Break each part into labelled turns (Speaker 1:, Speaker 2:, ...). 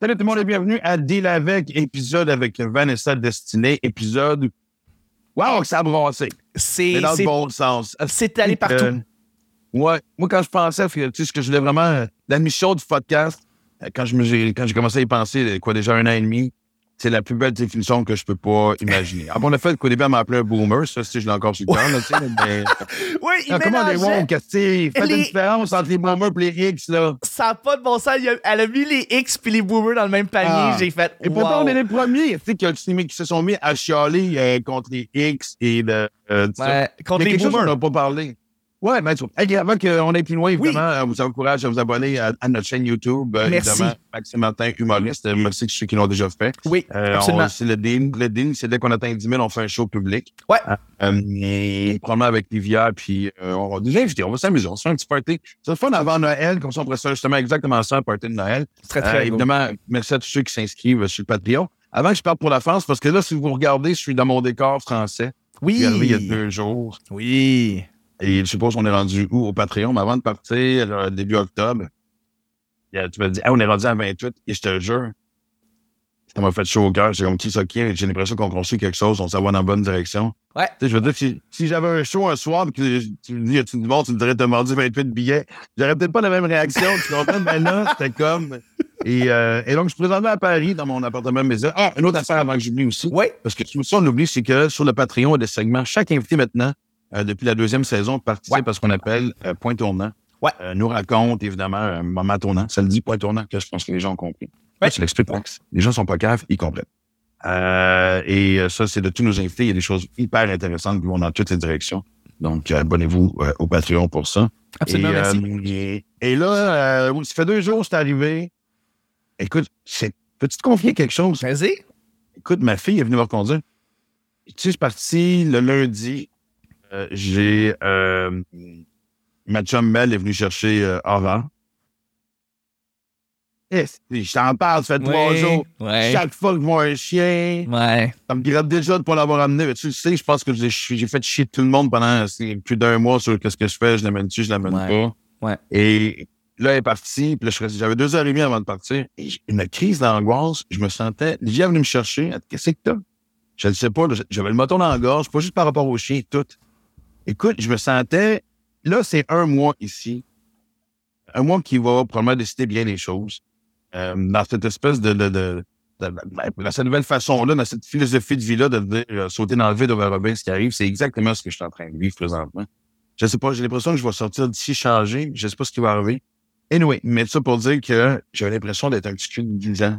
Speaker 1: Salut tout le monde et bienvenue à Deal avec, épisode avec Vanessa Destinée, épisode. Wow, que ça a brassé!
Speaker 2: C'est
Speaker 1: Mais dans le
Speaker 2: c'est-
Speaker 1: bon sens.
Speaker 2: c'est allé partout.
Speaker 1: Euh, ouais. Moi, quand je pensais, que, tu sais, ce que je voulais vraiment. euh, la mission du podcast, euh, quand je me- j'ai quand j'ai commencé à y penser, euh, quoi, déjà un an et demi, c'est la plus belle définition que je peux pas imaginer. Ah, bon, le fait qu'au début, elle m'appelait un boomer, ça, si je l'ai encore sur le cœur, là, tu sais, mais.
Speaker 2: oui, il
Speaker 1: Ah, comment les
Speaker 2: mélangeait-
Speaker 1: woke, qu'est-ce que faites une
Speaker 2: Les-
Speaker 1: différence entre les boomers et les X, là.
Speaker 2: Ça n'a pas de bon sens. Il a- elle a mis les X puis les boomers dans le même panier.
Speaker 1: Ah.
Speaker 2: J'ai fait.
Speaker 1: Et pourtant,
Speaker 2: wow.
Speaker 1: on est les premiers, tu sais, qui, ont- qui se sont mis à chialer euh, contre les X et le. euh, tout ça.
Speaker 2: Ouais, contre
Speaker 1: Il y a
Speaker 2: les
Speaker 1: quelque chose qu'on
Speaker 2: boomers.
Speaker 1: n'a pas parlé. Ouais, mais hey, avant qu'on aille plus loin, évidemment, euh, on vous encourage à vous abonner à, à notre chaîne YouTube. euh,
Speaker 2: Merci.
Speaker 1: Évidemment, Maxime Martin, humoriste. Euh, Merci à ceux qui l'ont déjà fait.
Speaker 2: Oui,
Speaker 1: Euh,
Speaker 2: absolument.
Speaker 1: on- c'est le deal. Le deal, c'est dès qu'on atteint 10 000, on fait un show public.
Speaker 2: Ouais.
Speaker 1: Euh, et probablement avec Livia, puis euh, on va déjà inviter, on va s'amuser, on se fait un petit party. C'est le fun avant Noël, comme ça on pourrait se faire justement exactement ça, un party de Noël.
Speaker 2: C'est très,
Speaker 1: Euh,
Speaker 2: très beau.
Speaker 1: évidemment, merci à tous ceux qui s'inscrivent sur le Patreon. Avant que je parte pour la France, parce que là, si vous regardez, je suis dans mon décor français. Je suis arrivé il y a
Speaker 2: Oui.
Speaker 1: deux jours.
Speaker 2: Oui.
Speaker 1: Et je suppose qu'on est rendu où au Patreon? Mais avant de partir, euh, début octobre, il y a- tu m'as dit, Hey, on est rendu à 28, et je te jure, ça m'a fait chaud au cœur. J'ai comme qui ça qui est? J'ai l'impression qu'on construit quelque chose, on s'en va dans la bonne direction.
Speaker 2: Ouais.
Speaker 1: Tu sais, je veux dire, si, si j'avais un show un soir, puis que tu me dis, y a-tu du monde, tu me dirais, t'as vendu 28 billets, j'aurais peut-être pas la même réaction, tu comprends? Mais là, c'était comme. Et, euh, et donc, je suis présentement à Paris, dans mon appartement maison. Ah, une autre affaire avant que j'oublie aussi.
Speaker 2: Oui.
Speaker 1: Parce que tout ça, on oublie, c'est que sur le Patreon, il y a des segments. Chaque invité maintenant, euh, depuis la deuxième saison, participe
Speaker 2: Ouais.
Speaker 1: à ce qu'on appelle euh, Point Tournant.
Speaker 2: Ouais.
Speaker 1: Euh, nous raconte, évidemment, un moment tournant. Ça le dit, Point Tournant, que je pense que les gens ont compris.
Speaker 2: Ouais.
Speaker 1: Là, tu l'expliques, Max. Les gens sont pas caves, ils comprennent. Euh, et euh, ça, c'est de tous nos invités. Il y a des choses hyper intéressantes qui vont dans toutes les directions. Donc, euh, abonnez-vous euh, au Patreon pour ça.
Speaker 2: Absolument,
Speaker 1: Et, euh,
Speaker 2: merci.
Speaker 1: et- et là, euh, ça fait deux jours que c'est arrivé. Écoute, c'est- peux-tu te confier quelque chose? Ben,
Speaker 2: Vas-y.
Speaker 1: Écoute, ma fille est venue me reconduire. Tu sais, je suis parti le lundi. Euh, j'ai. Euh, ma chum Mel est venue chercher euh, Aura. Eh, si, Je t'en parle, ça fait trois
Speaker 2: Ouais,
Speaker 1: jours.
Speaker 2: Ouais.
Speaker 1: Chaque fois que je vois un chien,
Speaker 2: Ouais.
Speaker 1: ça me gratte déjà de ne pas l'avoir amené. Mais tu le sais, je pense que j'ai j'ai fait chier tout le monde pendant c'est, plus d'un mois sur ce que je fais. Je l'amène-tu, je l'amène
Speaker 2: Ouais.
Speaker 1: pas.
Speaker 2: Ouais.
Speaker 1: Et là, elle est partie. Puis là, je suis resté- j'avais deux heures et demie avant de partir. Et j'ai- une crise d'angoisse. Je me sentais. Livia est venue me chercher. Elle dit, Qu'est-ce que t'as? Je ne sais pas. là, J'avais le moton dans la gorge, pas juste par rapport au chien, tout. Écoute, je me sentais. Là, c'est un mois ici. Un mois qui va probablement décider bien les choses. Euh, dans cette espèce de, de, de, de- de- dans cette nouvelle façon-là, dans cette philosophie de vie-là, de dire, euh, sauter dans le vide over Robin, ce qui arrive, c'est exactement ce que je suis en train de vivre présentement. Je sais pas, j'ai l'impression que je vais sortir d'ici changé. Je sais pas ce qui va arriver. Anyway, mais ça pour dire que j'ai l'impression d'être un petit cul de 10 ans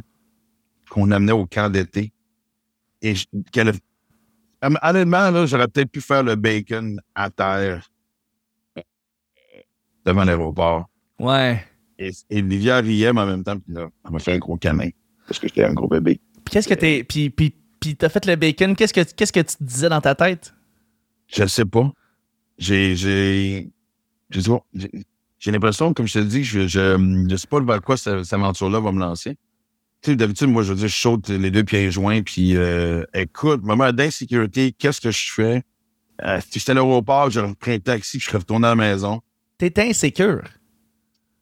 Speaker 1: qu'on amenait au camp d'été. Et je- qu'elle a- Hum, Honnêtement, là, j'aurais peut-être pu faire le bacon à terre euh, devant l'aéroport.
Speaker 2: Ouais.
Speaker 1: Et, et Livia riait, mais en même temps, puis là, elle m'a fait un gros câlin parce que j'étais un gros bébé.
Speaker 2: Puis Qu'est-ce que t'es. Puis, puis, puis t'as fait le bacon. Qu'est-ce que, qu'est-ce que tu te disais dans ta tête?
Speaker 1: Je sais pas. J'ai, j'ai, je sais pas. J'ai- J'ai l'impression, comme je te dis, je, je, je sais pas vers quoi cette, cette aventure-là va me lancer. Tu sais, d'habitude, moi, je veux dire, je saute les deux pieds joints, puis euh, écoute, moment d'insécurité, qu'est-ce que je fais? Euh, si j'étais à l'aéroport, j'aurais pris un taxi, puis je serais retourné à la maison.
Speaker 2: T'étais insécure.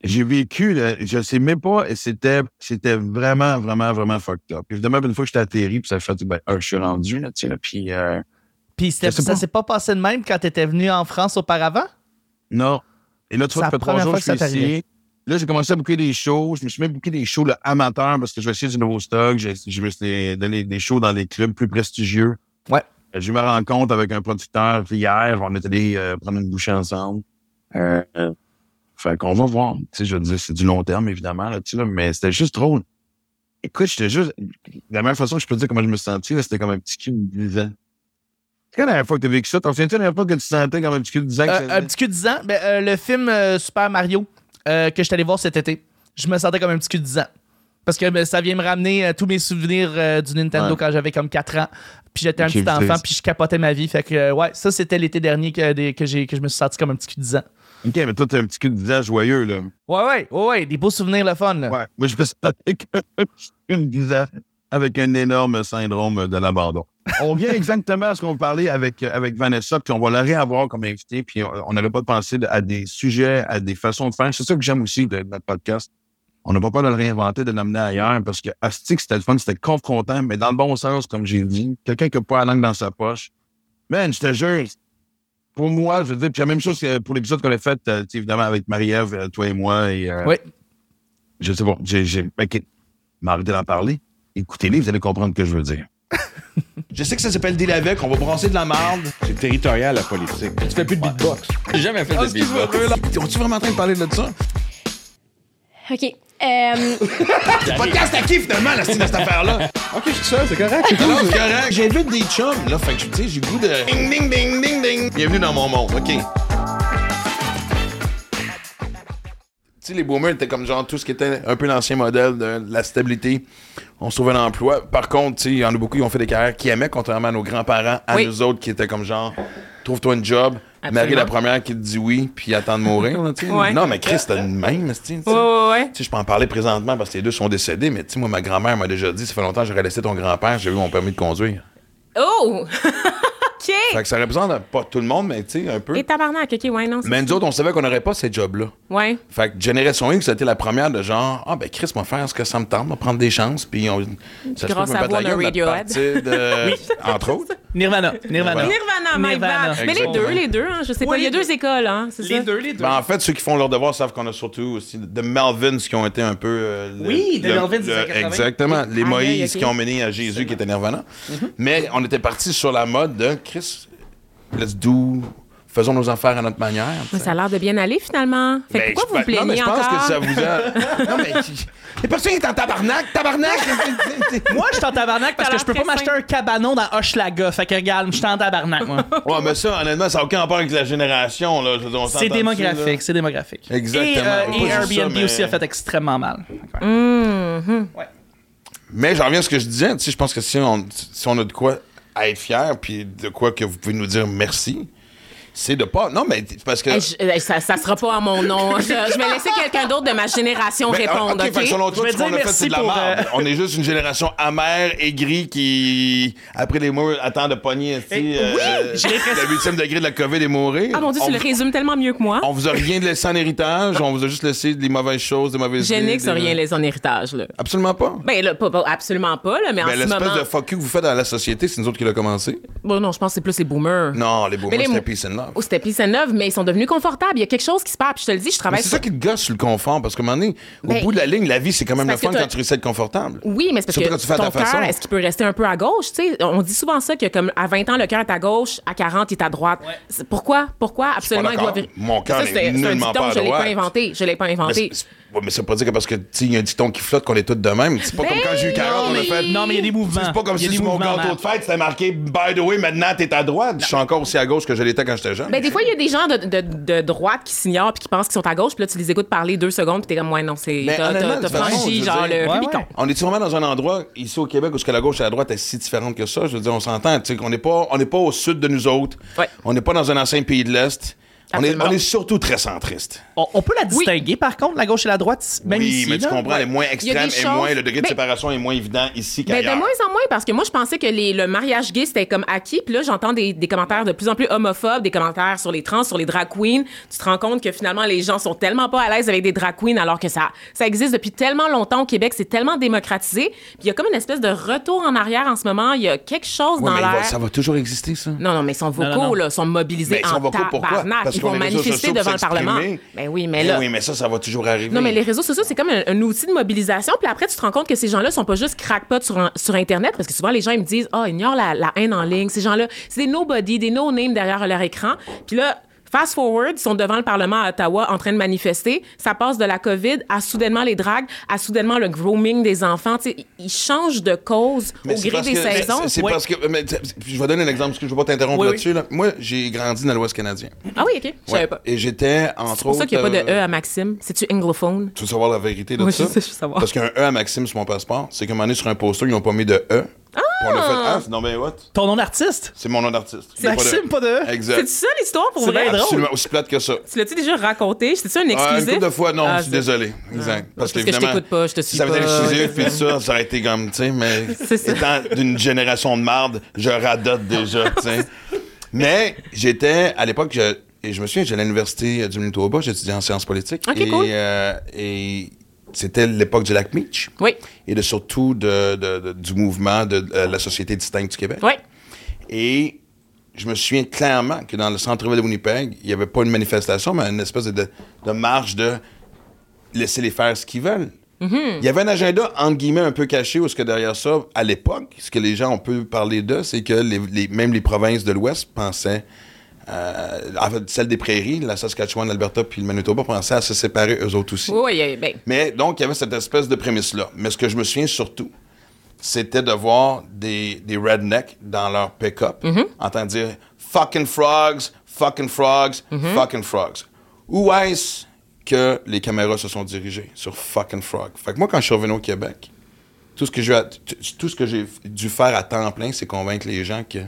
Speaker 1: j'ai vécu, là, je sais même pas, et c'était, c'était vraiment, vraiment, vraiment fucked up. Évidemment, une fois que j'étais atterri, puis ça fait, ben, ah, je suis rendu, là, tu sais, là, puis euh,
Speaker 2: Puis c'était-
Speaker 1: Je sais
Speaker 2: ça
Speaker 1: pas.
Speaker 2: s'est pas passé de même quand t'étais venu en France auparavant?
Speaker 1: non. Et là, tu vois,
Speaker 2: C'est
Speaker 1: ça fait
Speaker 2: la
Speaker 1: trois
Speaker 2: première
Speaker 1: jours que
Speaker 2: fois
Speaker 1: je
Speaker 2: que ça
Speaker 1: suis ici. Là, j'ai commencé à booker des shows. Je me suis même booké des shows, là, amateurs, parce que je vais essayer du nouveau stock. J'ai- Je me suis donné des shows dans des clubs plus prestigieux.
Speaker 2: Ouais.
Speaker 1: Euh, J'ai eu ma rencontre avec un producteur hier. On est allé euh, prendre une bouchée ensemble. Euh, euh, fait qu'on va voir. Tu sais, je veux dire, c'est du long terme, évidemment, là, tu sais, là, mais c'était juste drôle. Écoute, j'étais juste. La même façon que je peux te dire comment je me sentais, là, c'était comme un petit cul de 10 ans. C'est quand la dernière fois que tu as vécu ça? T'en souviens-tu la dernière fois que tu te sentais comme un petit cul de 10 ans? que
Speaker 2: Euh,
Speaker 1: ça-
Speaker 2: un petit cul de 10 ans, ben, euh, le film euh, Super Mario euh, que je suis allé voir cet été, je me sentais comme un petit cul de 10 ans. Parce que ben, ça vient me ramener euh, tous mes souvenirs euh, du Nintendo
Speaker 1: Ouais.
Speaker 2: quand j'avais comme 4 ans. Puis j'étais un
Speaker 1: Ok,
Speaker 2: petit
Speaker 1: c'est-
Speaker 2: enfant, puis je capotais ma vie. Fait que, euh, ouais, ça, c'était l'été dernier que, des- que, j'ai- que je me suis senti comme un petit cul de 10 ans.
Speaker 1: OK, mais toi, t'es un petit cul de 10 ans joyeux, là.
Speaker 2: Ouais, ouais, ouais, ouais, des beaux souvenirs, le fun. là.
Speaker 1: Ouais. Moi, je me sentais comme un petit cul de 10 ans avec un énorme syndrome de l'abandon. On vient exactement à ce qu'on parlait avec, euh, avec Vanessa, puis on va la réavoir comme invitée, puis on on n'aurait pas pensé à des sujets, à des façons de faire. C'est ça que j'aime aussi de notre podcast. On n'a pas peur de le réinventer, de l'amener ailleurs, parce que Astic, c'était le fun, c'était confrontant, mais dans le bon sens, comme j'ai dit. Quelqu'un qui n'a pas la langue dans sa poche. Man, je te jure, pour moi, je veux dire, puis la même chose que pour l'épisode qu'on a fait, euh, tu sais, évidemment, avec Marie-Ève, euh, toi et moi, et euh,
Speaker 2: Oui.
Speaker 1: je sais pas, j'ai, j'ai, ok, m'arrêter d'en parler. Écoutez-les, vous allez comprendre ce que je veux dire.
Speaker 3: Je sais que ça s'appelle Deal avec, on va brasser de la marde.
Speaker 4: C'est territorial, la politique.
Speaker 3: Tu fais plus de beatbox.
Speaker 4: J'ai jamais fait de beatbox.
Speaker 3: On est vraiment en train de parler de ça?
Speaker 5: OK. Euh,
Speaker 3: Le podcast à qui, finalement, la style de cette affaire-là?
Speaker 4: Ok, je suis seul, c'est correct.
Speaker 3: Non, c'est correct. J'invite des chums, là, fait que, tu sais, j'ai le goût de... Ding, ding, ding, ding, ding. Bienvenue dans mon monde, OK. Tu sais, les boomers étaient comme genre tout ce qui était un peu l'ancien modèle de la stabilité. On se trouvait un emploi. Par contre, tu sais, il y en a beaucoup qui ont fait des carrières qui aimaient, contrairement à nos grands-parents, à
Speaker 6: Oui.
Speaker 3: nous autres qui étaient comme genre, trouve-toi une job, marie la première qui te dit oui, puis attends de mourir. là, tu sais.
Speaker 6: Ouais.
Speaker 3: Non, mais Chris, t'as une même, tu sais.
Speaker 6: Ouais, ouais, ouais.
Speaker 3: Tu sais, je peux en parler présentement parce que les deux sont décédés, mais tu sais, moi, ma grand-mère m'a déjà dit, ça fait longtemps que j'aurais laissé ton grand-père, j'ai eu mon permis de conduire.
Speaker 6: Oh! OK!
Speaker 3: Fait que ça représente euh, pas tout le monde, mais tu sais, un peu.
Speaker 6: Et tabarnak, OK, ouais, non. c'est-
Speaker 3: Mais nous autres, on savait qu'on n'aurait pas ces jobs-là.
Speaker 6: Ouais.
Speaker 3: Fait que Génération X, c'était la première de genre, ah ben Chris m'a faire ce que ça me tente, m'a prendre des chances, puis on. Ça se peut
Speaker 6: Grâce
Speaker 3: que je me batte
Speaker 6: à vous,
Speaker 3: la
Speaker 6: on a
Speaker 3: gueule à
Speaker 6: Radiohead.
Speaker 3: partir de- Entre autres.
Speaker 2: Nirvana. Nirvana.
Speaker 6: Nirvana, my
Speaker 2: Nirvana.
Speaker 6: God. Mais les deux, les deux, hein, je sais pas.
Speaker 2: Oui,
Speaker 6: Il y a
Speaker 2: les deux.
Speaker 6: deux écoles, hein, c'est ça?
Speaker 2: Les deux, les deux.
Speaker 3: Ben, en fait, ceux qui font leur devoir savent qu'on a surtout aussi de Melvins qui ont été un peu. euh, le-
Speaker 2: Oui, de
Speaker 3: le-
Speaker 2: Melvins des
Speaker 3: le-
Speaker 2: années 80.
Speaker 3: Exactement. Les
Speaker 6: Ah,
Speaker 3: Moïse
Speaker 6: ok, ok.
Speaker 3: qui ont mené à Jésus qui était Nirvana.
Speaker 2: Mm-hmm.
Speaker 3: Mais on était parti sur la mode de Chris, let's do. Faisons nos affaires à notre manière. tu sais.
Speaker 6: Ça a l'air de bien aller, finalement. Fait que
Speaker 3: Ben,
Speaker 6: pourquoi vous
Speaker 3: je
Speaker 6: vous
Speaker 3: pe- Non, mais
Speaker 6: plaignez
Speaker 3: je pense
Speaker 6: encore?
Speaker 3: que ça vous a. non, mais. Les personnes est en tabarnak, tabarnak!
Speaker 2: Moi, je suis en tabarnak parce
Speaker 6: T'as
Speaker 2: que je peux pas
Speaker 6: l'air très
Speaker 2: m'acheter un cabanon dans Hochelaga. Fait que regarde, je suis en tabarnak, moi.
Speaker 3: ouais, mais ça, honnêtement, ça n'a aucun rapport avec la génération. Là. Je veux dire, on
Speaker 2: C'est
Speaker 3: s'entend dessus, là.
Speaker 2: démographique, c'est démographique. Et,
Speaker 3: Exactement.
Speaker 2: euh,
Speaker 3: On peut
Speaker 2: et
Speaker 3: pas dire ça,
Speaker 2: Airbnb
Speaker 3: mais-
Speaker 2: aussi a fait extrêmement mal.
Speaker 3: Mais j'en reviens à ce que je disais. tu sais, Je pense que si on, si on a de quoi à être fier, puis de quoi que vous pouvez nous dire merci, c'est de pas. Non, mais t- parce que.
Speaker 6: Hey, Eh, je- hey, ça, ça sera pas à mon nom. Je, je vais laisser quelqu'un d'autre de ma génération
Speaker 3: Ben,
Speaker 6: répondre,
Speaker 3: ok,
Speaker 6: OK?
Speaker 3: fait que selon toi,
Speaker 2: Je vais
Speaker 3: ce qu'on
Speaker 2: dire
Speaker 3: a fait,
Speaker 2: merci
Speaker 3: c'est de la
Speaker 2: pour,
Speaker 3: merde.
Speaker 2: euh,
Speaker 3: On est juste une génération amère, aigrie, qui, après les mots, attend de pogner,
Speaker 2: Eh,
Speaker 3: tu sais, euh, le huitième degré de la COVID est mourir.
Speaker 6: Ah mon Dieu,
Speaker 3: on,
Speaker 6: tu le résumes tellement mieux que moi.
Speaker 3: on vous a rien laissé en héritage, on vous a juste laissé des mauvaises choses, des mauvaises
Speaker 6: Génix
Speaker 3: idées,
Speaker 6: n'a
Speaker 3: des-
Speaker 6: rien laissé en héritage, là.
Speaker 3: Absolument pas.
Speaker 6: Ben, là, pas- pas- absolument pas, là, mais
Speaker 3: Ben,
Speaker 6: en ce
Speaker 3: l'espèce
Speaker 6: moment...
Speaker 3: de fuck you que vous faites dans la société, c'est nous autres qui l'a commencé.
Speaker 6: Bon, non, je pense que c'est plus les boomers.
Speaker 3: Non, les
Speaker 6: Mais
Speaker 3: boomers,
Speaker 6: les
Speaker 3: c'était
Speaker 6: mo-
Speaker 3: peace and love.
Speaker 6: Oh, c'était pisse neuve, mais ils sont devenus confortables. Il y a quelque chose qui se passe. Puis je te le dis, je
Speaker 3: Mais
Speaker 6: travaille
Speaker 3: c'est
Speaker 6: sur...
Speaker 3: ça qui te gosse sur le confort, parce qu'à un moment donné,
Speaker 6: Ah, Ben,
Speaker 3: au bout de la ligne, la vie, c'est quand même
Speaker 6: c'est
Speaker 3: le
Speaker 6: parce
Speaker 3: fun
Speaker 6: que t'as-
Speaker 3: quand tu réussis à être confortable.
Speaker 6: Oui, mais c'est parce
Speaker 3: Surtout
Speaker 6: que
Speaker 3: quand tu fais à ta
Speaker 6: ton
Speaker 3: façon.
Speaker 6: cœur, est-ce qu'il peut rester un peu à gauche? tu sais? on dit souvent ça que comme à 20 ans, le cœur est à gauche, à 40, il est à droite. C'est- Pourquoi? Pourquoi? Absolument,
Speaker 3: Je suis pas
Speaker 6: il doit-
Speaker 3: d'accord. Mon cœur
Speaker 6: Ça,
Speaker 3: n'est
Speaker 6: c'est- c'est un
Speaker 3: nullement
Speaker 6: dicton,
Speaker 3: pas à
Speaker 6: Je l'ai pas
Speaker 3: droite.
Speaker 6: inventé. Je l'ai pas
Speaker 3: Mais
Speaker 6: inventé.
Speaker 3: c'est- c'est- ouais, mais ça veut pas dire que parce que, tu sais, il y a un dicton qui flotte qu'on est tous de même. C'est pas
Speaker 6: Ben
Speaker 3: comme quand j'ai eu 40, on a
Speaker 6: mais-
Speaker 3: fait.
Speaker 2: Non, mais il y a des mouvements.
Speaker 3: C'est pas comme
Speaker 2: Il y a
Speaker 3: si
Speaker 2: des
Speaker 3: sur mon
Speaker 2: mouvements,
Speaker 3: gâteau
Speaker 2: Marc.
Speaker 3: de fête, c'était marqué By the way, maintenant t'es à droite. Je suis encore aussi à gauche que je l'étais quand j'étais jeune.
Speaker 6: Ben, des fois, il y a des gens de, de- de droite qui s'ignorent puis qui pensent qu'ils sont à gauche, puis là, tu les écoutes parler deux secondes, puis t'es comme, ouais, non, c'est.
Speaker 3: Mais
Speaker 6: T'as
Speaker 3: honnêtement,
Speaker 6: t'as-
Speaker 3: de
Speaker 6: t'as
Speaker 3: toute façon,
Speaker 6: franchi,
Speaker 3: je veux
Speaker 6: genre,
Speaker 3: dire-
Speaker 6: le
Speaker 2: Ouais,
Speaker 6: Rubicon.
Speaker 2: ouais.
Speaker 3: On est sûrement dans un endroit, ici au Québec, où ce que la gauche et la droite est si différente que ça. Je veux dire, on s'entend. Tu sais, qu'on n'est pas, on n'est pas au sud de nous autres.
Speaker 6: Ouais.
Speaker 3: On n'est pas dans un ancien pays de l'Est. On est,
Speaker 6: Absolument.
Speaker 3: on est surtout très centriste.
Speaker 2: On, on peut la distinguer, par contre, la gauche et la droite, même
Speaker 3: oui,
Speaker 2: ici.
Speaker 3: mais tu
Speaker 2: là.
Speaker 3: comprends, elle est moins
Speaker 6: y a des
Speaker 3: extrême et
Speaker 6: choses-
Speaker 3: moins, le degré de
Speaker 6: Ben-
Speaker 3: séparation est moins évident ici
Speaker 6: Ben,
Speaker 3: qu'ailleurs.
Speaker 6: de moins en moins, parce que moi, je pensais que les- le mariage gay, c'était comme acquis. Puis là, j'entends des, des commentaires de plus en plus homophobes, des commentaires sur les trans, sur les drag queens. Tu te rends compte que finalement, les gens sont tellement pas à l'aise avec des drag queens, alors que ça, ça existe depuis tellement longtemps au Québec. C'est tellement démocratisé. Puis il y a comme une espèce de retour en arrière en ce moment. Il y a quelque chose
Speaker 3: Ouais,
Speaker 6: dans
Speaker 3: mais il va-
Speaker 6: l'air.
Speaker 3: ça va toujours exister, ça.
Speaker 6: Non, non, mais ils sont vocaux,
Speaker 2: non, non.
Speaker 6: là, sont mobilisés
Speaker 3: Mais ils sont
Speaker 6: en
Speaker 3: vocaux, pourquoi?
Speaker 6: tabarnak.
Speaker 3: Parce
Speaker 6: Ils
Speaker 3: qu'on
Speaker 6: vont
Speaker 3: a les réseaux
Speaker 6: manifester
Speaker 3: sociaux pour
Speaker 6: devant le Parlement.
Speaker 3: s'exprimer.
Speaker 6: Ben oui, mais là...
Speaker 3: Oui, mais ça, ça va toujours arriver.
Speaker 6: Non, mais les réseaux sociaux, c'est comme un, un outil de mobilisation. Puis après, tu te rends compte que ces gens-là sont pas juste crackpots sur, un- sur Internet, parce que souvent, les gens, ils me disent, ah, ignore la, la haine en ligne. Ces gens-là, c'est des nobody, des no-name derrière leur écran. Puis là, fast forward, ils sont devant le Parlement à Ottawa en train de manifester. Ça passe de la COVID à soudainement les dragues, à soudainement le grooming des enfants. Tu sais, ils- ils changent de cause
Speaker 3: Mais
Speaker 6: au
Speaker 3: c'est
Speaker 6: gré
Speaker 3: parce
Speaker 6: des
Speaker 3: que- mais
Speaker 6: saisons.
Speaker 3: c'est- C'est
Speaker 2: Ouais.
Speaker 3: parce que. mais t- je vais donner un exemple, parce que je ne veux pas t'interrompre
Speaker 2: Oui, oui.
Speaker 3: là-dessus. là. Moi, j'ai grandi dans l'Ouest canadien.
Speaker 6: Ah oui, OK. Je savais
Speaker 3: Ouais.
Speaker 6: pas.
Speaker 3: Et j'étais, entre autres.
Speaker 6: C'est pour ça qu'il n'y a pas de E
Speaker 3: euh,
Speaker 6: à Maxime. C'est-tu anglophone?
Speaker 3: Tu veux savoir la vérité de
Speaker 6: Oui,
Speaker 3: ça?
Speaker 6: je sais, je veux savoir.
Speaker 3: Parce qu'un E à Maxime sur mon passeport, c'est qu'à un moment donné, sur un poster, ils n'ont pas mis de E. Ah! On a fait Ah, c'est- non, mais what?
Speaker 2: Ton nom d'artiste?
Speaker 3: C'est mon nom d'artiste. Il y a
Speaker 2: Maxime, pas de.
Speaker 3: Exact.
Speaker 6: C'est-tu ça l'histoire pour
Speaker 2: C'est
Speaker 6: vrai?
Speaker 2: bien drôle.
Speaker 3: Absolument aussi plate que ça.
Speaker 6: Tu l'as-tu déjà raconté? C'est-tu un
Speaker 3: Ah, une
Speaker 6: exclusif?
Speaker 3: couple de fois, non,
Speaker 6: Ah,
Speaker 3: je suis
Speaker 6: c'est-
Speaker 3: désolé. Exact. Parce,
Speaker 6: que je
Speaker 3: évidemment,
Speaker 6: t'écoute pas, je te suis
Speaker 3: Si ça faisait
Speaker 6: pas.
Speaker 3: l'exclusif, puis ça, ça aurait été comme, tu sais, mais
Speaker 6: C'est ça.
Speaker 3: étant d'une génération de marde, je radote déjà, tu sais. Mais j'étais, à l'époque, je, et je me souviens, j'allais à l'université du Manitoba, j'étudiais en sciences politiques.
Speaker 6: Ok,
Speaker 3: et,
Speaker 6: cool.
Speaker 3: euh, et c'était l'époque du lac Meach
Speaker 6: Oui.
Speaker 3: et de surtout de, de- de- du mouvement de euh, la Société distincte du Québec.
Speaker 6: Oui.
Speaker 3: Et je me souviens clairement que dans le centre-ville de Winnipeg, il n'y avait pas une manifestation, mais une espèce de, de- de marche de laisser les faire ce qu'ils veulent. Il y avait un agenda, entre guillemets, un peu caché, où ce que derrière ça, à l'époque, ce que les gens ont pu parler de, c'est que les- les- même les provinces de l'Ouest pensaient, euh, en fait, celle des prairies, la Saskatchewan, l'Alberta, puis le Manitoba, pensaient à se séparer eux autres aussi.
Speaker 6: Oui, oui, oui, ben,
Speaker 3: Mais donc, il y avait cette espèce de prémisse-là. Mais ce que je me souviens surtout, c'était de voir des, des rednecks dans leur pick-up entendre dire fucking frogs, fucking frogs, fucking frogs. Où est-ce que les caméras se sont dirigées sur fucking frog? Fait que moi, quand je suis revenu au Québec, tout ce que j'ai, t- tout ce que j'ai dû faire à temps plein, c'est convaincre les gens que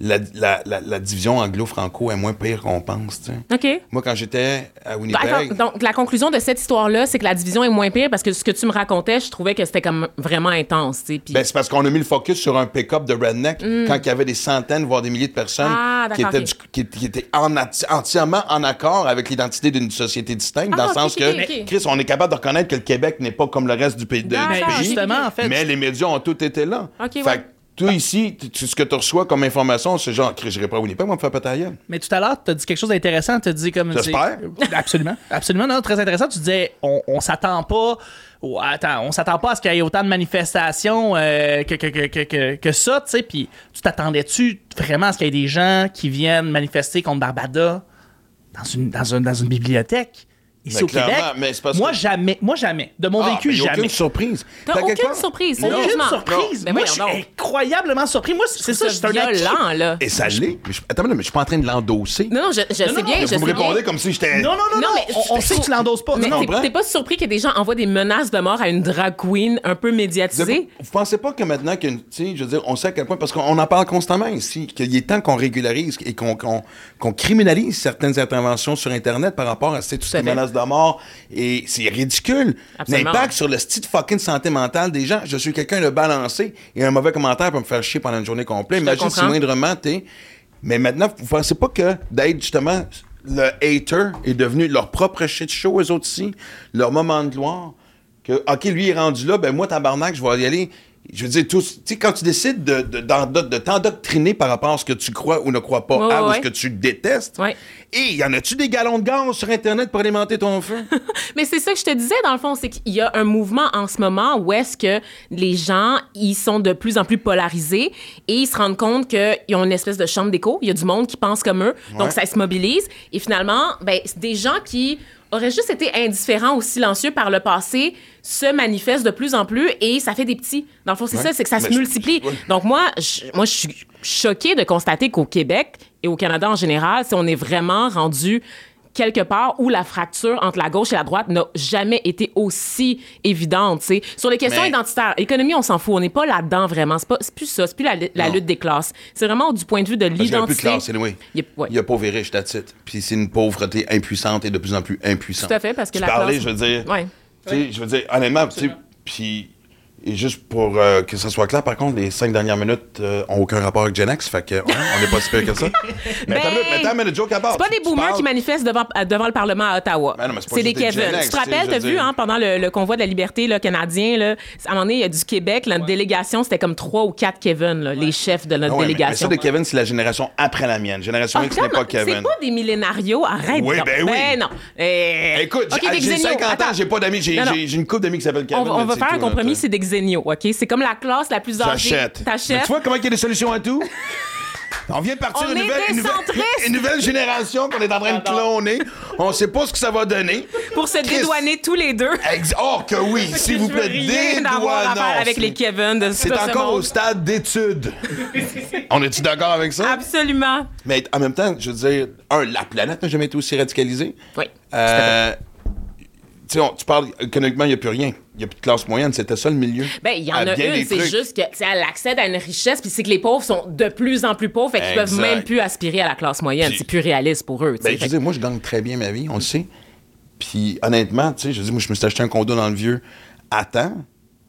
Speaker 3: la, la- la- la division anglo-franco est moins pire qu'on pense. tu sais.
Speaker 6: OK.
Speaker 3: Moi, quand j'étais à Winnipeg.
Speaker 6: Attends, donc la conclusion de cette histoire-là, c'est que la division est moins pire parce que ce que tu me racontais, je trouvais que c'était comme vraiment intense. tu sais, puis-
Speaker 3: Ben, c'est parce qu'on a mis le focus sur un pick-up de redneck quand il y avait des centaines, voire des milliers de personnes
Speaker 6: Mm. Ah,
Speaker 3: qui
Speaker 6: d'accord,
Speaker 3: étaient,
Speaker 6: ok.
Speaker 3: du- qui, qui étaient en atti- entièrement en accord avec l'identité d'une société distincte,
Speaker 6: Ah,
Speaker 3: dans le
Speaker 6: ok,
Speaker 3: sens
Speaker 6: ok,
Speaker 3: que,
Speaker 6: ok, ok.
Speaker 3: Chris, on est capable de reconnaître que le Québec n'est pas comme le reste du pays. de-
Speaker 6: D'accord, Ben,
Speaker 3: du
Speaker 2: Mais
Speaker 6: ok,
Speaker 3: pays.
Speaker 2: Ben, justement,
Speaker 6: ok.
Speaker 2: en fait.
Speaker 3: Mais les médias ont tous été là.
Speaker 6: Ok,
Speaker 3: fait
Speaker 6: ouais.
Speaker 3: que toi, ici, tu- tu- ce que tu reçois comme information, c'est genre, Chris, je pas à Winnipeg, on va me faire péter la gueule.
Speaker 2: Mais tout à l'heure, tu as dit quelque chose d'intéressant. Tu as dit comme.
Speaker 3: J'espère.
Speaker 2: c'est- Absolument. Absolument, non, très intéressant. Tu disais, on, on s'attend pas. au- attends, on s'attend pas à ce qu'il y ait autant de manifestations euh, que, que, que, que, que, que ça, tu sais. Puis tu t'attendais-tu vraiment à ce qu'il y ait des gens qui viennent manifester contre Barbada dans une, dans une, dans une bibliothèque? Ici
Speaker 3: Mais
Speaker 2: au Québec,
Speaker 3: clairement, mais c'est parce
Speaker 2: moi
Speaker 3: que-
Speaker 2: jamais, moi jamais, de mon
Speaker 3: Ah,
Speaker 2: vécu
Speaker 3: mais y a
Speaker 2: jamais.
Speaker 3: aucune surprise.
Speaker 6: T'as
Speaker 3: Fait que
Speaker 6: aucune
Speaker 3: quelque part-
Speaker 6: surprise,
Speaker 3: Non.
Speaker 6: sérieux?
Speaker 2: Aucune
Speaker 6: Heureusement.
Speaker 2: surprise.
Speaker 6: Ben
Speaker 2: moi, je
Speaker 6: voyons
Speaker 2: suis
Speaker 6: donc.
Speaker 2: incroyablement surpris. Moi, c'est ça, je suis un acquis.
Speaker 6: violent, là.
Speaker 3: Et ça l'est. Mais je- Attends, mais je suis pas en train de l'endosser.
Speaker 6: Non, non, je, je
Speaker 2: non,
Speaker 6: sais
Speaker 2: non,
Speaker 6: bien,
Speaker 2: mais
Speaker 6: je
Speaker 3: Vous
Speaker 6: sais
Speaker 3: me répondez
Speaker 6: bien.
Speaker 3: comme si j'étais.
Speaker 2: Non, non, non, non, on, on
Speaker 6: je-
Speaker 2: sait que tu l'endoses pas.
Speaker 6: Mais
Speaker 2: Non,
Speaker 6: t'es-
Speaker 2: non.
Speaker 3: comprends?
Speaker 6: t'es pas surpris que des gens envoient des menaces de mort à une drag queen un peu
Speaker 3: Vous avez-
Speaker 6: médiatisée?
Speaker 3: Vous pensez pas que maintenant, que, tu sais, je veux dire, on sait à quel point, parce qu'on en parle constamment ici, qu'il est temps qu'on régularise et qu'on qu'on- qu'on criminalise certaines interventions sur Internet par rapport à tu sais, tout ce qui
Speaker 6: à
Speaker 3: est
Speaker 6: fait.
Speaker 3: menace de mort. Et c'est ridicule.
Speaker 6: Absolument.
Speaker 3: L'impact sur le style fucking santé mentale des gens. Je suis quelqu'un de balancé et un mauvais commentaire peut me faire chier pendant une journée complète. Imagine si
Speaker 6: comprends.
Speaker 3: moindrement, t'es. Mais maintenant, vous pensez pas que d'être justement le hater est devenu leur propre shit show, eux autres ici, leur moment de gloire. Que, OK, lui il est rendu là, ben moi, tabarnak, je vais y aller. Je veux dire, tous, tu sais, quand tu décides de, de, d'en- de- de t'endoctriner par rapport à ce que tu crois ou ne crois pas,
Speaker 6: Ouais,
Speaker 3: à,
Speaker 6: ouais,
Speaker 3: ou ce
Speaker 6: ouais.
Speaker 3: que tu détestes,
Speaker 6: Ouais.
Speaker 3: et y en a-tu des galons de gaz sur Internet pour alimenter ton feu?
Speaker 6: Mais c'est ça que je te disais, dans le fond, c'est qu'il y a un mouvement en ce moment où est-ce que les gens, ils sont de plus en plus polarisés et ils se rendent compte qu'ils ont une espèce de chambre d'écho. Il y a du monde qui pense comme eux.
Speaker 3: Ouais.
Speaker 6: Donc, ça se mobilise. Et finalement, ben, c'est des gens qui auraient juste été indifférents ou silencieux par le passé se manifestent de plus en plus et ça fait des petits. Dans le fond, c'est
Speaker 3: Ouais.
Speaker 6: ça, c'est que ça
Speaker 3: Mais
Speaker 6: se
Speaker 3: je-
Speaker 6: multiplie.
Speaker 3: ouais.
Speaker 6: Donc moi, je, moi, je suis choquée de constater qu'au Québec et au Canada en général, si on est vraiment rendu quelque part où la fracture entre la gauche et la droite n'a jamais été aussi évidente. tu sais. Sur les questions
Speaker 3: Mais-
Speaker 6: identitaires, économie, on s'en fout. On n'est pas là-dedans vraiment. C'est pas- c'est plus ça. C'est plus la, la
Speaker 3: Non.
Speaker 6: lutte des classes. C'est vraiment du point de vue de
Speaker 3: Parce qu'il n'y a plus de
Speaker 6: l'identité.
Speaker 3: classe, anyway.
Speaker 6: Il y a- ouais.
Speaker 3: Il y a pauvres et riches, that's it. Puis c'est une pauvreté impuissante et de plus en plus impuissante.
Speaker 6: Tout à fait, parce que
Speaker 3: Tu
Speaker 6: la
Speaker 3: parlais,
Speaker 6: classe-
Speaker 3: je veux dire.
Speaker 6: Ouais.
Speaker 3: tu sais, Je veux dire, honnêtement, tu sais, puis. Et juste pour euh, que ça soit clair, par contre, les cinq dernières minutes euh, ont aucun rapport avec Gen X, fait que, ouais, on n'est pas si pire que ça. Mais attends,
Speaker 6: Ben,
Speaker 3: mais attends, mais le joke à part.
Speaker 6: C'est pas
Speaker 3: Tu-
Speaker 6: des
Speaker 3: tu
Speaker 6: boomers
Speaker 3: parles-
Speaker 6: qui manifestent devant, à- devant le Parlement à Ottawa.
Speaker 3: Ben non, mais c'est pas
Speaker 6: c'est des
Speaker 3: juste des Gen
Speaker 6: Kevin.
Speaker 3: X,
Speaker 6: Tu te
Speaker 3: tu sais,
Speaker 6: rappelles,
Speaker 3: je
Speaker 6: t'as
Speaker 3: veux
Speaker 6: vu,
Speaker 3: dire.
Speaker 6: hein, pendant le, le convoi de la liberté là, canadien, là, à un moment donné, il y a du Québec, là, notre délégation, c'était comme trois ou quatre Kevin, là, les chefs de
Speaker 3: Ah
Speaker 6: notre
Speaker 3: ouais, mais-
Speaker 6: délégation.
Speaker 3: Mais, ça de Kevin, c'est la génération après la mienne. Génération
Speaker 6: Ah,
Speaker 3: X n'est
Speaker 6: hein. comment?
Speaker 3: pas Kevin.
Speaker 6: C'est pas des millénarios, arrête.
Speaker 3: Oui,
Speaker 6: donc.
Speaker 3: ben oui.
Speaker 6: non. Eh,
Speaker 3: Écoute,
Speaker 6: ok,
Speaker 3: j'ai-
Speaker 6: des
Speaker 3: j'ai
Speaker 6: Xenios.
Speaker 3: 50 ans,
Speaker 6: Attends.
Speaker 3: j'ai pas d'amis, j'ai
Speaker 6: Non, non.
Speaker 3: j'ai- j'ai une couple d'amis qui s'appelle Kevin.
Speaker 6: On, va- on
Speaker 3: mais
Speaker 6: va
Speaker 3: c'est
Speaker 6: faire un
Speaker 3: tout, là,
Speaker 6: compromis,
Speaker 3: t'as-
Speaker 6: c'est des xéniaux, OK? C'est comme la classe la plus âgée.
Speaker 3: J'achète. Mais
Speaker 6: T'achètes.
Speaker 3: Tu vois comment il y a des solutions à tout? On vient de partir
Speaker 6: On
Speaker 3: une
Speaker 6: est
Speaker 3: nouvelle, une, nouvelle,
Speaker 6: décentristes.
Speaker 3: une nouvelle génération qu'on est en train de cloner. On sait pas ce que ça va donner.
Speaker 6: Pour se
Speaker 3: Chris.
Speaker 6: dédouaner tous les deux.
Speaker 3: Ex- oh que oui, s'il vous
Speaker 6: Je veux
Speaker 3: plaît,
Speaker 6: rien avoir à
Speaker 3: dédouanons.
Speaker 6: faire avec
Speaker 3: C'est-
Speaker 6: les Kevin de
Speaker 3: C'est
Speaker 6: de ce
Speaker 3: encore au
Speaker 6: monde.
Speaker 3: stade d'étude. On est-tu d'accord avec ça?
Speaker 6: Absolument.
Speaker 3: Mais en même temps, je veux dire, un, la planète n'a jamais été aussi radicalisée.
Speaker 6: Oui,
Speaker 3: Euh, tu sais, on- tu parles, économiquement, il n'y a plus rien. Il n'y a plus de classe moyenne. C'était ça le milieu.
Speaker 6: Ben, il y en
Speaker 3: À
Speaker 6: a
Speaker 3: Ah, bien des
Speaker 6: une, c'est
Speaker 3: trucs.
Speaker 6: juste que, tu sais, elle accède à une richesse, puis c'est que les pauvres sont de plus en plus pauvres, fait qu'ils peuvent
Speaker 3: Exact.
Speaker 6: même plus aspirer à la classe moyenne.
Speaker 3: Puis-
Speaker 6: C'est plus réaliste pour eux, tu sais.
Speaker 3: Ben, je
Speaker 6: Fait
Speaker 3: veux
Speaker 6: que-
Speaker 3: dire, moi, je gagne très bien ma vie, on le sait. Puis, honnêtement, tu sais, je veux dire, moi, je me suis acheté un condo dans le vieux à temps.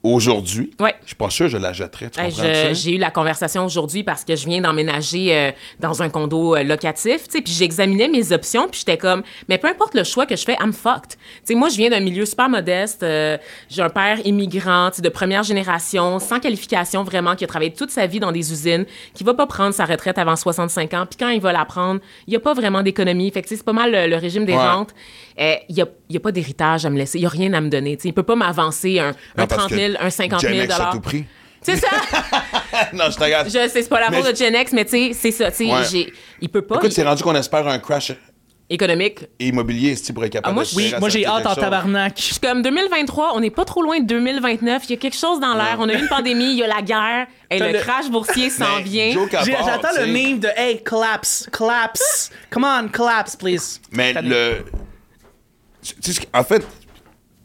Speaker 3: aujourd'hui,
Speaker 6: Ouais.
Speaker 3: je suis pas sûr que je la jetterais. Tu
Speaker 6: Hey,
Speaker 3: comprends
Speaker 6: je-
Speaker 3: ça?
Speaker 6: J'ai eu la conversation aujourd'hui parce que je viens d'emménager euh, dans un condo euh, locatif, tu sais, puis j'examinais mes options, puis j'étais comme, mais peu importe le choix que je fais, I'm fucked. Tu sais, moi, je viens d'un milieu super modeste, euh, j'ai un père immigrant, tu sais, de première génération, sans qualification vraiment, qui a travaillé toute sa vie dans des usines, qui va pas prendre sa retraite avant 65 ans, puis quand il va la prendre, il y a pas vraiment d'économie, fait que tu sais, c'est pas mal le, le régime des
Speaker 3: Ouais.
Speaker 6: rentes. Euh, Il y, a, il y a pas d'héritage à me laisser, il y a rien à me donner, tu sais, il peut pas m'avancer un, un
Speaker 3: Non, parce
Speaker 6: 30 000,
Speaker 3: que
Speaker 6: un 50 000
Speaker 3: Gen X à tout prix.
Speaker 6: C'est ça!
Speaker 3: non, je te regarde.
Speaker 6: Je sais, c'est pas l'amour
Speaker 3: Mais-
Speaker 6: de Gen X, mais tu sais, c'est ça. Tu sais,
Speaker 3: Ouais.
Speaker 6: j'ai- il peut pas.
Speaker 3: Écoute,
Speaker 6: il-
Speaker 3: c'est rendu qu'on espère un crash
Speaker 6: Économique.
Speaker 3: immobilier, si tu pourrais être capable
Speaker 6: Ah, moi,
Speaker 3: de
Speaker 2: Oui,
Speaker 3: gérer
Speaker 2: moi j'ai
Speaker 3: ça,
Speaker 2: hâte en
Speaker 3: quelque chose.
Speaker 2: tabarnak.
Speaker 6: Puis comme 2023, on n'est pas trop loin de 2029. Il y a quelque chose dans l'air. On a eu une pandémie, il y a la guerre. Et
Speaker 2: T'as
Speaker 6: le,
Speaker 2: le-
Speaker 6: crash boursier s'en
Speaker 3: Mais
Speaker 6: vient.
Speaker 3: Ben, Joe Capard,
Speaker 2: J'ai- J'attends
Speaker 3: tu
Speaker 2: le
Speaker 3: sais,
Speaker 2: meme de Hey, claps, claps. Come on, claps, please.
Speaker 3: Mais
Speaker 2: Cette année.
Speaker 3: le. Tu sais, ce qui- en fait,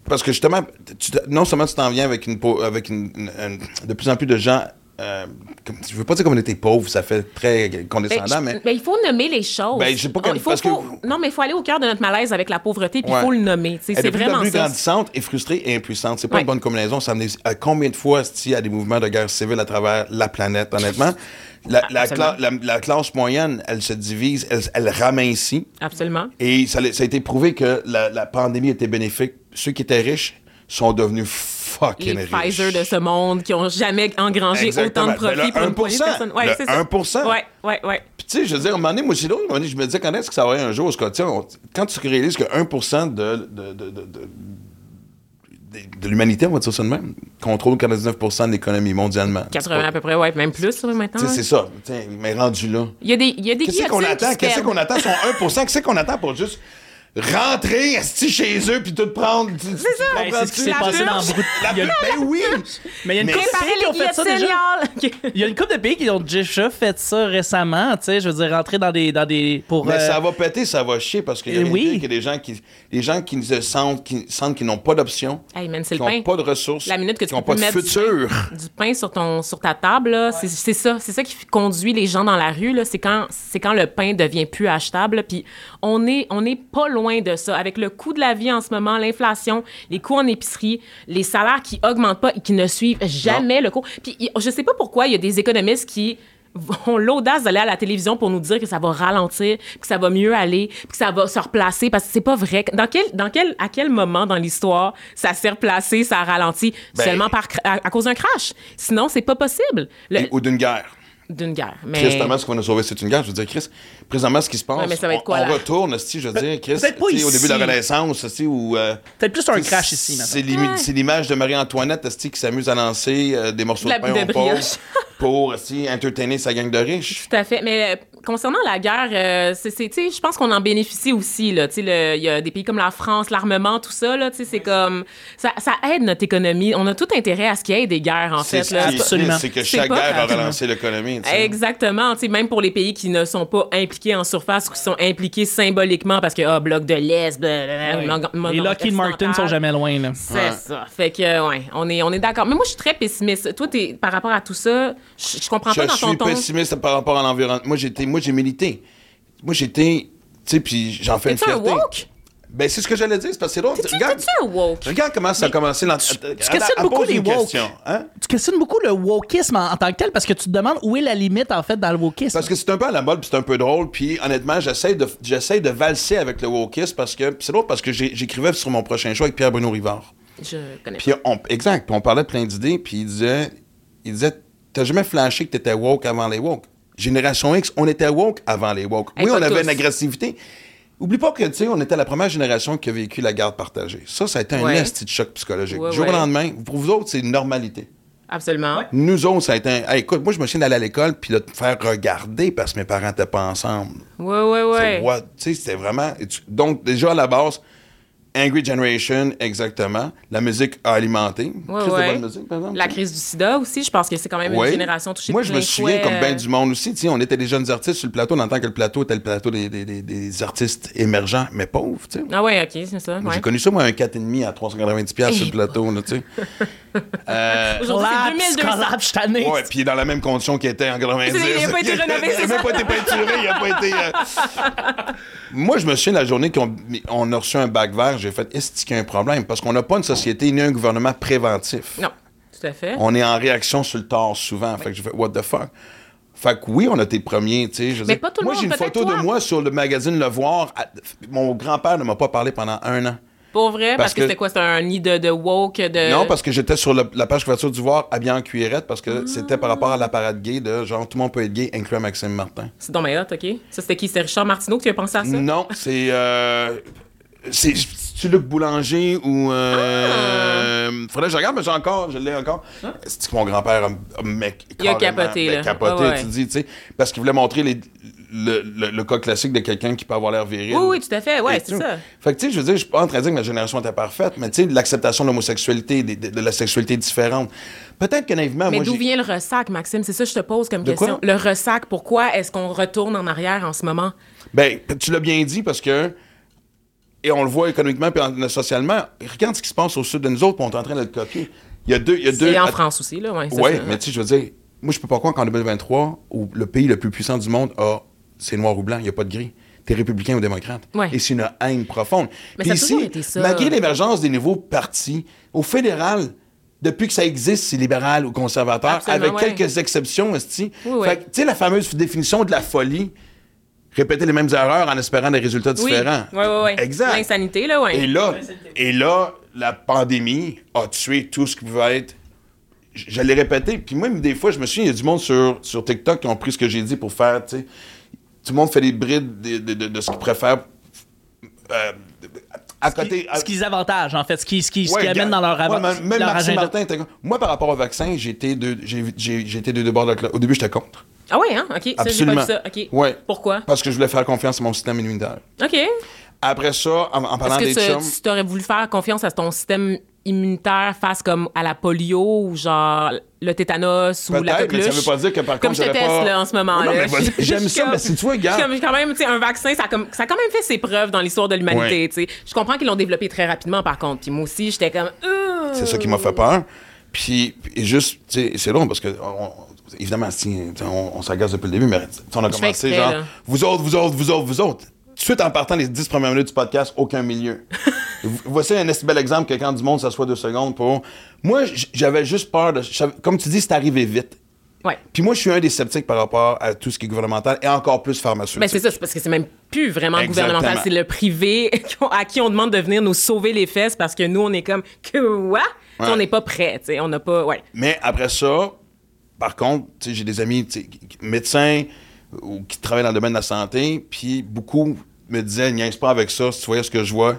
Speaker 3: parce que justement, tu te- non seulement tu t'en viens avec une. pau- Avec une, une- une- de plus en plus de gens. euh, comme- je veux pas dire qu'on était pauvres, ça fait très
Speaker 6: Ben,
Speaker 3: condescendant,
Speaker 6: je-
Speaker 3: mais.
Speaker 6: ben, il faut nommer les choses.
Speaker 3: Ben, je sais pas
Speaker 6: On-
Speaker 3: que-
Speaker 6: il faut,
Speaker 3: parce que-
Speaker 6: faut- Non, mais il faut aller au cœur de notre malaise avec la pauvreté, puis il
Speaker 3: Ouais.
Speaker 6: faut le nommer. tu sais,
Speaker 3: Elle
Speaker 6: C'est
Speaker 3: est de plus en
Speaker 6: vraiment
Speaker 3: plus
Speaker 6: ça.
Speaker 3: grandissante et frustrée et impuissante. C'est pas
Speaker 6: Ouais.
Speaker 3: une bonne combinaison. Ça amène à combien de fois est-ce qu'il y a des mouvements de guerre civile à travers la planète, honnêtement? La, la
Speaker 6: Ah, Absolument.
Speaker 3: cla- la- la classe moyenne, elle se divise, elle, elle ramincit.
Speaker 6: Absolument.
Speaker 3: Et ça, l'a- ça a été prouvé que la, la pandémie était bénéfique. Ceux qui étaient riches sont devenus fucking
Speaker 6: Les
Speaker 3: riches.
Speaker 6: Pfizer de ce monde qui ont jamais engrangé
Speaker 3: Exactement.
Speaker 6: autant de
Speaker 3: Ben,
Speaker 6: profits
Speaker 3: le
Speaker 6: pour une poignée de
Speaker 3: 1%,
Speaker 6: personnes. Ouais,
Speaker 3: le
Speaker 6: c'est ça.
Speaker 3: 1%.
Speaker 6: Ouais, ouais, ouais.
Speaker 3: Puis tu sais, je veux dire, à un moment donné, moi, c'est drôle, à un moment donné, je me disais, quand est-ce que ça va arriver un jour au Scotia? On- Quand tu réalises que 1 de, de, de, de, de- de- de l'humanité, on va dire ça de même, contrôle 99 de l'économie mondialement.
Speaker 6: 80 à peu près, ouais, même plus là, maintenant.
Speaker 3: Tu sais,
Speaker 6: là.
Speaker 3: c'est ça. Tiens, mais rendu là.
Speaker 6: Il y a des, il y a des
Speaker 3: Qu'est-ce qu'on
Speaker 6: guillotines qui
Speaker 3: attend?
Speaker 6: se
Speaker 3: Qu'est-ce
Speaker 6: perdent.
Speaker 3: qu'on attend? Son 1 qu'est-ce qu'on attend pour juste rentrer, esti chez eux, puis tout prendre? C'est ça.
Speaker 2: Ben, c'est ce qui s'est
Speaker 6: La
Speaker 2: passé dans
Speaker 6: purge.
Speaker 2: beaucoup de.
Speaker 3: La
Speaker 2: il y a-
Speaker 3: ben oui!
Speaker 2: Mais il y a une
Speaker 3: Mais-
Speaker 2: couple de
Speaker 6: Préparez
Speaker 2: pays qui ont fait ça
Speaker 6: guillotines,
Speaker 2: déjà.
Speaker 6: y'all.
Speaker 2: Il y a une couple de pays qui ont déjà fait ça récemment, tu sais, je veux dire, rentrer dans des... Dans des pour,
Speaker 3: Mais
Speaker 2: euh,
Speaker 3: ça va péter, ça va chier parce qu'il y a
Speaker 2: Eh
Speaker 6: Euh,
Speaker 3: rien de
Speaker 2: oui.
Speaker 3: pire que des gens qui, les gens qui se sentent, qui sentent qu'ils n'ont pas d'option,
Speaker 6: Hey, man, c'est
Speaker 3: qui
Speaker 6: le
Speaker 3: n'ont
Speaker 6: pain.
Speaker 3: pas de ressources,
Speaker 6: La minute que
Speaker 3: qui
Speaker 6: tu
Speaker 3: n'ont pas
Speaker 6: peux
Speaker 3: de
Speaker 6: mettre du
Speaker 3: futur.
Speaker 6: Du pain sur, ton, sur ta table, là, c'est- c'est ça. C'est ça qui f- conduit les gens dans la rue. là. C'est quand, c'est quand le pain devient plus achetable. là. Puis on est, on est pas loin de ça. Avec le coût de la vie en ce moment, l'inflation, les coûts en épicerie, les salaires qui augmentent pas et qui ne suivent jamais le coût. Puis il- je sais pas pourquoi il y a des économistes qui ont l'audace d'aller à la télévision pour nous dire que ça va ralentir, puis que ça va mieux aller, puis que ça va se replacer, parce que c'est pas vrai. Dans quel, dans quel, à quel moment dans l'histoire ça s'est replacé, ça a ralenti
Speaker 3: Ben-
Speaker 6: seulement par, cra- à, à cause d'un crash? Sinon, c'est pas possible. Le-
Speaker 3: Et- ou d'une guerre.
Speaker 6: D'une guerre. Mais
Speaker 3: Présentement, ce qu'on a sauvé, c'est une guerre. Je veux dire, Chris, présentement, ce qui se passe,
Speaker 6: Ben Ouais, mais ça va être
Speaker 3: on-
Speaker 6: quoi,
Speaker 3: on,
Speaker 6: là?
Speaker 3: retourne, si je veux dire, Chris,
Speaker 2: peut-être pas
Speaker 3: tu sais, au
Speaker 2: ici.
Speaker 3: début de la Renaissance, si, ou... euh,
Speaker 2: Peut-être plus un
Speaker 3: tu sais,
Speaker 2: crash ici, maintenant.
Speaker 3: C'est l'imi-
Speaker 6: Ouais.
Speaker 3: c'est l'image de Marie-Antoinette, esti, qui s'amuse à lancer euh, des morceaux
Speaker 6: La
Speaker 3: de pain
Speaker 6: de
Speaker 3: aux
Speaker 6: brioche.
Speaker 3: pauvres pour, esti, entertainer sa gang de riches.
Speaker 6: Tout à fait. Mais euh, concernant la guerre, euh, c'est, c'est- tu sais, je pense qu'on en bénéficie aussi. Là, Tu sais, le- il y a des pays comme la France, l'armement, tout ça. Là, tu sais, c'est comme ça, ça aide notre économie. On a tout intérêt à ce qu'il y ait des guerres, en
Speaker 3: C'est
Speaker 6: fait.
Speaker 3: ce
Speaker 6: là.
Speaker 3: qui est
Speaker 2: absolument.
Speaker 3: triste, c'est que
Speaker 6: C'est
Speaker 3: chaque
Speaker 6: pas
Speaker 3: guerre a
Speaker 6: grave.
Speaker 3: relancé l'économie. tu sais.
Speaker 6: Exactement, tu sais, même pour les pays qui ne sont pas impliqués en surface ou qui sont impliqués symboliquement parce que, ah, bloc de l'Est, blablabla,
Speaker 2: ouais.
Speaker 6: mon- Ah mon-
Speaker 2: Les Lockheed Martin sont jamais loin, là.
Speaker 6: C'est
Speaker 3: Ouais.
Speaker 6: ça. Fait que, ouais, on est, on est d'accord. Mais moi, je suis très pessimiste. Toi, t'es- par rapport à tout ça, je je comprends pas
Speaker 3: Je
Speaker 6: dans ton
Speaker 3: suis
Speaker 6: ton.
Speaker 3: pessimiste par rapport à l'environnement. Moi, j'étais, moi, j'ai milité. Moi, j'étais, tu sais, puis j'en fais une
Speaker 6: T'es-tu un
Speaker 3: fierté.
Speaker 6: woke?
Speaker 3: Ben, c'est ce que j'allais dire, c'est parce que c'est drôle.
Speaker 6: T'es-tu
Speaker 3: Regarde, Hein?
Speaker 6: t'es-tu un woke?
Speaker 3: regarde comment ça a commencé. l'en- euh, Attends,
Speaker 2: questionnes
Speaker 3: attends,
Speaker 2: beaucoup
Speaker 3: pose
Speaker 2: les
Speaker 3: une
Speaker 2: woke.
Speaker 3: question, hein?
Speaker 2: Tu questionnes beaucoup le wokisme en, en tant que tel, parce que tu te demandes où est la limite, en fait, dans le wokisme.
Speaker 3: Parce que c'est un peu à la mode, puis c'est un peu drôle. Puis honnêtement, j'essaie de, j'essaie de valser avec le wokisme parce que puis c'est drôle parce que j'ai- j'écrivais sur mon prochain show avec Pierre Bruno Rivard.
Speaker 6: Je connais
Speaker 3: Puis on, exact, puis on parlait de plein d'idées, puis il disait, il disait, t'as jamais flashé que t'étais woke avant les woke. Génération X, on était woke avant les woke.
Speaker 6: Hey,
Speaker 3: oui,
Speaker 6: pas
Speaker 3: on avait
Speaker 6: tous.
Speaker 3: une agressivité. Oublie pas que, tu sais, on était la première génération qui a vécu la garde partagée. Ça, ça a été un
Speaker 6: Ouais.
Speaker 3: esti de choc psychologique.
Speaker 6: Ouais,
Speaker 3: du jour
Speaker 6: ouais.
Speaker 3: au lendemain, pour vous autres, c'est une normalité.
Speaker 6: Absolument.
Speaker 3: Nous autres, ça a été un. Hey, écoute, moi, je me souviens d'aller à l'école puis de te faire regarder parce que mes parents n'étaient pas ensemble.
Speaker 6: Ouais, ouais,
Speaker 3: C'est
Speaker 6: ouais.
Speaker 3: what? Tu sais, c'était vraiment. et tu- Donc, déjà à la base, Angry Generation, exactement. La musique a alimenté.
Speaker 6: Ouais,
Speaker 3: Crise de
Speaker 6: ouais.
Speaker 3: bonne musique, par exemple.
Speaker 6: La crise du sida aussi, je pense que c'est quand même
Speaker 3: Ouais.
Speaker 6: une génération touchée
Speaker 3: Moi,
Speaker 6: de
Speaker 3: je
Speaker 6: plein
Speaker 3: me souviens,
Speaker 6: fouet,
Speaker 3: comme
Speaker 6: euh,
Speaker 3: ben du monde aussi, tu sais, on était des jeunes artistes sur le plateau, on entend que le plateau était le plateau des, des- des- des artistes émergents, mais pauvres, tu sais.
Speaker 6: Ah ouais, ok, c'est ça.
Speaker 3: Moi,
Speaker 6: ouais.
Speaker 3: J'ai connu ça, moi, un 4,5 à 390$ piastres sur le
Speaker 6: Eh,
Speaker 3: plateau, là, tu sais.
Speaker 6: Aujourd'hui,
Speaker 2: Collapse,
Speaker 6: c'est 2200.
Speaker 2: collapse, je t'en ai.
Speaker 3: Ouais, puis il est dans la même condition qu'il était en 90.
Speaker 6: C'est- il a pas été rénové,
Speaker 3: Il
Speaker 6: c'est
Speaker 3: a même
Speaker 6: ça?
Speaker 3: pas été peinturé, il a pas été. euh. Moi, je me souviens de la journée qu'on on a reçu un bac vert, j'ai fait est-ce qu'il y a un problème Parce qu'on n'a pas une société ni un gouvernement préventif.
Speaker 6: Non, tout à fait.
Speaker 3: on est en réaction sur le tort souvent. Fait que je fais what the fuck. Fait que oui, on a été premiers, tu sais. je veux
Speaker 6: Mais
Speaker 3: dire,
Speaker 6: pas tout le
Speaker 3: moi,
Speaker 6: monde,
Speaker 3: j'ai une
Speaker 6: peut-être
Speaker 3: photo
Speaker 6: toi.
Speaker 3: de moi sur le magazine Le Voir. à- Mon grand-père ne m'a pas parlé pendant un an.
Speaker 6: Pour vrai, parce,
Speaker 3: parce
Speaker 6: que,
Speaker 3: que-
Speaker 6: c'était quoi? C'était un nid de, de woke, de...
Speaker 3: Non, parce que j'étais sur le- la page couverture du Voir habillé en cuirette parce que c'était par rapport à la parade gay de genre tout le monde peut être gay, incluant Maxime Martin.
Speaker 6: C'est dans mes hot, OK? Ça, c'était qui? C'était Richard Martineau qui a pensé à ça?
Speaker 3: Non, c'est. euh, c'est tu Luc Boulanger ou. Euh,
Speaker 6: Ah!
Speaker 3: Faudrait que je regarde, mais j'ai encore, je l'ai encore. C'est que mon grand-père a- a- mec.
Speaker 6: Hein? Il a
Speaker 3: carrément,
Speaker 6: capoté,
Speaker 3: mec,
Speaker 6: là.
Speaker 3: capoté,
Speaker 6: Ah ouais.
Speaker 3: tu dis, tu sais. Parce qu'il voulait montrer les- le, le- le cas classique de quelqu'un qui peut avoir l'air viril.
Speaker 6: Oui, oui, tout à fait. Ouais,
Speaker 3: Et
Speaker 6: c'est
Speaker 3: tout.
Speaker 6: ça.
Speaker 3: Fait que, tu sais, je veux dire, je suis pas en train de dire que ma génération était parfaite, mais tu sais, l'acceptation de l'homosexualité, des- de, de la sexualité différente. Peut-être que naïvement,
Speaker 6: Mais
Speaker 3: Ah, moi,
Speaker 6: d'où
Speaker 3: j'ai-
Speaker 6: vient le ressac, Maxime? C'est ça que je te pose comme
Speaker 3: De
Speaker 6: question.
Speaker 3: quoi?
Speaker 6: Le ressac, pourquoi est-ce qu'on retourne en arrière en ce moment?
Speaker 3: Ben, tu l'as bien dit parce que. Et on le voit économiquement puis en- euh, socialement. Regarde ce qui se passe au sud de nous autres, puis on est en train de le copier. Il y a deux. Il y a deux
Speaker 6: Et en
Speaker 3: att-
Speaker 6: France aussi, là. Ouais, c'est
Speaker 3: Ouais,
Speaker 6: ça.
Speaker 3: mais tu sais, je veux dire, moi, je peux pas croire qu'en 2023, où le pays le plus puissant du monde a. C'est noir ou blanc, il n'y a pas de gris. T'es républicain ou démocrate.
Speaker 6: Ouais.
Speaker 3: Et c'est une haine profonde.
Speaker 6: Mais
Speaker 3: Puis
Speaker 6: ça a toujours été ça.
Speaker 3: Malgré l'émergence des nouveaux partis, au fédéral, depuis que ça existe, c'est libéral ou conservateur,
Speaker 6: Absolument,
Speaker 3: avec
Speaker 6: ouais.
Speaker 3: quelques exceptions, aussi.
Speaker 6: Oui, oui.
Speaker 3: Fait que, tu sais, la fameuse définition de la folie, répéter les mêmes erreurs en espérant des résultats
Speaker 6: Oui,
Speaker 3: différents.
Speaker 6: ouais, ouais, ouais.
Speaker 3: Exact.
Speaker 6: L'insanité, là, ouais.
Speaker 3: Et là, et là, la pandémie a tué tout ce qui pouvait être. j- Je l'ai répété. Puis même des fois, je me souviens, il y a du monde sur, sur TikTok qui ont pris ce que j'ai dit pour faire. tu sais, Tout le monde fait des brides de, de- de- de ce qu'ils préfèrent. euh, à côté. à-
Speaker 2: Ce qu'ils avantagent, en fait, ce qui, ce qui, ce
Speaker 3: Ouais,
Speaker 2: qui amène dans leur,
Speaker 3: ouais,
Speaker 2: ava-
Speaker 3: même- Même
Speaker 2: leur
Speaker 3: Maxime
Speaker 2: agenda.
Speaker 3: Martin était contre. Moi, par rapport au vaccin, j'étais de, j'ai, j'ai- j'étais de deux bords de la cloche. Au début, j'étais contre.
Speaker 6: Ah ouais, hein? OK. Ça, j'ai pas
Speaker 3: Absolument.
Speaker 6: vu ça. OK.
Speaker 3: Ouais.
Speaker 6: Pourquoi?
Speaker 3: Parce que je voulais faire confiance à mon système immunitaire.
Speaker 6: OK.
Speaker 3: Après ça, en, en
Speaker 6: Est-ce
Speaker 3: parlant
Speaker 6: que
Speaker 3: des
Speaker 6: tu-
Speaker 3: chums.
Speaker 6: tu t'aurais voulu faire confiance à ton système immunitaire face comme à la polio ou genre le tétanos ou la
Speaker 3: Peut-être, mais
Speaker 6: coqueluche?
Speaker 3: ça veut pas dire que, par
Speaker 6: Comme
Speaker 3: contre,
Speaker 6: je te
Speaker 3: j'aurais
Speaker 6: teste
Speaker 3: pas- Oh
Speaker 6: là, en ce moment.
Speaker 3: Non,
Speaker 6: là.
Speaker 3: mais vas-y,
Speaker 6: Je-
Speaker 3: j'aime
Speaker 6: je-
Speaker 3: ça, mais si tu regardes-
Speaker 6: je- comme- quand même, tu sais, un vaccin, ça a, comme, ça a quand même fait ses preuves dans l'histoire de l'humanité. tu sais. Je comprends qu'ils l'ont développé très rapidement, par contre. Puis moi aussi, j'étais comme... euh,
Speaker 3: C'est ça qui m'a fait peur. Puis, et juste, tu sais, c'est long parce que, on- on- évidemment, si, tu sais, on, on s'agace depuis le début, mais tu sais, on a
Speaker 6: Je fais
Speaker 3: commencé
Speaker 6: exprès,
Speaker 3: genre,
Speaker 6: là.
Speaker 3: vous autres, vous autres, vous autres, vous autres. Tout de suite en partant les 10 premières minutes du podcast, aucun milieu. Vo- Voici un assez bel exemple que quand du monde s'assoit deux secondes pour. Moi, j- j'avais juste peur de. j'avais- Comme tu dis, c'est arrivé vite.
Speaker 6: Ouais.
Speaker 3: Puis moi, je suis un des sceptiques par rapport à tout ce qui est gouvernemental et encore plus pharmaceutique.
Speaker 6: Ben c'est ça, c'est parce que c'est même plus vraiment
Speaker 3: Exactement.
Speaker 6: gouvernemental, c'est le privé qu'on- à qui on demande de venir nous sauver les fesses parce que nous on est comme quoi Tu sais,
Speaker 3: Ouais.
Speaker 6: on n'est pas prêt, tu sais, on n'a pas ouais.
Speaker 3: Mais après ça, par contre, tu sais, j'ai des amis tu sais, qui- qui- médecins ou qui travaillent dans le domaine de la santé, puis beaucoup me disaient niaise pas avec ça, si tu voyais ce que je vois.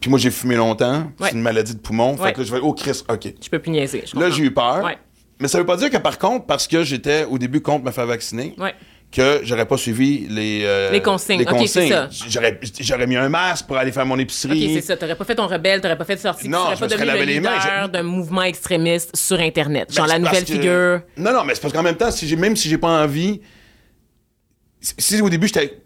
Speaker 3: Puis moi, j'ai fumé longtemps,
Speaker 6: Ouais.
Speaker 3: c'est une maladie de poumon.
Speaker 6: Ouais.
Speaker 3: Fait que là, je vais, oh Chris, OK.
Speaker 6: Je peux plus niaiser. je
Speaker 3: Là,
Speaker 6: comprends.
Speaker 3: j'ai eu peur.
Speaker 6: Ouais.
Speaker 3: Mais ça veut pas dire que par contre, parce que j'étais au début contre me faire vacciner,
Speaker 6: Ouais.
Speaker 3: que j'aurais pas suivi les, euh,
Speaker 6: Les consignes.
Speaker 3: les
Speaker 6: Ok, c'est
Speaker 3: consignes.
Speaker 6: ça.
Speaker 3: J'aurais, j'aurais mis un masque pour aller faire mon épicerie.
Speaker 6: OK, c'est ça, t'aurais pas fait ton rebelle, t'aurais pas fait de sortie,
Speaker 3: Non,
Speaker 6: tu
Speaker 3: je
Speaker 6: serais
Speaker 3: me
Speaker 6: pas
Speaker 3: serais
Speaker 6: devenu le
Speaker 3: lavé les mains,
Speaker 6: leader
Speaker 3: je-
Speaker 6: d'un mouvement extrémiste sur internet,
Speaker 3: Ben,
Speaker 6: genre la
Speaker 3: c'est parce
Speaker 6: nouvelle
Speaker 3: que-
Speaker 6: figure.
Speaker 3: Non, non, mais c'est parce qu'en même temps, si j'ai, même si j'ai pas envie. si- Si au début, j'étais.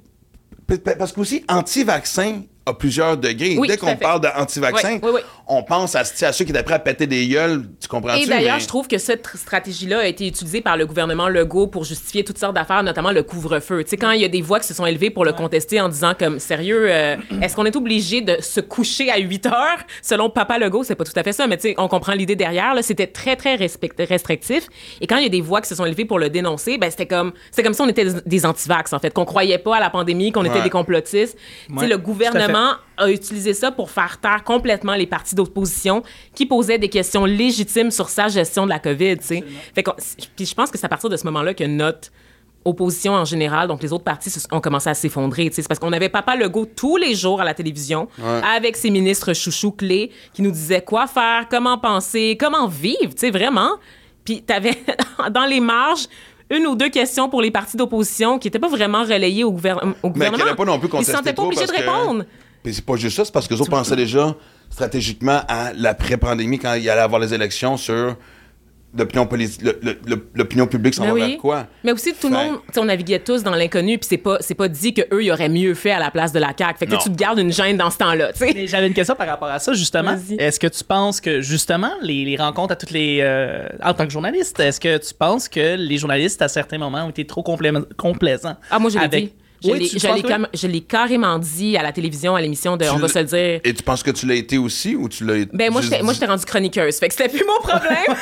Speaker 3: p- p- Parce qu'aussi, anti-vaccin à plusieurs degrés.
Speaker 6: Oui,
Speaker 3: Dès
Speaker 6: tout à
Speaker 3: qu'on
Speaker 6: fait.
Speaker 3: parle d'anti-vaccin,
Speaker 6: Oui, oui, oui.
Speaker 3: on pense à, tu sais, à ceux qui étaient prêts à péter des gueules. Tu comprends-tu?
Speaker 6: Et d'ailleurs,
Speaker 3: mais-
Speaker 6: je trouve que cette tr- stratégie-là a été utilisée par le gouvernement Legault pour justifier toutes sortes d'affaires, notamment le couvre-feu. Tu sais, quand il y a des voix qui se sont élevées pour le contester en disant comme sérieux, euh, est-ce qu'on est obligé de se coucher à 8 heures Selon Papa Legault, c'est pas tout à fait ça, mais tu sais, on comprend l'idée derrière. Là, c'était très très respect- restrictif. Et quand il y a des voix qui se sont élevées pour le dénoncer, ben c'était comme, c'est comme si on était des- des antivax en fait, qu'on croyait pas à la pandémie, qu'on était
Speaker 3: Ouais.
Speaker 6: des complotistes. tu sais,
Speaker 2: Ouais, tout
Speaker 6: le
Speaker 2: à fait.
Speaker 6: gouvernement a utilisé ça pour faire taire complètement les partis d'opposition qui posaient des questions légitimes sur sa gestion de la COVID. tu sais. Fait qu'on- puis je pense que c'est à partir de ce moment-là que notre opposition en général, donc les autres partis se- ont commencé à s'effondrer. tu sais. C'est parce qu'on avait Papa Legault tous les jours à la télévision avec ses ministres chouchou clés qui nous disaient quoi faire, comment penser, comment vivre, tu sais, vraiment. Puis t'avais dans les marges une ou deux questions pour les partis d'opposition qui n'étaient pas vraiment relayées au, gouvern- au
Speaker 3: Mais
Speaker 6: gouvernement.
Speaker 3: Ben, qu'elle n'a pas non plus
Speaker 6: Ils
Speaker 3: contesté
Speaker 6: se sentaient pas
Speaker 3: trop
Speaker 6: obligés de
Speaker 3: parce que-
Speaker 6: répondre.
Speaker 3: Puis c'est pas juste ça, c'est parce que autres pensaient déjà stratégiquement à l'après-pandémie, quand il allait avoir les élections, sur l'opinion, politi- le- le- le- l'opinion publique s'en
Speaker 6: Mais
Speaker 3: va
Speaker 6: Ben oui.
Speaker 3: vers quoi.
Speaker 6: Mais aussi, tout le
Speaker 3: Fait-
Speaker 6: monde, tu sais, on naviguait tous dans l'inconnu, puis c'est pas, c'est pas dit qu'eux, ils auraient mieux fait à la place de la CAQ. Fait que
Speaker 3: Non.
Speaker 6: tu te gardes une gêne dans ce temps-là, tu sais.
Speaker 2: Mais J'avais une question par rapport à ça, justement.
Speaker 6: Vas-y.
Speaker 2: Est-ce que tu penses que, justement, les, les rencontres à toutes les. euh, en tant que journaliste, est-ce que tu penses que les journalistes, à certains moments, ont été trop complé- complaisants
Speaker 6: Ah, moi, je l'ai
Speaker 2: avec-
Speaker 6: dit. Je
Speaker 2: Oui,
Speaker 6: l'ai-
Speaker 2: tu- tu
Speaker 6: je
Speaker 2: penses
Speaker 6: l'ai
Speaker 2: que
Speaker 6: comme- je l'ai carrément dit à la télévision, à l'émission de On va se le dire.
Speaker 3: Et tu penses que tu l'as été aussi ou tu l'as été?
Speaker 6: Ben moi, j'étais moi, j'étais rendue chroniqueuse. Fait que c'était plus mon problème.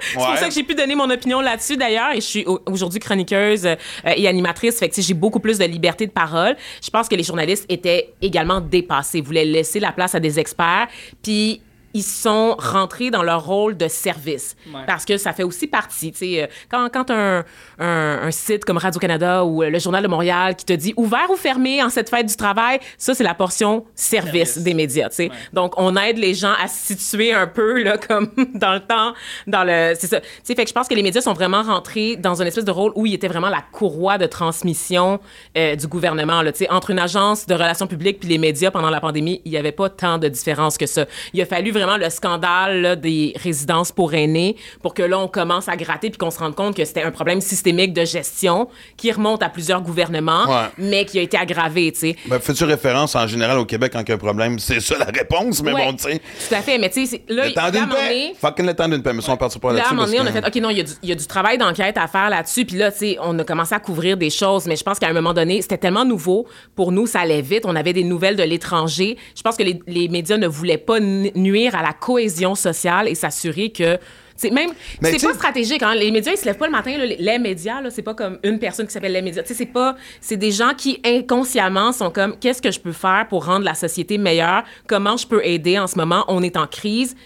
Speaker 6: c'est pour
Speaker 3: Ouais.
Speaker 6: ça que j'ai pu donner mon opinion là-dessus d'ailleurs. Et je suis au- aujourd'hui chroniqueuse euh, et animatrice. Fait que tu sais, j'ai beaucoup plus de liberté de parole. Je pense que les journalistes étaient également dépassés. Ils voulaient laisser la place à des experts. Puis ils sont rentrés dans leur rôle de service. Parce que ça fait aussi partie. tu sais, euh, Quand, quand un, un- un site comme Radio-Canada ou euh, le Journal de Montréal qui te dit ouvert ou fermé en cette fête du travail, ça, c'est la portion service,
Speaker 2: Service.
Speaker 6: des médias. tu sais. Donc, on aide les gens à se situer un peu là, comme dans le temps, dans le. C'est ça. Tu sais, fait que je pense que les médias sont vraiment rentrés dans une espèce de rôle où ils étaient vraiment la courroie de transmission euh, du gouvernement. Là, Tu sais, entre une agence de relations publiques puis les médias pendant la pandémie, il n'y avait pas tant de différence que ça. Il a fallu vraiment le scandale là, des résidences pour aînés pour que là, on commence à gratter puis qu'on se rende compte que c'était un problème systémique de gestion qui remonte à plusieurs gouvernements,
Speaker 3: Ouais.
Speaker 6: mais qui a été aggravé. tu sais.
Speaker 3: Ben, fais-tu référence en général au Québec quand il y a un problème? C'est ça la réponse, mais
Speaker 6: Ouais.
Speaker 3: bon, tu sais.
Speaker 6: Tout à fait, mais tu sais, c'est- là,
Speaker 3: Le temps
Speaker 6: là, à un
Speaker 3: d'une
Speaker 6: moment
Speaker 3: paix.
Speaker 6: donné-
Speaker 3: Fucking le temps d'une paix, mais ça, on partira pas
Speaker 6: Là,
Speaker 3: là-dessus.
Speaker 6: à un moment donné, on
Speaker 3: parce
Speaker 6: a
Speaker 3: que-
Speaker 6: fait, OK, non, il y, a du- il y a du travail d'enquête à faire là-dessus. Puis là, tu sais, on a commencé à couvrir des choses. Mais je pense qu'à un moment donné, c'était tellement nouveau. Pour nous, ça allait vite. On avait des nouvelles de l'étranger. Je pense que les, les médias ne voulaient pas nu- nuire à la cohésion sociale et s'assurer que. tu sais, même,
Speaker 3: Mais
Speaker 6: c'est
Speaker 3: tu sais-
Speaker 6: pas stratégique. hein. Les médias, ils se lèvent pas le matin. là. Les, les médias, là, c'est pas comme une personne qui s'appelle les médias. Tu sais, c'est pas, c'est des gens qui inconsciemment sont comme, qu'est-ce que je peux faire pour rendre la société meilleure Comment je peux aider en ce moment On est en crise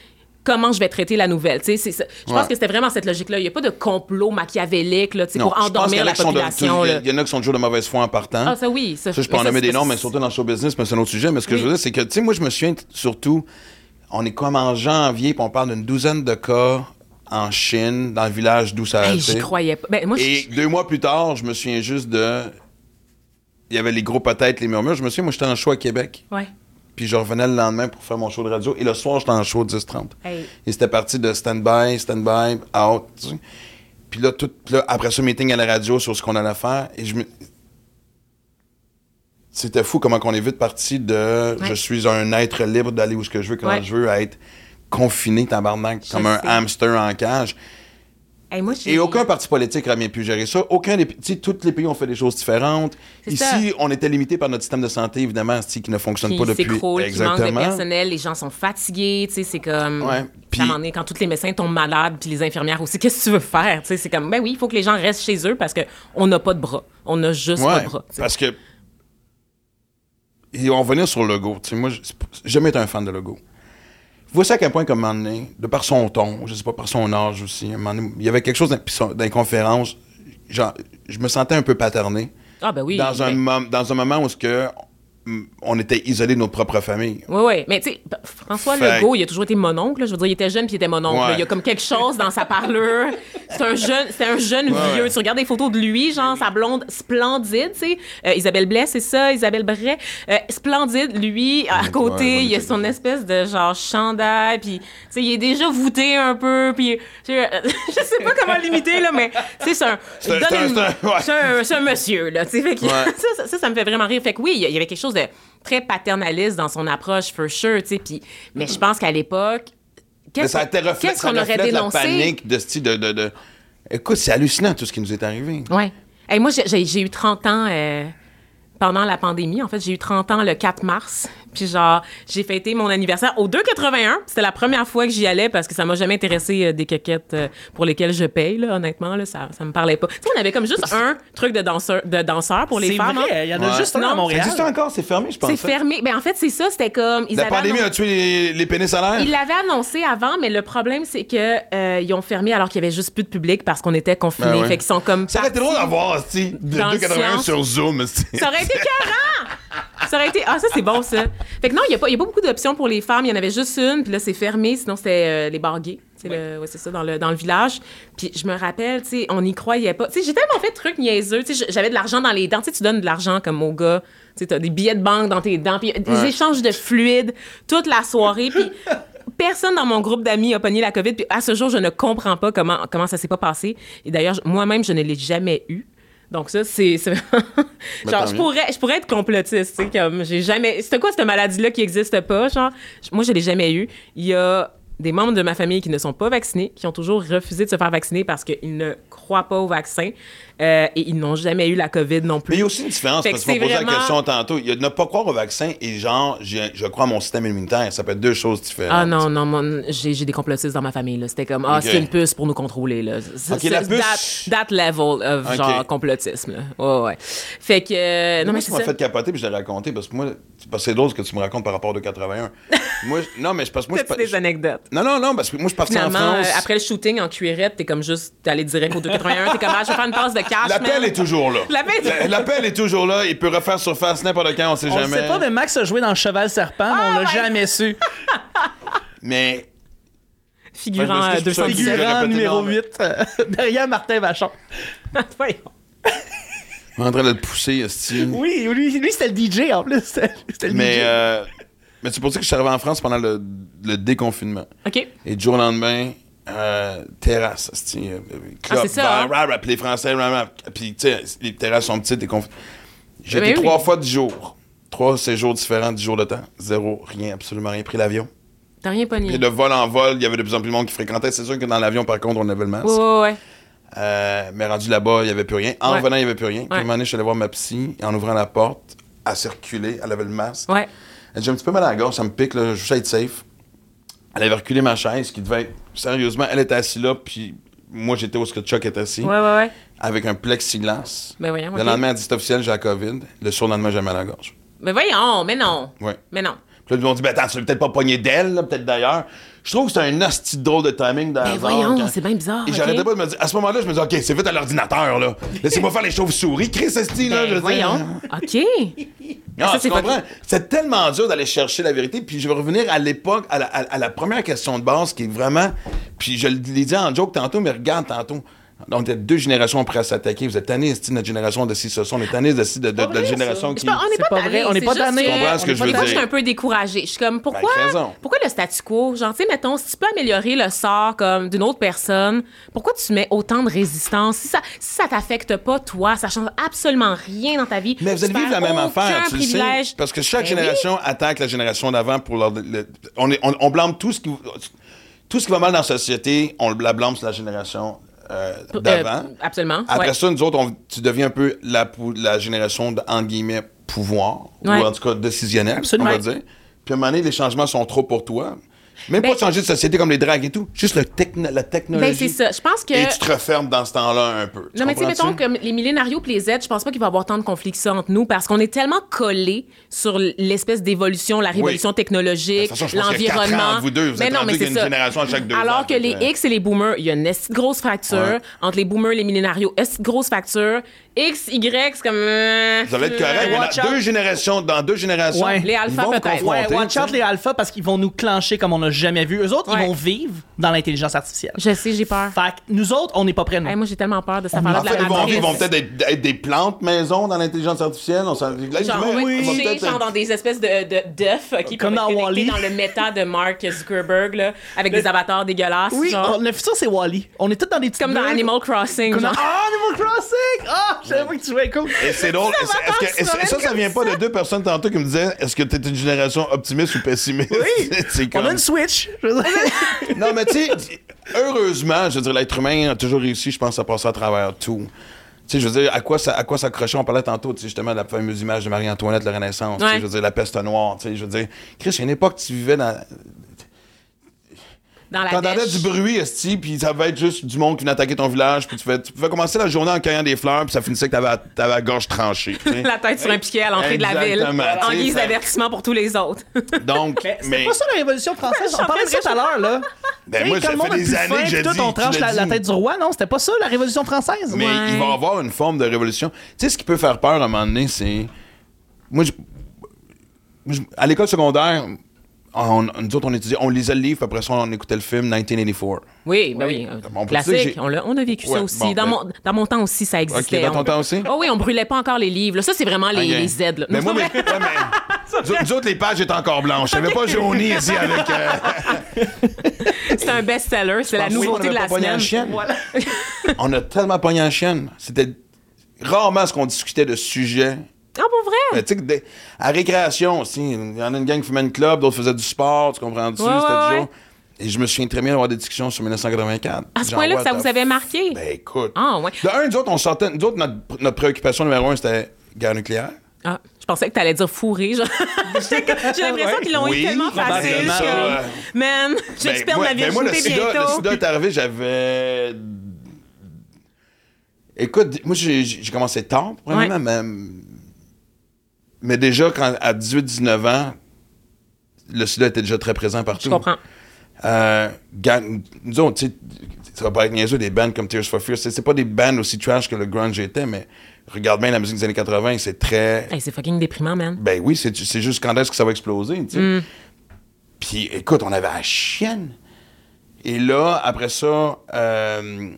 Speaker 6: comment je vais traiter la nouvelle. Tu sais, c'est ça. Je pense
Speaker 3: Ouais.
Speaker 6: que c'était vraiment cette logique-là. Il n'y a pas de complot machiavélique là, tu sais,
Speaker 3: Non,
Speaker 6: pour
Speaker 3: je pense qu'il y
Speaker 6: endormir
Speaker 3: en a
Speaker 6: la
Speaker 3: qui sont de-
Speaker 6: population.
Speaker 3: tout-
Speaker 6: là.
Speaker 3: Il y en a qui sont toujours de mauvaise foi en partant.
Speaker 6: Ah, ça oui. Ça,
Speaker 3: Ça, je peux en
Speaker 6: ça,
Speaker 3: nommer
Speaker 6: c'est-
Speaker 3: des noms, mais surtout dans le show business, mais c'est un autre sujet. Mais ce que
Speaker 6: Oui.
Speaker 3: je veux dire, c'est que, tu sais, moi, je me souviens t- surtout, on est comme en janvier, puis on parle d'une douzaine de cas en Chine, dans le village d'où ça a
Speaker 6: Hey,
Speaker 3: été.
Speaker 6: j'y croyais pas. Ben, moi, je-
Speaker 3: Et deux mois plus tard, je me souviens juste de. Il y avait les gros peut-être, les murmures. Je me souviens, moi, j'étais en show à Québec.
Speaker 6: Ouais.
Speaker 3: Puis je revenais le lendemain pour faire mon show de radio. Et le soir, j'étais en show 10-30.
Speaker 6: Hey.
Speaker 3: Et c'était parti de stand-by, stand-by, out. tu sais. Puis là, tout, là, après ce meeting à la radio sur ce qu'on allait faire, et je me... C'était fou comment on est vite parti de
Speaker 6: Ouais.
Speaker 3: je suis un être libre d'aller où ce que je veux, quand
Speaker 6: Ouais.
Speaker 3: je veux, à être confiné, tabarnak,
Speaker 6: Je
Speaker 3: comme un
Speaker 6: sais.
Speaker 3: hamster en cage.
Speaker 6: Hey, moi, j'ai-
Speaker 3: Et aucun parti politique n'a bien pu gérer ça. Aucun des, tu sais, tous les pays ont fait des choses différentes.
Speaker 6: C'est
Speaker 3: Ici,
Speaker 6: ça.
Speaker 3: on était limité par notre système de santé, évidemment, c'est-à-dire qui ne fonctionne
Speaker 6: qui
Speaker 3: pas depuis.
Speaker 6: s'écroule, qui manque de personnel, les gens sont fatigués, tu sais, c'est comme...
Speaker 3: Ouais, puis-
Speaker 6: À un moment donné, quand tous les médecins tombent malades, puis les infirmières aussi, qu'est-ce que tu veux faire? Tu sais, c'est comme, ben oui, il faut que les gens restent chez eux parce qu'on n'a pas de bras. On n'a juste pas
Speaker 3: Ouais,
Speaker 6: de bras. tu sais.
Speaker 3: parce que. Et on venait sur Legault. Tu sais, moi, j'ai j'ai jamais été un fan de Legault. Voici à quel point, comme un moment donné, de par son ton, je sais pas, par son âge aussi, à un moment donné, il y avait quelque chose dans, puis son- dans les conférences, genre, je me sentais un peu paterné.
Speaker 6: Ah ben oui.
Speaker 3: dans, un
Speaker 6: ben-
Speaker 3: mom- dans un moment où ce que, mm, on était isolé de nos propres familles.
Speaker 6: Oui, oui. Mais tu sais, p- François
Speaker 3: Fait-
Speaker 6: Legault, il a toujours été mon oncle. là. Je veux dire, il était jeune puis il était mon oncle. là.
Speaker 3: Ouais.
Speaker 6: Il y a comme quelque chose dans sa parlure. C'est un jeune, c'est un jeune
Speaker 3: Ouais,
Speaker 6: vieux.
Speaker 3: ouais.
Speaker 6: Tu regardes des photos de lui, genre sa blonde splendide, tu sais. Euh, Isabelle Blais, c'est ça. Isabelle Bray, euh, splendide. Lui, à
Speaker 3: Ouais,
Speaker 6: côté,
Speaker 3: ouais,
Speaker 6: il a
Speaker 3: c'est
Speaker 6: son espèce de genre chandail. Puis, tu sais, il est déjà voûté un peu. Puis, tu sais, euh, je sais pas comment l'imiter, là, mais tu sais, c'est un.
Speaker 3: C'est un- c'est un-
Speaker 6: donne une-
Speaker 3: c'est un- ouais.
Speaker 6: c'est un- c'est un monsieur, là. tu sais. Fait que-
Speaker 3: Ouais.
Speaker 6: ça, ça, ça, ça me fait vraiment rire. Fait que oui, il y a- il y avait quelque chose de très paternaliste dans son approche, for sure, tu sais. puis- Mais je pense qu'à l'époque,
Speaker 3: Mais
Speaker 6: qu'est-ce
Speaker 3: ça te
Speaker 6: qu'on-
Speaker 3: reflète-
Speaker 6: qu'est-ce
Speaker 3: ça
Speaker 6: qu'on aurait
Speaker 3: reflète la
Speaker 6: dénoncé?
Speaker 3: panique de ce type de, de- de- Écoute, c'est hallucinant tout ce qui nous est arrivé.
Speaker 6: Ouais. Hey, moi, j'ai- j'ai j'ai eu 30 ans euh, pendant la pandémie. En fait, j'ai eu 30 ans le 4 mars. Puis genre, j'ai fêté mon anniversaire au 2,81. C'était la première fois que j'y allais parce que ça m'a jamais intéressé euh, des coquettes euh, pour lesquelles je paye, là, honnêtement. Là, ça, ça me parlait pas. Tu sais, on avait comme juste un truc de danseur, de danseur pour les
Speaker 2: C'est
Speaker 6: femmes. hein.
Speaker 2: vrai, il y en a
Speaker 3: Ouais.
Speaker 2: juste un à
Speaker 6: Non,
Speaker 3: Ça
Speaker 2: Montréal.
Speaker 3: existe encore, c'est fermé, je pense.
Speaker 6: C'est
Speaker 3: hein?
Speaker 6: fermé. Ben, en fait, c'est ça. C'était comme. ils
Speaker 3: La
Speaker 6: avaient
Speaker 3: pandémie
Speaker 6: annon-
Speaker 3: a tué les, les pénis à l'air?
Speaker 6: Ils l'avaient annoncé avant, mais le problème, c'est que euh, ils ont fermé alors qu'il y avait juste plus de public parce qu'on était confinés.
Speaker 3: Ben ouais.
Speaker 6: Fait qu'ils sont comme.
Speaker 3: Ça aurait été drôle d'avoir, tu de
Speaker 6: Dans le
Speaker 3: 2,81
Speaker 6: science.
Speaker 3: sur Zoom. esti.
Speaker 6: Ça aurait été 40! Ça aurait été. Ah, ça, c'est bon, ça. Fait que non, il n'y a, pas- il y a pas beaucoup d'options pour les femmes. Il y en avait juste une, puis là, c'est fermé. Sinon, c'était euh, les bars gays. Tu sais, le- ouais, c'est ça, dans le, dans le village. Puis je me rappelle, tu sais, on n'y croyait pas. Tu sais, j'ai tellement fait de trucs niaiseux. Tu sais, j'avais de l'argent dans les dents. Tu sais, tu donnes de l'argent comme au gars. Tu sais, t'as des billets de banque dans tes dents. Puis des échanges de fluides toute la soirée. Puis personne dans mon groupe d'amis a pogné la COVID. Puis à ce jour, je ne comprends pas comment, comment ça s'est pas passé. Et d'ailleurs, je- moi-même, je ne l'ai jamais eu. Donc ça, c'est... c'est- genre,
Speaker 3: tant
Speaker 6: je
Speaker 3: mieux.
Speaker 6: pourrais, je pourrais être complotiste, tu sais, comme j'ai jamais... C'était quoi cette maladie-là qui n'existe pas, genre? Je- Moi, je l'ai jamais eu. Il y a... des membres de ma famille qui ne sont pas vaccinés, qui ont toujours refusé de se faire vacciner parce qu'ils ne croient pas au vaccin euh, et ils n'ont jamais eu la COVID non plus.
Speaker 3: Mais il y a aussi une différence,
Speaker 6: Fait
Speaker 3: parce
Speaker 6: que
Speaker 3: que tu m'as
Speaker 6: c'est
Speaker 3: posé la
Speaker 6: vraiment-
Speaker 3: question tantôt. Il y a de ne pas croire au vaccin et genre, j'ai- je crois à mon système immunitaire. Ça peut être deux choses différentes.
Speaker 6: Ah non, non, mon- j'ai j'ai des complotistes dans ma famille. là. C'était comme, ah,
Speaker 3: Ok.
Speaker 6: c'est une puce pour nous contrôler. Là. C'est-
Speaker 3: Ok, la
Speaker 6: c'est-
Speaker 3: puce.
Speaker 6: That, that level of
Speaker 3: Ok.
Speaker 6: genre complotisme. Là. Ouais, ouais. Fait que. euh, non, mais
Speaker 3: moi,
Speaker 6: c'est
Speaker 3: tu m'as
Speaker 6: ça.
Speaker 3: fait capoter puis je l'ai raconté parce que moi, c'est parce que c'est drôle ce que tu me racontes par rapport au 81. moi, je- non, mais je parce que moi, je,
Speaker 6: T'as-tu des
Speaker 3: suis pas-
Speaker 6: anecdotes.
Speaker 3: non, non, non, parce que moi, je suis parti en
Speaker 6: Finalement,
Speaker 3: France.
Speaker 6: euh, après le shooting en cuirette, t'es comme juste, t'es allé direct au 281, t'es comme, ah, je vais faire une passe de cash.
Speaker 3: L'appel
Speaker 6: man.
Speaker 3: est toujours là.
Speaker 6: L'appel est toujours là.
Speaker 3: La- L'appel est toujours là. Il peut refaire surface n'importe quand, on sait
Speaker 2: On le
Speaker 3: jamais.
Speaker 2: sait pas, mais Max a joué dans Cheval Serpent, mais on
Speaker 6: Ah,
Speaker 2: l'a jamais su.
Speaker 3: mais
Speaker 6: Figurant
Speaker 3: Ouais, je m'excuse,
Speaker 6: euh,
Speaker 3: je suis sorti.
Speaker 6: 217.
Speaker 3: Figurant
Speaker 2: Figurant numéro
Speaker 3: numéro
Speaker 2: 8, derrière Martin Vachon.
Speaker 6: Voyons.
Speaker 3: on est en train de le pousser, style.
Speaker 2: Oui, lui, lui, c'était le DJ en plus. C'était c'était le
Speaker 3: Mais,
Speaker 2: DJ.
Speaker 3: euh, mais c'est pour ça que je suis arrivé en France pendant le, le déconfinement.
Speaker 6: OK.
Speaker 3: Et du jour au lendemain, euh, terrasse, asti, euh, club,
Speaker 6: c'est ça,
Speaker 3: bar,
Speaker 6: hein?
Speaker 3: rap, rap, les Français, rap, rap. Puis, tu sais, les terrasses sont petites et conf... J'ai
Speaker 6: Ben
Speaker 3: été
Speaker 6: oui.
Speaker 3: trois fois du jour. Trois séjours différents, dix jours de temps. Zéro, rien, absolument rien. Pris l'avion.
Speaker 6: T'as rien pogné.
Speaker 3: Et de vol en vol, il y avait de plus en plus de monde qui fréquentait. C'est sûr que dans l'avion, par contre, on avait le masque.
Speaker 6: Ouais, ouais, ouais.
Speaker 3: Euh, mais rendu là-bas, il n'y avait plus rien. En
Speaker 6: Ouais.
Speaker 3: revenant, il n'y avait plus rien. Puis, à un
Speaker 6: Ouais.
Speaker 3: moment donné, je suis allé voir ma psy. Et en ouvrant la porte, elle s'est reculée. Elle avait le masque.
Speaker 6: Ouais.
Speaker 3: Elle dit, J'ai un petit peu mal à la gorge, ça me pique, là, je veux juste être safe. Elle avait reculé ma chaise, qui devait être. Sérieusement, elle était assise là, puis moi, j'étais où ce que Chuck était assis,
Speaker 6: Ouais, ouais, ouais.
Speaker 3: avec un plexiglas.
Speaker 6: Ben voyons,
Speaker 3: Le
Speaker 6: ok.
Speaker 3: lendemain, elle dit C'est officiel, j'ai la COVID. Le surlendemain, j'ai mal à la gorge.
Speaker 6: Mais voyons, mais non.
Speaker 3: Ouais.
Speaker 6: Mais non.
Speaker 3: Puis là, ils m'ont dit Ben attends, tu l'as peut-être pas pogné d'elle, là, peut-être d'ailleurs. Je trouve que c'est un hostie de drôle de timing dans
Speaker 6: Ben voyons, c'est bien bizarre,
Speaker 3: Et
Speaker 6: ok.
Speaker 3: j'arrêtais pas de me dire, à ce moment-là, je me disais, OK, c'est vite à l'ordinateur, là. Laissez-moi faire les chauves-souris. Chris Esti, là, je veux dire.
Speaker 6: Ben voyons. OK.
Speaker 3: Non,
Speaker 6: Ça,
Speaker 3: tu
Speaker 6: c'est pas-
Speaker 3: comprends? C'est tellement dur d'aller chercher la vérité. Puis je vais revenir à l'époque, à la, à- à la première question de base qui est vraiment. Puis je l'ai dit en joke tantôt, mais regarde tantôt. On était deux générations prêtes à s'attaquer. Vous êtes tannés, c'est notre génération de ci, ce sont. On est tannés de ci, de, de- de la génération
Speaker 6: Je
Speaker 3: qui.
Speaker 6: sais pas, on n'est
Speaker 2: C'est
Speaker 6: pas,
Speaker 2: pas
Speaker 6: tanné,
Speaker 2: vrai, on n'est
Speaker 6: c'est
Speaker 2: pas
Speaker 6: juste
Speaker 2: tanné.
Speaker 6: que-
Speaker 3: Tu comprends ce que
Speaker 6: on est
Speaker 3: je
Speaker 6: pas
Speaker 3: veux
Speaker 6: tanné,
Speaker 3: dire? Ben,
Speaker 6: Je suis un peu découragée. Je suis comme, pourquoi,
Speaker 3: avec raison.
Speaker 6: pourquoi le statu quo? Genre, tu sais, mettons, si tu peux améliorer le sort comme d'une autre personne, pourquoi tu mets autant de résistance? Si ça, si ça t'affecte pas, toi, ça change absolument rien dans ta vie.
Speaker 3: Mais vous allez
Speaker 6: Tu
Speaker 3: vivre la
Speaker 6: perds
Speaker 3: même
Speaker 6: aucun
Speaker 3: affaire, tu le sais.
Speaker 6: privilège.
Speaker 3: Parce que chaque
Speaker 6: Ben
Speaker 3: génération attaque la génération d'avant pour leur. le- on, est- on- on blâme tout ce qui. Tout ce qui va mal dans la société, on le la blâme sur la génération euh,
Speaker 6: oui.
Speaker 3: d'avant.
Speaker 6: Euh, absolument.
Speaker 3: Après
Speaker 6: ouais.
Speaker 3: ça, nous autres, on- tu deviens un peu la, pou- la génération de, entre guillemets, pouvoir,
Speaker 6: Ouais.
Speaker 3: ou en tout cas décisionnelle,
Speaker 6: Absolument.
Speaker 3: on va dire. Puis à un moment donné, les changements sont trop pour toi. Même
Speaker 6: Ben-
Speaker 3: pas changer de société comme les dragues et tout, juste le techno- la technologie.
Speaker 6: Ben, c'est ça. Je pense que.
Speaker 3: Et tu te refermes dans ce temps-là un peu.
Speaker 6: Non, mais tu sais, mettons,
Speaker 3: comprends-tu?
Speaker 6: comme les millénarios et les Z, je pense pas qu'il va y avoir tant de conflits que ça entre nous parce qu'on est tellement collés sur l'espèce d'évolution, la
Speaker 3: Ben,
Speaker 6: révolution
Speaker 3: De
Speaker 6: technologique,
Speaker 3: toute façon, je pense qu'il y a quatre ans
Speaker 6: l'environnement.
Speaker 3: entre vous deux, vous êtes rendus qu'il y a une génération à chaque deux
Speaker 6: Alors
Speaker 3: ans,
Speaker 6: que
Speaker 3: fait
Speaker 6: les
Speaker 3: que-
Speaker 6: X et les boomers, il y a une esti de grosse fracture.
Speaker 3: Ouais.
Speaker 6: Entre les boomers et les millénarios, esti de grosse fracture. X, Y, c'est comme. euh,
Speaker 3: Ça va être correct, hein? mais
Speaker 2: Watch
Speaker 3: dans
Speaker 2: out.
Speaker 3: deux générations, dans deux générations,
Speaker 2: Ouais.
Speaker 6: Les alphas,
Speaker 3: ils vont vous
Speaker 6: peut-être.
Speaker 3: confronter,
Speaker 2: ouais, watch
Speaker 3: tu sais.
Speaker 2: out les alphas parce qu'ils vont nous clencher comme on n'a jamais vu. Eux autres,
Speaker 6: Ouais.
Speaker 2: ils vont vivre dans l'intelligence artificielle.
Speaker 6: Je sais, j'ai peur.
Speaker 2: Fait que nous autres, on n'est pas prêts, nous.
Speaker 6: Hey, moi, j'ai tellement peur de cette
Speaker 3: En
Speaker 6: affaire-là de
Speaker 3: fait,
Speaker 6: la
Speaker 3: ils vont,
Speaker 6: matrice.
Speaker 3: ils vont peut-être être, être des plantes maison dans l'intelligence artificielle. On s'en... Là, l'humain,
Speaker 6: Genre,
Speaker 3: Ben
Speaker 6: on
Speaker 3: on
Speaker 6: va
Speaker 3: va
Speaker 6: être couché,
Speaker 3: peut-être-
Speaker 6: genre dans des espèces de de- d'œufs qui
Speaker 2: Comme
Speaker 6: peuvent être
Speaker 2: dans Wall-E.
Speaker 6: connectés dans le méta de Mark Zuckerberg, là, avec des avatars dégueulasses.
Speaker 2: oui,
Speaker 6: genre.
Speaker 2: on- le futur, c'est Wally. On est tous dans des petites
Speaker 6: Comme dans
Speaker 2: bulles.
Speaker 6: Animal Crossing.
Speaker 2: Comme dans-
Speaker 6: Genre.
Speaker 2: Ah, Animal Crossing! Ah, je savais pas que tu jouais cool.
Speaker 3: Et c'est drôle.
Speaker 6: Ça
Speaker 3: Est-ce-
Speaker 6: va
Speaker 3: est-ce que-
Speaker 6: faire
Speaker 3: est-ce-
Speaker 6: Sorel
Speaker 3: ça, ça
Speaker 6: comme
Speaker 3: vient pas de deux personnes tantôt qui me disaient est-ce que t'es une génération optimiste ou pessimiste
Speaker 2: Oui.
Speaker 3: C'est
Speaker 2: On a
Speaker 3: comme-
Speaker 2: une Switch. Je veux dire.
Speaker 3: Non, mais tu sais, heureusement, je veux dire, l'être humain a toujours réussi, je pense, à passer à travers tout. Tu sais, je veux dire, à quoi ça, à quoi s'accrocher? On parlait tantôt, tu sais, justement, de la fameuse image de Marie-Antoinette, la Renaissance, tu sais,
Speaker 6: Ouais.
Speaker 3: je veux dire, la peste noire, tu sais, je veux dire, Chris, il y a une époque, tu vivais dans,
Speaker 6: Dans la
Speaker 3: T'entendais
Speaker 6: dèche.
Speaker 3: du bruit, esti, puis ça va être juste du monde qui venait attaquer ton village, puis tu, fais- tu pouvais commencer la journée en cueillant des fleurs, puis ça finissait que t'avais la- t'avais la gorge tranchée. tu sais.
Speaker 6: La tête sur un piquet à l'entrée de la ville.
Speaker 3: Exactement,
Speaker 6: En
Speaker 3: tu sais,
Speaker 6: guise
Speaker 3: ça-
Speaker 6: d'avertissement pour tous les autres.
Speaker 3: Donc,
Speaker 2: Mais c'est
Speaker 3: mais
Speaker 2: pas ça la Révolution française. On parlait de ça tout à l'heure, là.
Speaker 3: Ben,
Speaker 2: Hey,
Speaker 3: moi,
Speaker 2: quand
Speaker 3: ça
Speaker 2: le monde
Speaker 3: fait
Speaker 2: a
Speaker 3: des
Speaker 2: plus
Speaker 3: années
Speaker 2: faim,
Speaker 3: que je
Speaker 2: puis tout,
Speaker 3: dis-
Speaker 2: on
Speaker 3: tu
Speaker 2: tranche
Speaker 3: l'as
Speaker 2: la, la
Speaker 3: dit.
Speaker 2: tête du roi. Non, c'était pas ça, la Révolution française.
Speaker 3: mais
Speaker 6: Ouais.
Speaker 3: il va y avoir une forme de révolution. Tu sais, ce qui peut faire peur à un moment donné, c'est. Moi, je- moi, je- à l'école secondaire, on, nous autres, on étudiait, on lisait le livre, puis après ça, on écoutait le film 1984.
Speaker 6: Oui, ben oui.
Speaker 3: On peut dire que
Speaker 6: Classique.
Speaker 3: j'ai-
Speaker 6: On, l'a- on a vécu
Speaker 3: Ouais,
Speaker 6: ça aussi.
Speaker 3: bon,
Speaker 6: dans,
Speaker 3: ben-
Speaker 6: mon, dans mon temps aussi, ça existait.
Speaker 3: Ok, dans ton
Speaker 6: On-
Speaker 3: temps aussi?
Speaker 6: Oh oui, on brûlait pas encore les livres. là. Ça, c'est vraiment les,
Speaker 3: Ok.
Speaker 6: les Z. là.
Speaker 3: Mais moi,
Speaker 6: Non,
Speaker 3: mais, ouais, mais- Nous autres- nous autres, les pages étaient encore blanches. J'avais pas jauni ici avec. euh,
Speaker 6: C'est un best-seller. C'est la
Speaker 3: pensais qu'on
Speaker 6: nouveauté de
Speaker 3: avait
Speaker 6: la
Speaker 3: pas pogné la
Speaker 6: semaine.
Speaker 3: chienne. on a tellement pogné en chienne. C'était rarement ce qu'on discutait de sujets.
Speaker 6: Ah, pour
Speaker 3: Mais
Speaker 6: vrai?
Speaker 3: tu sais, que des- à récréation aussi, il y en a une gang qui fumait une club, d'autres faisaient du sport, tu comprends-tu?
Speaker 6: Ouais,
Speaker 3: C'était
Speaker 6: ouais,
Speaker 3: toujours.
Speaker 6: ouais.
Speaker 3: Et je me souviens très bien d'avoir des discussions sur 1984.
Speaker 6: À ce
Speaker 3: Genre,
Speaker 6: point-là que
Speaker 3: what
Speaker 6: ça
Speaker 3: the
Speaker 6: vous avait
Speaker 3: f-
Speaker 6: marqué?
Speaker 3: Ben écoute.
Speaker 6: Ah, ouais.
Speaker 3: De un, nous autres, on sortait. Nous autres, notre, notre préoccupation numéro un, c'était guerre nucléaire.
Speaker 6: Ah, je pensais que t'allais dire fourré. genre. J'étais comme- J'ai l'impression qu'ils l'ont
Speaker 3: Oui,
Speaker 6: eu tellement facile.
Speaker 3: probablement,
Speaker 6: que-
Speaker 3: ouais.
Speaker 6: Man, je vais
Speaker 3: Ben,
Speaker 6: te perdre
Speaker 3: moi-
Speaker 6: ma
Speaker 3: ben, moi, le
Speaker 6: virginité
Speaker 3: sida, le
Speaker 6: bientôt.
Speaker 3: sida est arrivé, j'avais. Écoute, moi, j'ai j'ai commencé tard, probablement, mais. Mais déjà, quand, à 18-19 ans, le sida était déjà très présent partout.
Speaker 6: Je comprends.
Speaker 3: Euh, gang- disons, tu sais, ça va pas être niaiseux, des bands comme Tears for Fears, c'est c'est pas des bands aussi trash que le grunge était, mais regarde bien la musique des années 80, c'est très...
Speaker 6: Hey, c'est fucking déprimant, man.
Speaker 3: Ben oui, c'est c'est juste quand est-ce que ça va exploser, tu sais.
Speaker 6: Mm.
Speaker 3: Puis écoute, on avait la chienne. Et là, après ça, euh,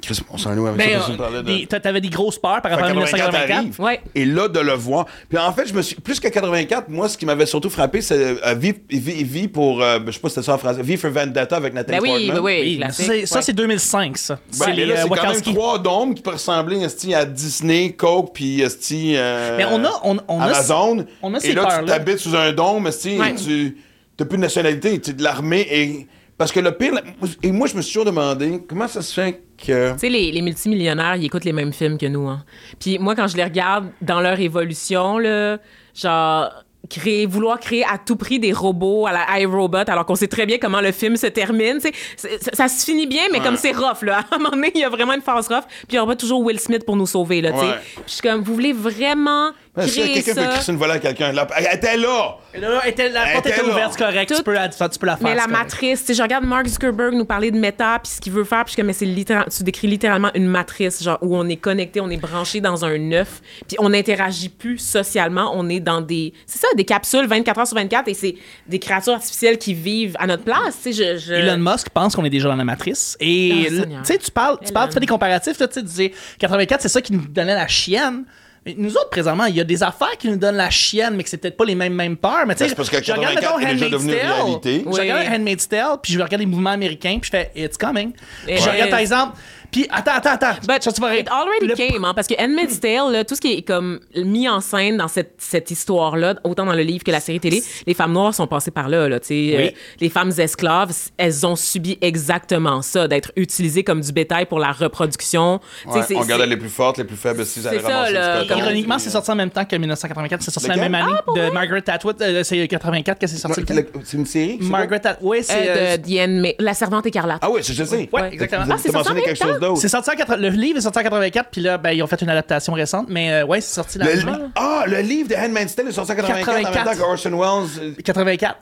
Speaker 3: Chris, on s'en est où avec ça?
Speaker 2: Ben,
Speaker 3: Parce que tu parlais
Speaker 2: euh,
Speaker 3: de-
Speaker 2: des- t'a- t'avais des grosses peurs par rapport à
Speaker 3: fait que
Speaker 2: 1984.
Speaker 3: 84 arrive.
Speaker 6: Ouais.
Speaker 3: Et là, de le voir. Puis en fait, je me suis. Plus que 84, moi, ce qui m'avait surtout frappé, c'est euh, Vie, Vie- Vie pour. euh, je sais pas si c'était ça en français. Vie for Vendetta avec Nathalie
Speaker 6: Ben oui, ben oui,
Speaker 2: Oui, mais ça,
Speaker 6: classique.
Speaker 2: c'est- ça,
Speaker 6: Ouais.
Speaker 2: c'est 2005, ça.
Speaker 3: Ben,
Speaker 2: c'est
Speaker 3: mais
Speaker 2: les
Speaker 3: là,
Speaker 2: euh,
Speaker 3: c'est quand même
Speaker 2: Wachowski.
Speaker 3: trois dômes qui peuvent ressembler esti, à Disney, Coke, puis esti, euh,
Speaker 2: Mais on a- on- on a-
Speaker 3: Amazon.
Speaker 2: on a ces
Speaker 3: et là, tu
Speaker 2: peurs-là.
Speaker 3: t'habites sous un dôme, esti,
Speaker 6: Ouais.
Speaker 3: et tu n'as plus de nationalité, tu es de l'armée. Et... Parce que le pire, la- et moi, je me suis toujours demandé comment ça se fait que.
Speaker 6: Tu sais, les, les multimillionnaires, ils écoutent les mêmes films que nous. Hein. Puis moi, quand je les regarde dans leur évolution, là, genre, créer, vouloir créer à tout prix des robots à la iRobot, alors qu'on sait très bien comment le film se termine. tu sais. C'est- Ça, ça se finit bien, mais comme c'est rough, là, à un moment donné, il y a vraiment une phase rough. Puis il y aura pas toujours Will Smith pour nous sauver. Là, tu sais.
Speaker 3: Ouais. Ben,
Speaker 6: Puis je suis comme, vous voulez vraiment
Speaker 3: Parce que
Speaker 6: créer
Speaker 3: quelqu'un peut
Speaker 6: ça?
Speaker 3: crisser une volée à quelqu'un. là. Elle était là!
Speaker 2: Et là, était- la
Speaker 3: Elle
Speaker 2: porte
Speaker 3: était
Speaker 2: était
Speaker 3: là.
Speaker 2: ouverte, c'est correct. Tu
Speaker 6: Tout-
Speaker 2: peux, la, ça, tu peux la faire.
Speaker 6: Mais la
Speaker 2: c'est correct.
Speaker 6: matrice, tu sais, je regarde Mark Zuckerberg nous parler de méta, puis ce qu'il veut faire, puis je suis comme, mais c'est littéral- tu décris littéralement une matrice, genre où on est connecté, on est branché dans un œuf, puis on n'interagit plus socialement, on est dans des, c'est ça, des capsules 24 heures sur 24, et c'est des créatures artificielles qui vivent à notre place, tu sais, je, je-
Speaker 2: Elon Musk pense qu'on est déjà dans la matrice. Et
Speaker 6: Euh, Ah,
Speaker 2: l-
Speaker 6: Seigneur.
Speaker 2: tu sais, tu parles, tu parles,
Speaker 6: Elon.
Speaker 2: tu fais des comparatifs. là, Tu sais, tu dis 84, c'est ça qui nous donnait la chienne. Mais nous autres, présentement, il y a des affaires qui nous donnent la chienne, mais que c'est peut-être pas les mêmes, mêmes peurs. Mais tu sais,
Speaker 3: Ben, C'est parce que
Speaker 2: je regarde, mettons,
Speaker 3: 84 est déjà
Speaker 2: Handmaid's
Speaker 3: devenu une
Speaker 2: Tale.
Speaker 3: réalité.
Speaker 2: Je
Speaker 6: Oui.
Speaker 2: regarde Handmaid's Tale, puis je regarde les mouvements américains, puis je fais It's coming.
Speaker 6: Et-
Speaker 2: Je regarde, par
Speaker 6: Ouais.
Speaker 2: exemple, puis attends, attends, attends.
Speaker 6: But
Speaker 2: Ben, Ça, tu vas-
Speaker 6: it already
Speaker 2: le- Hmm.
Speaker 6: came, hein, parce que Handmaid's Tale, là, tout ce qui est comme mis en scène dans cette, cette histoire-là, autant dans le livre que la série télé, les femmes noires sont passées par là. là tu sais,
Speaker 2: Oui.
Speaker 6: euh, les femmes esclaves, elles ont subi exactement ça, d'être utilisées comme du bétail pour la reproduction. Tu sais,
Speaker 3: Ouais,
Speaker 6: c'est-
Speaker 3: on regardait
Speaker 6: c'est-
Speaker 3: les plus fortes, les plus faibles, si ça
Speaker 6: C'est
Speaker 3: allait
Speaker 6: ça,
Speaker 3: ramasser
Speaker 6: là.
Speaker 3: du coton.
Speaker 2: Ironiquement,
Speaker 3: Puis,
Speaker 2: c'est sorti en même temps que 1984. C'est sorti la
Speaker 3: Lequel?
Speaker 2: même année
Speaker 6: Ah, pour
Speaker 2: de
Speaker 6: vrai?
Speaker 2: Margaret Atwood. euh, c'est 84 que c'est sorti.
Speaker 3: Ouais, le- C'est une série? c'est quoi?
Speaker 2: Margaret Atwood. Oui, c'est.
Speaker 6: euh,
Speaker 2: euh,
Speaker 6: de The Handmaid- La Servante écarlate.
Speaker 3: Ah oui, je je sais.
Speaker 2: Ouais,
Speaker 6: Ouais.
Speaker 2: exactement.
Speaker 3: Vous-
Speaker 6: Ah, c'est
Speaker 3: t'as
Speaker 6: sorti en
Speaker 3: mentionné
Speaker 6: même
Speaker 3: quelque chose
Speaker 6: temps?
Speaker 3: d'autre.
Speaker 2: C'est sorti en 80 le livre est sorti en 84, puis là, ben, ils ont fait une adaptation récente, mais euh, ouais, c'est sorti la
Speaker 3: Le- Ah, le livre de Handmaid's Tale est sorti en 84 en même
Speaker 2: 84.
Speaker 3: temps qu'Orson Welles. euh,
Speaker 2: 84.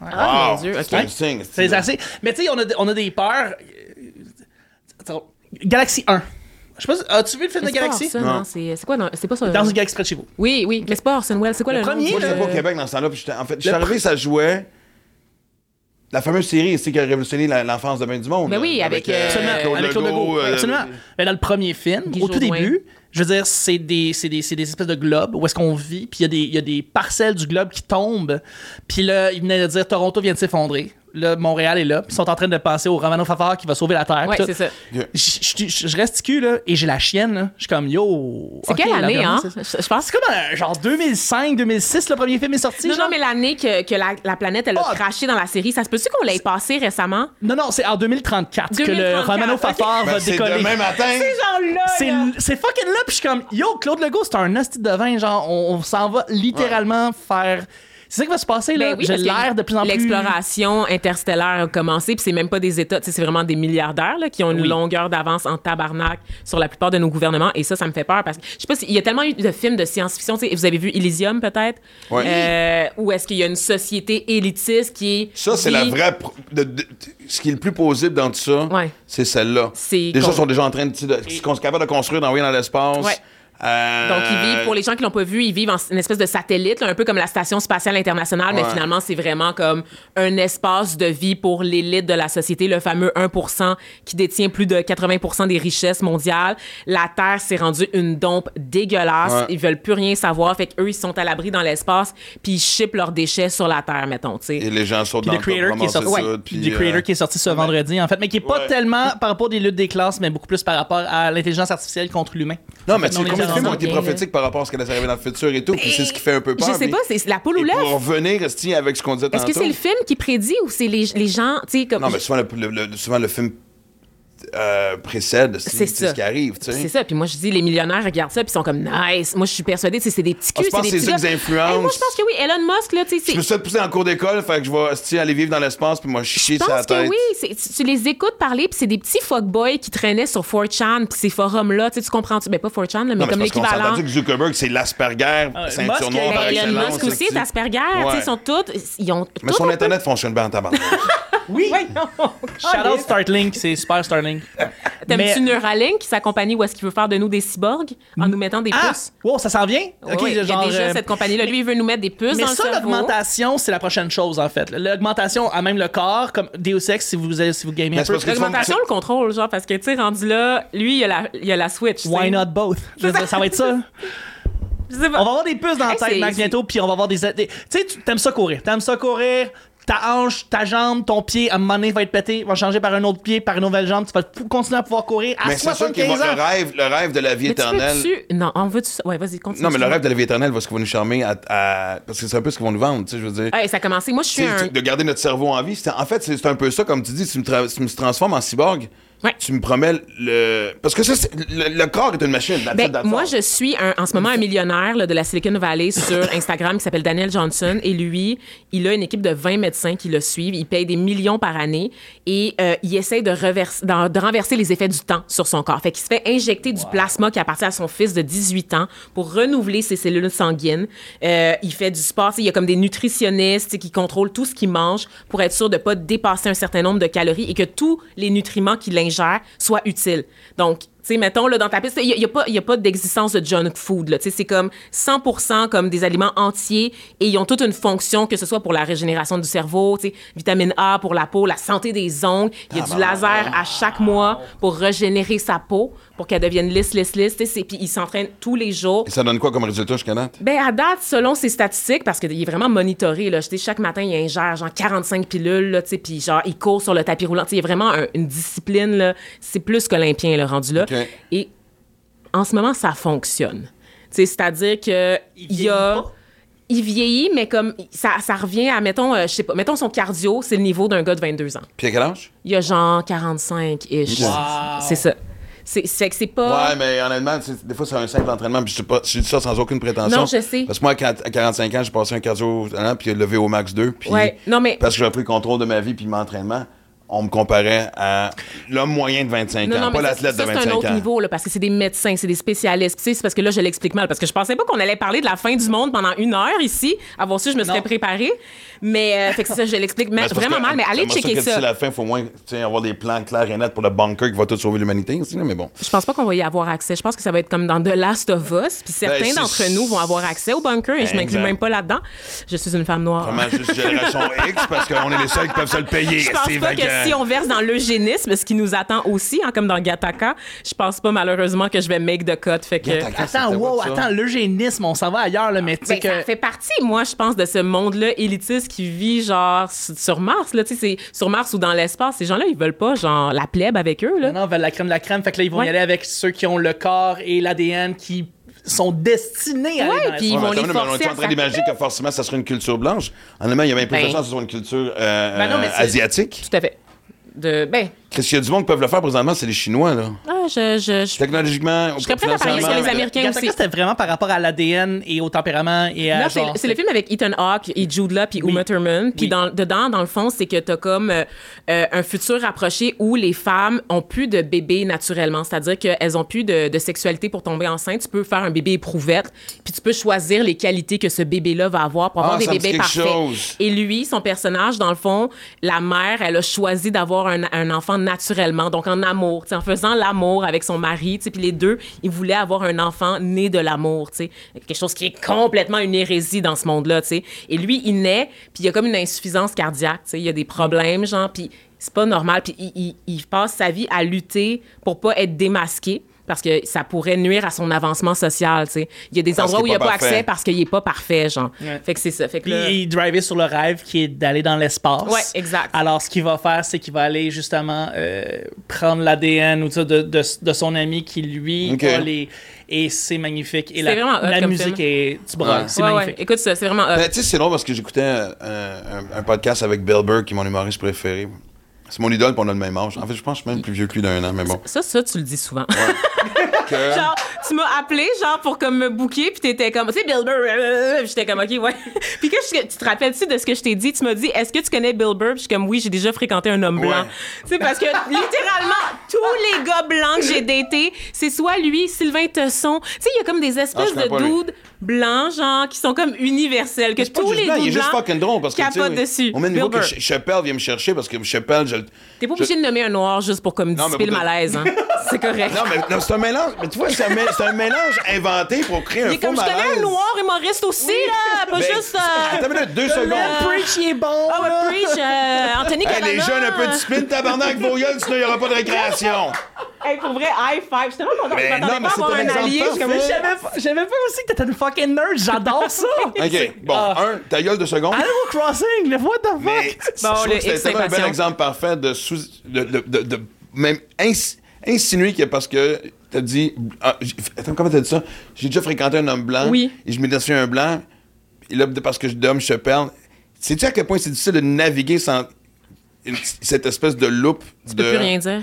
Speaker 6: Ah, mon Dieu,
Speaker 3: C'est un
Speaker 6: ok.
Speaker 3: signe.
Speaker 2: C'est assez. Mais tu sais, on a, on a des peurs. euh, attends, Galaxy 1. Je sais pas, si- as-tu vu le film de
Speaker 6: C'est pas
Speaker 2: Galaxy?
Speaker 6: Orson, non, C'est c'est quoi? non, C'est pas ça. euh,
Speaker 2: Dans une galaxie près de chez vous.
Speaker 6: Oui, oui, mais c'est pas Orson Welles. C'est quoi
Speaker 2: Le
Speaker 6: le, nom
Speaker 2: premier,
Speaker 6: du-
Speaker 3: Moi, j'étais pas au
Speaker 6: euh,
Speaker 3: Québec dans ce temps-là. Puis j'étais- en fait, je suis arrivé, ça jouait. La fameuse série ici qui a révolutionné la- l'enfance de bien du monde.
Speaker 6: Ben
Speaker 3: là,
Speaker 6: oui, avec, euh,
Speaker 2: Absolument, avec Claude Legault.
Speaker 3: euh,
Speaker 2: Absolument. Mais dans le premier film,
Speaker 6: Guy
Speaker 2: au tout
Speaker 6: Jodoin.
Speaker 2: début, je veux dire, c'est des, c'est des, c'est des espèces de globes où est-ce qu'on vit, puis il y, a des- il y a des parcelles du globe qui tombent. Puis là, il venait de dire Toronto vient de s'effondrer. Là, Montréal est là. puis Ils sont en train de passer au Romano Fafard qui va sauver la Terre.
Speaker 6: Ouais,
Speaker 2: puis tout.
Speaker 6: c'est ça.
Speaker 3: Yeah.
Speaker 2: Je, je- je- je reste cul, là, et j'ai la chienne, là. Je suis comme, yo.
Speaker 6: C'est
Speaker 2: ok,
Speaker 6: quelle année, hein?
Speaker 2: l'environnement, c'est-
Speaker 6: Je je pense
Speaker 2: C'est comme, euh, genre, 2005, 2006, le premier film est sorti.
Speaker 6: Non,
Speaker 2: genre?
Speaker 6: non, mais l'année que, que la, la planète, elle a
Speaker 2: Ah!
Speaker 6: craché dans la série, ça se peut-tu qu'on l'ait passé récemment?
Speaker 2: Non, non, c'est en 2034, que le
Speaker 6: 2034,
Speaker 2: Romano
Speaker 6: ok.
Speaker 2: Fafard
Speaker 3: ben,
Speaker 2: va
Speaker 3: c'est
Speaker 2: décoller.
Speaker 3: demain matin.
Speaker 6: genre-là!
Speaker 2: C'est c'est fucking là, puis je suis comme, yo, Claude Legault, c'est un hostie de vin, genre, on, on s'en va littéralement faire. C'est ça qui va se passer,
Speaker 6: Ben
Speaker 2: là. J'ai l'air de plus en plus.
Speaker 6: L'exploration interstellaire a commencé, puis c'est même pas des États, tu sais, c'est vraiment des milliardaires là, qui ont une
Speaker 2: Oui.
Speaker 6: longueur d'avance en tabarnak sur la plupart de nos gouvernements, et ça, ça me fait peur parce que je sais pas s'il y a tellement eu de films de science-fiction, tu sais, vous avez vu Elysium peut-être,
Speaker 3: Ouais.
Speaker 6: Euh, où est-ce qu'il y a une société élitiste qui est
Speaker 3: Ça, c'est
Speaker 6: qui-
Speaker 3: la vraie. pro- de- de- ce qui est le plus plausible dans tout ça,
Speaker 6: Ouais.
Speaker 3: c'est celle-là.
Speaker 6: C'est
Speaker 3: Les gens
Speaker 6: con-
Speaker 3: sont déjà en train de. tu sais, de- Ce qu'on est capable de construire, d'envoyer dans l'espace.
Speaker 6: Ouais.
Speaker 3: Euh,
Speaker 6: Donc, ils vivent, pour les gens qui l'ont pas vu, ils vivent en une espèce de satellite, là, un peu comme la Station spatiale internationale, mais
Speaker 3: Ouais.
Speaker 6: finalement, c'est vraiment comme un espace de vie pour l'élite de la société, le fameux 1 qui détient plus de 80 des richesses mondiales. La Terre s'est rendue une dompe dégueulasse.
Speaker 3: Ouais.
Speaker 6: Ils veulent plus rien savoir. Fait qu'eux, ils sont à l'abri dans l'espace, puis ils shippent leurs déchets sur la Terre, mettons, tu sais.
Speaker 3: Euh, Et les gens sautent
Speaker 2: Puis
Speaker 3: dans
Speaker 2: The Creator, qui est, sorti,
Speaker 3: ramasser
Speaker 2: ouais,
Speaker 3: ça, puis,
Speaker 2: The Creator
Speaker 3: euh,
Speaker 2: qui est sorti ce vendredi, en fait, mais qui est pas
Speaker 3: Ouais.
Speaker 2: tellement par rapport des luttes des classes, mais beaucoup plus par rapport à l'intelligence artificielle contre l'humain.
Speaker 3: Non,
Speaker 2: En
Speaker 3: mais
Speaker 2: fait,
Speaker 3: tu
Speaker 2: on est
Speaker 3: sais, combien
Speaker 2: déjà
Speaker 3: les films
Speaker 6: sent
Speaker 3: ont été
Speaker 6: bien, là.
Speaker 3: prophétiques par rapport à ce qui allait arriver dans le futur et tout, puis c'est ce qui fait un peu peur.
Speaker 6: Je sais
Speaker 3: mais-
Speaker 6: pas, c'est la poule ou
Speaker 3: et
Speaker 6: l'œuf.
Speaker 3: Pour revenir, resti avec ce qu'on disait
Speaker 6: Est-ce
Speaker 3: tantôt.
Speaker 6: que c'est le film qui prédit ou c'est les, les gens, tu sais, comme.
Speaker 3: Non, mais souvent le, le- le- souvent, le film euh, précède c'est-
Speaker 6: C'est
Speaker 3: c'est
Speaker 6: ça.
Speaker 3: ce qui arrive, tu sais.
Speaker 6: C'est ça. Puis moi, je dis, les millionnaires regardent ça, puis ils sont comme nice. Moi, je suis persuadée, tu sais, c'est des petits
Speaker 3: Ah,
Speaker 6: culs,
Speaker 3: tu penses
Speaker 6: c'est des
Speaker 3: que
Speaker 6: petits
Speaker 3: c'est ça
Speaker 6: gars.
Speaker 3: qui influence?
Speaker 6: Hey, moi, je pense que oui. Elon Musk, là, tu sais,
Speaker 3: Je me
Speaker 6: c'est-
Speaker 3: suis fait pousser en cours d'école, fait que je vais esti, aller vivre dans l'espace, puis moi chier
Speaker 6: je
Speaker 3: sur la
Speaker 6: pense que
Speaker 3: tête.
Speaker 6: oui. C'est- Tu, tu les écoutes parler, puis c'est des petits fuckboys qui traînaient sur 4chan, puis ces forums-là, tu sais, tu comprends-tu? Ben, pas 4chan, là, mais
Speaker 3: Non, mais
Speaker 6: comme
Speaker 3: c'est parce qu'on s'est
Speaker 6: l'équivalent.
Speaker 3: entendu que Zuckerberg, c'est l'Asperger,
Speaker 2: Ah,
Speaker 3: ceinture
Speaker 2: Musk,
Speaker 3: noire
Speaker 2: il-
Speaker 3: par
Speaker 6: Ben, Elon
Speaker 3: excellence.
Speaker 6: Musk aussi est
Speaker 3: esti.
Speaker 6: Asperger, tu sais,
Speaker 3: Ouais.
Speaker 6: ils sont tous. Ils ont
Speaker 3: Mais
Speaker 6: tous
Speaker 3: son
Speaker 6: un peu-
Speaker 3: Internet fonctionne bien en tabarnak.
Speaker 2: Oui!
Speaker 6: Ouais, non.
Speaker 2: Shout-out Startlink, c'est super Startlink.
Speaker 6: Ah! T'aimes-tu
Speaker 2: Mais-
Speaker 6: Neuralink, sa compagnie, où est-ce qu'il veut faire de nous des cyborgs en nous mettant des
Speaker 2: Ah!
Speaker 6: puces?
Speaker 2: Wow, ça s'en vient?
Speaker 6: Oui,
Speaker 2: Ok,
Speaker 6: il y a
Speaker 2: genre,
Speaker 6: déjà
Speaker 2: euh,
Speaker 6: cette compagnie-là. Lui, il veut nous mettre des puces
Speaker 2: Mais
Speaker 6: dans
Speaker 2: ça,
Speaker 6: le cerveau.
Speaker 2: l'augmentation, c'est la prochaine chose, en fait. L'augmentation à même le corps, comme Deus Ex, si vous, si vous gamez
Speaker 3: Mais
Speaker 2: un
Speaker 3: c'est
Speaker 2: peu.
Speaker 3: parce que tu vas me-
Speaker 6: L'augmentation, le contrôle, genre, parce que, tu sais, rendu là, lui, il y a la, il y a la Switch. tu sais.
Speaker 2: Why not both? Je veux dire, ça va être ça.
Speaker 6: Je sais pas.
Speaker 2: On va avoir des puces dans la
Speaker 6: Hey,
Speaker 2: tête,
Speaker 6: c'est-
Speaker 2: Max, bientôt, puis on va avoir des. des- Tu sais, tu- t'aimes ça courir. T'aimes ça courir. Ta hanche, ta jambe, ton pied, à un moment donné, va être pété, va changer par un autre pied, par une nouvelle jambe. Tu vas pou- continuer à pouvoir courir à
Speaker 6: Ah,
Speaker 3: Mais c'est sûr que
Speaker 2: 75
Speaker 3: le
Speaker 2: ans.
Speaker 3: rêve, le rêve de la vie
Speaker 6: Mais tu
Speaker 3: éternelle.
Speaker 6: veux-tu... Non, on veut-tu ça? Ouais, vas-y, continue.
Speaker 3: Non, mais le rêve de la vie éternelle, va ce qu'ils vont nous charmer à, à- Parce que c'est un peu ce qu'ils vont nous vendre, tu sais, je veux dire.
Speaker 6: Hey, ça a commencé. Moi, je suis
Speaker 3: Tu sais,
Speaker 6: un...
Speaker 3: tu- de garder notre cerveau en vie. c'est- En fait, c'est c'est un peu ça, comme tu dis, tu me, tra- tu me transformes en cyborg.
Speaker 6: Ouais.
Speaker 3: Tu me promets le. Parce que ça, c'est- le, le corps est une machine. that's it,
Speaker 6: Ben,
Speaker 3: that's
Speaker 6: moi,
Speaker 3: all.
Speaker 6: je suis un- en ce moment un millionnaire là, de la Silicon Valley sur Instagram qui s'appelle Daniel Johnson. Et lui, il a une équipe de 20 médecins qui le suivent. Il paye des millions par année. Et euh, il essaie de, reverse- d'en- de renverser les effets du temps sur son corps. Fait qu'il se fait injecter du plasma qui appartient à son fils de 18 ans pour renouveler ses cellules sanguines. Euh, il fait du sport. Tu sais, Il y a comme des nutritionnistes tu sais, qui contrôlent tout ce qu'il mange pour être sûr de pas dépasser un certain nombre de calories et que tous les nutriments qu'il ingère soient utiles. Donc, tu sais, mettons, là, dans ta piste, il n'y a, pas, y a pas d'existence de junk food. là. Tu sais, C'est comme 100 comme des aliments entiers et ils ont toute une fonction, que ce soit pour la régénération du cerveau, tu sais, vitamine A pour la peau, la santé des ongles. Il y a du laser à chaque mois pour régénérer sa peau, pour qu'elle devienne lisse, lisse, lisse. tu sais, c'est- Puis ils s'entraînent tous les jours.
Speaker 3: Et ça donne quoi comme résultat jusqu'à date?
Speaker 6: Ben, à date, selon ses statistiques, parce qu'il est vraiment monitoré, là, je sais, chaque matin, il ingère genre 45 pilules, là, tu sais, puis genre, il court sur le tapis roulant. Tu sais, Il y a vraiment un- une discipline, là. C'est plus qu'olympien, le rendu là.
Speaker 3: OK.
Speaker 6: Et en ce moment, ça fonctionne. Tu sais, C'est-à-dire que il y a.
Speaker 2: vieillit pas?
Speaker 6: Il vieillit, mais comme ça, ça revient à, mettons, euh, je sais pas, mettons son cardio, c'est le niveau d'un gars de 22 ans.
Speaker 3: Puis à quel âge?
Speaker 6: Il y a genre 45-ish.
Speaker 3: Wow.
Speaker 6: C'est ça. C'est c'est que c'est pas.
Speaker 3: Ouais, mais honnêtement, tu sais, des fois, c'est un simple entraînement. Puis je sais pas, je dis ça sans aucune prétention.
Speaker 6: Non, je sais.
Speaker 3: Parce que moi, à quat- à 45 ans, j'ai passé un cardio, hein, puis levé au max 2. Puis
Speaker 6: Ouais, non, mais-
Speaker 3: Parce que j'ai pris le contrôle de ma vie, puis mon entraînement. On me comparait à l'homme moyen de 25 ans, pas
Speaker 6: mais ça,
Speaker 3: l'athlète de
Speaker 6: ça,
Speaker 3: 25
Speaker 6: c'est un autre
Speaker 3: ans.
Speaker 6: niveau, là, parce que c'est des médecins, c'est des spécialistes. Puis, tu sais, c'est parce que là, je l'explique mal, parce que je pensais pas qu'on allait parler de la fin du monde pendant une heure ici. Avoir su, je me serais
Speaker 2: Non.
Speaker 6: préparée. Mais euh, fait que c'est ça, je l'explique
Speaker 3: Mais
Speaker 6: ma-
Speaker 3: c'est parce
Speaker 6: vraiment
Speaker 3: que,
Speaker 6: mal. Mais allez
Speaker 3: j'aimerais
Speaker 6: checker
Speaker 3: que
Speaker 6: ça.
Speaker 3: D'ici la fin, il faut au moins tu sais, avoir des plans clairs et nets pour le bunker qui va tout sauver l'humanité. aussi, là, Mais bon.
Speaker 6: Je pense pas qu'on va y avoir accès. Je pense que ça va être comme dans The Last of Us. Puis certains
Speaker 3: Ben, c'est-
Speaker 6: d'entre nous vont avoir accès au bunker et je
Speaker 3: Ben,
Speaker 6: m'inclus
Speaker 3: exact.
Speaker 6: même pas là-dedans. Je suis une femme noire.
Speaker 3: Vraiment, juste génération X, parce qu'on est les seuls qui peuvent se le payer.
Speaker 6: Je pense
Speaker 3: c'est
Speaker 6: pas que
Speaker 3: vague.
Speaker 6: si on verse dans l'eugénisme, ce qui nous attend aussi, hein, comme dans Gattaca, je pense pas malheureusement que je vais make the cut. Fait que...
Speaker 3: Gattaca,
Speaker 2: Attends,
Speaker 3: c'était
Speaker 2: wow,
Speaker 3: what, ça?
Speaker 2: attends, l'eugénisme, on s'en va ailleurs, là, mais tu sais
Speaker 6: Ben,
Speaker 2: que.
Speaker 6: Ça fait partie, moi, je pense, de ce monde-là élitiste qui vit, genre, s- sur Mars. Là, tu sais, c'est sur Mars ou dans l'espace. Ces gens-là, ils veulent pas, genre, la plèbe avec eux. Là.
Speaker 2: Non, non, ils veulent la crème de la crème. Fait que là, ils vont
Speaker 6: Ouais.
Speaker 2: y aller avec ceux qui ont le corps et l'ADN qui sont destinés à aller
Speaker 6: Ouais,
Speaker 2: dans
Speaker 6: puis
Speaker 2: l'espace.
Speaker 6: ils vont
Speaker 3: Ouais, mais Ah,
Speaker 6: les
Speaker 3: ben, attends, mais on
Speaker 6: forcer
Speaker 3: est
Speaker 6: à
Speaker 3: en train d'imaginer que forcément, ça serait une culture blanche. En Allemagne, il y a même plus de
Speaker 6: Ben.
Speaker 3: chance que ce soit une culture euh,
Speaker 2: Ben non, mais
Speaker 3: euh,
Speaker 2: c'est-
Speaker 3: asiatique.
Speaker 6: Tout à fait. De, ben,
Speaker 3: Qu'est-ce qu'il y a du monde qui peuvent le faire présentement? C'est les Chinois, là.
Speaker 6: ah, je, je, je-
Speaker 3: Technologiquement,
Speaker 6: serais prête à parier sur les Américains. Américain
Speaker 2: Gattaca,
Speaker 6: aussi.
Speaker 2: c'était vraiment par rapport à l'ADN et au tempérament et à
Speaker 6: Non, c'est-
Speaker 2: genre...
Speaker 6: c'est le film avec Ethan Hawke et Jude Law puis Uma Thurman. Puis
Speaker 2: Oui.
Speaker 6: dans- dedans, dans le fond, c'est que t'as comme euh, euh, un futur rapproché où les femmes ont plus de bébés naturellement. C'est-à-dire qu'elles ont plus de, de sexualité pour tomber enceinte. Tu peux faire un bébé éprouvette, puis tu peux choisir les qualités que ce bébé-là va avoir pour avoir
Speaker 3: Ah,
Speaker 6: des
Speaker 3: ça me dit
Speaker 6: bébés
Speaker 3: quelque
Speaker 6: parfaits.
Speaker 3: chose.
Speaker 6: Et lui, son personnage, dans le fond, la mère, elle a choisi d'avoir un, un enfant naturellement, donc en amour, tu sais, en faisant l'amour avec son mari, tu sais, puis les deux, ils voulaient avoir un enfant né de l'amour, tu sais, quelque chose qui est complètement une hérésie dans ce monde-là, tu sais. Et lui, il naît, puis il a comme une insuffisance cardiaque, tu sais, il y a des problèmes, genre, puis c'est pas normal, puis il, il- il passe sa vie à lutter pour pas être démasqué. parce que ça pourrait nuire à son avancement social, tu sais. Il y a des
Speaker 3: Parce
Speaker 6: endroits où il
Speaker 3: qu'il
Speaker 6: n'y
Speaker 3: est
Speaker 6: a
Speaker 3: pas
Speaker 6: pas
Speaker 3: parfait.
Speaker 6: accès parce qu'il n'est pas parfait, genre.
Speaker 2: Ouais.
Speaker 6: Fait que c'est ça. Fait que
Speaker 2: Puis
Speaker 6: là-
Speaker 2: il driver sur le rêve qui est d'aller dans l'espace.
Speaker 6: Ouais, exact.
Speaker 2: Alors, ce qu'il va faire, c'est qu'il va aller justement euh, prendre l'ADN ou tout ça de, de, de son ami qui, lui,
Speaker 3: Ok.
Speaker 2: a les. Et c'est magnifique. Et
Speaker 6: C'est vraiment hot
Speaker 2: la, la
Speaker 6: comme
Speaker 2: musique
Speaker 6: film.
Speaker 2: est. Tu brasses,
Speaker 3: Ouais.
Speaker 2: c'est
Speaker 6: Ouais, ouais.
Speaker 2: magnifique.
Speaker 6: Écoute ça, c'est vraiment. euh, hot.
Speaker 3: Ben, tu sais, c'est drôle parce que j'écoutais un, un- un podcast avec Bill Burr, qui est mon humoriste préféré. C'est mon idole, puis on a le même âge. En fait, je pense que je suis même plus vieux que lui d'un an, mais bon.
Speaker 6: ça, ça, tu le dis souvent.
Speaker 3: Que-
Speaker 6: genre, tu m'as appelé, genre, pour comme me booker, puis t'étais comme, tu sais, Bill Burr, euh, puis j'étais comme, OK, ouais. puis que je- tu te rappelles-tu de ce que je t'ai dit? Tu m'as dit, est-ce que tu connais Bill Burr? Puis je suis comme, oui, j'ai déjà fréquenté un homme blanc.
Speaker 3: Ouais.
Speaker 6: Tu sais, parce que littéralement, tous les gars blancs que j'ai datés, c'est soit lui, Sylvain Tesson. Tu sais, il y a comme des
Speaker 3: Ah, je
Speaker 6: espèces
Speaker 3: connais
Speaker 6: de
Speaker 3: pas lui.
Speaker 6: dudes blancs, genre, qui sont comme universels, que
Speaker 3: C'est pas
Speaker 6: tous
Speaker 3: juste
Speaker 6: les
Speaker 3: blanc, Il est
Speaker 6: dudes
Speaker 3: juste
Speaker 6: blancs
Speaker 3: fucking drôle parce que. tu sais,
Speaker 6: capotent dessus.
Speaker 3: On met le
Speaker 6: Bill
Speaker 3: niveau que
Speaker 6: Burr.
Speaker 3: Ch- Chappelle vient me chercher parce que Chappelle, je le.
Speaker 6: T'es pas obligé de nommer un noir juste pour comme
Speaker 3: Non, mais
Speaker 6: dissiper le
Speaker 3: pour de-
Speaker 6: malaise, hein. C'est correct.
Speaker 3: Non, mais non, c'est un mélange. Mais tu vois, c'est un, mé- c'est un mélange inventé pour créer un
Speaker 6: Mais
Speaker 3: faux
Speaker 6: comme je connais
Speaker 3: malaise.
Speaker 6: un noir humoriste aussi, là, pas
Speaker 3: Ben,
Speaker 6: juste. euh,
Speaker 3: Attends une minute, deux secondes.
Speaker 2: Preach, il est bon!
Speaker 6: Ah ouais, Preach, euh, Anthony
Speaker 3: Hey, les
Speaker 6: Cavana.
Speaker 3: jeunes, un peu de spin, tabarnak, vos gueules, sinon il n'y aura pas de récréation.
Speaker 6: Hey, pour vrai, high five. J'étais tellement contente.
Speaker 3: Ben
Speaker 6: Je m'attendais
Speaker 3: non, mais
Speaker 6: pas à
Speaker 3: c'est
Speaker 6: avoir
Speaker 3: ton
Speaker 6: un
Speaker 3: exemple
Speaker 6: allié.
Speaker 3: parfait.
Speaker 6: Je
Speaker 2: Mais
Speaker 6: suis comme-
Speaker 2: j'avais pas- j'avais pas aussi que t'étais une fucking nerd, j'adore ça!
Speaker 3: OK, bon,
Speaker 2: Ah.
Speaker 6: Ah.
Speaker 3: un, ta gueule, deux secondes.
Speaker 2: Animal Crossing, le what the fuck?
Speaker 3: Mais je trouve
Speaker 6: le
Speaker 3: que
Speaker 6: X
Speaker 3: c'est tellement un bel
Speaker 6: impatient.
Speaker 3: exemple parfait de, sous- de, de- de- de même ins- insinuer que parce que t'as dit... ah, j- attends, comment t'as dit ça? J'ai déjà fréquenté un homme blanc.
Speaker 6: Oui.
Speaker 3: Et je m'identifie à un blanc. Et là, de- parce que je d'homme, je te perds. Sais-tu à quel point c'est difficile de naviguer sans une- cette espèce de loupe
Speaker 6: Tu
Speaker 3: de...
Speaker 6: peux plus rien dire.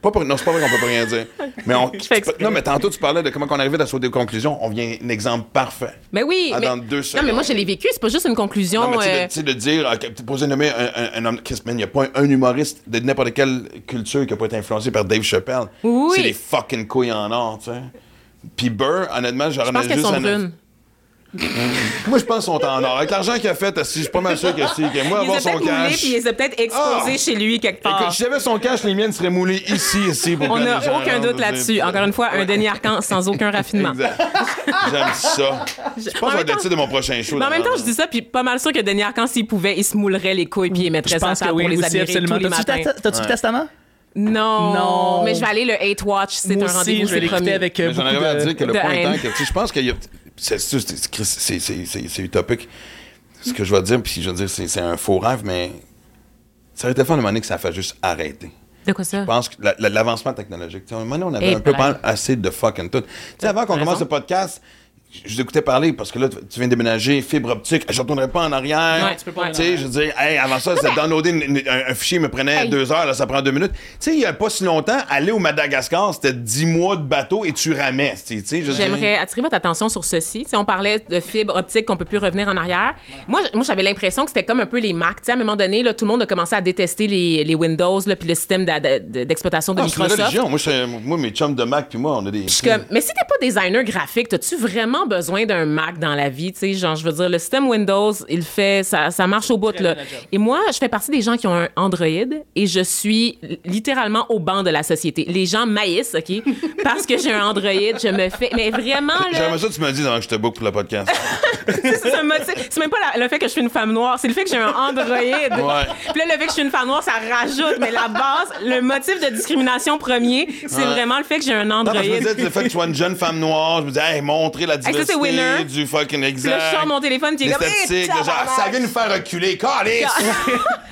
Speaker 3: Pas pour- non, c'est pas vrai qu'on peut pas rien dire. Mais on,
Speaker 6: Je fais exprès.
Speaker 3: non, mais tantôt, tu parlais de comment on arrivait à sauter des conclusions. On vient un exemple parfait.
Speaker 6: Mais Ben oui.
Speaker 3: Ah,
Speaker 6: mais-
Speaker 3: dans deux
Speaker 6: Non,
Speaker 3: secondes.
Speaker 6: mais moi, je l'ai vécu. C'est pas juste une conclusion.
Speaker 3: Non, mais tu sais,
Speaker 6: euh,
Speaker 3: de- tu sais, de dire, euh, que- t'es posé nommer un, un, un homme. Chris, man, il n'y a pas un, un humoriste de n'importe quelle culture qui a pas été influencé par Dave Chappelle.
Speaker 6: Oui.
Speaker 3: C'est des fucking couilles en or, tu sais. Puis Burr, honnêtement, j'aurais
Speaker 6: Je pense qu'elles sont
Speaker 3: à neuf.
Speaker 6: brunes.
Speaker 3: Moi, je pense qu'on sont en or. Avec l'argent qu'il a fait, si, je suis pas mal sûr que si. Que moi,
Speaker 6: Il
Speaker 3: avoir
Speaker 6: les a
Speaker 3: son
Speaker 6: peut-être moulés,
Speaker 3: cash.
Speaker 6: puis il les a peut-être exposés
Speaker 3: Ah!
Speaker 6: chez lui quelque
Speaker 3: Écoute,
Speaker 6: part.
Speaker 3: si j'avais son cash, les miennes seraient moulées ici, ici. Pour
Speaker 6: On
Speaker 3: que
Speaker 6: n'a
Speaker 3: les gens
Speaker 6: aucun
Speaker 3: rentrent,
Speaker 6: doute
Speaker 3: tu
Speaker 6: là-dessus.
Speaker 3: sais.
Speaker 6: Encore une fois, un Denis Arcand sans aucun raffinement.
Speaker 3: Exact. J'aime ça. Je pense que ça
Speaker 6: en
Speaker 3: va être
Speaker 6: même
Speaker 3: le
Speaker 6: temps-
Speaker 3: titre de mon prochain show.
Speaker 6: Mais en même temps,
Speaker 3: d'ailleurs.
Speaker 6: je dis ça, puis pas mal sûr que Denis Arcand, s'il pouvait, il se moulerait les couilles, puis il
Speaker 2: Je
Speaker 6: mettrait ça à
Speaker 2: pense que
Speaker 6: table
Speaker 2: oui,
Speaker 6: pour les
Speaker 2: aussi,
Speaker 6: admirer tous
Speaker 2: absolument.
Speaker 6: les
Speaker 2: T'as-tu
Speaker 6: matins.
Speaker 2: ta- T'as-tu le testament?
Speaker 6: Non.
Speaker 2: Non.
Speaker 6: Mais je vais aller le Hate Watch. C'est
Speaker 2: Moi
Speaker 6: un
Speaker 2: aussi,
Speaker 6: rendez-vous,
Speaker 2: je vais
Speaker 6: c'est
Speaker 2: l'écouter
Speaker 6: promis.
Speaker 2: avec euh,
Speaker 3: Mais j'en
Speaker 2: beaucoup
Speaker 3: arrivais à
Speaker 2: de-
Speaker 3: dire que le
Speaker 6: de
Speaker 3: point étant
Speaker 6: haine.
Speaker 3: que, tu sais, je pense qu'il y a. C'est c'est- c'est- Chris, c'est- c'est- c'est- c'est utopique. Ce que je vais dire, puis je veux dire, c'est c'est un faux rêve, mais ça aurait été fun à un moment donné que ça fait juste arrêter.
Speaker 6: De quoi ça?
Speaker 3: Je pense que la- la- l'avancement technologique. tu sais, À un moment donné, on avait
Speaker 6: Et
Speaker 3: un peu
Speaker 6: plein.
Speaker 3: pas assez de fucking tout. Tu sais, avant qu'on
Speaker 6: raison.
Speaker 3: commence le podcast, je je vous écoutais parler parce que là, tu tu viens de déménager, fibre optique, je retournerai pas en arrière.
Speaker 6: Ouais, tu peux pas en
Speaker 3: Tu sais, je veux dire, hey, avant ça, c'est downloader une- une- un, un fichier me prenait
Speaker 6: Hey.
Speaker 3: deux heures, là, ça prend deux minutes. Tu sais, il y a pas si longtemps, aller au Madagascar, c'était dix mois de bateau et tu ramais. Tu sais, je veux dire-
Speaker 6: J'aimerais attirer votre attention sur ceci. Tu sais, on parlait de fibres optiques qu'on peut plus revenir en arrière. Moi, j- moi j'avais l'impression que c'était comme un peu les Macs. Tu sais, à un moment donné, là, tout le monde a commencé à détester les, les Windows là, puis le système d'a- d'a- d'exploitation de
Speaker 3: Ah, c'est une
Speaker 6: Microsoft.
Speaker 3: religion. Moi, je- moi, mes chums de Mac puis moi, on a des.
Speaker 6: Je suis comme, mais si t'es pas designer graphique, t'as-tu vraiment besoin d'un Mac dans la vie? Tu sais, genre, je veux dire, le système Windows, il fait, ça, ça marche au bout, là.
Speaker 2: bon job.
Speaker 6: Et moi, je fais partie des gens qui ont un Android et je suis littéralement au banc de la société. Les gens maïssent, OK? Parce que j'ai un Android, je me fais, mais vraiment, là.
Speaker 3: J'aimerais ça que tu me le dises avant que je te book pour le podcast.
Speaker 6: c'est un motif. C'est même pas la- le fait que je suis une femme noire, c'est le fait que j'ai un Android.
Speaker 3: Ouais.
Speaker 6: Puis là, le fait que je suis une femme noire, ça rajoute. Mais la base, le motif de discrimination premier, c'est
Speaker 3: Ouais.
Speaker 6: vraiment le fait que j'ai un
Speaker 3: Non,
Speaker 6: Android.
Speaker 3: parce que je me disais, le fait que tu sois une jeune femme noire, je me disais, hey, montrer la
Speaker 6: ça, c'est
Speaker 3: diversité
Speaker 6: winner.
Speaker 3: du fucking
Speaker 6: Puis
Speaker 3: exact.
Speaker 6: là, je sors mon téléphone, puis il
Speaker 3: Les
Speaker 6: est comme, Eh,
Speaker 3: statistiques, le genre,
Speaker 6: tabarnak!
Speaker 3: ça vient nous faire reculer. Calisse!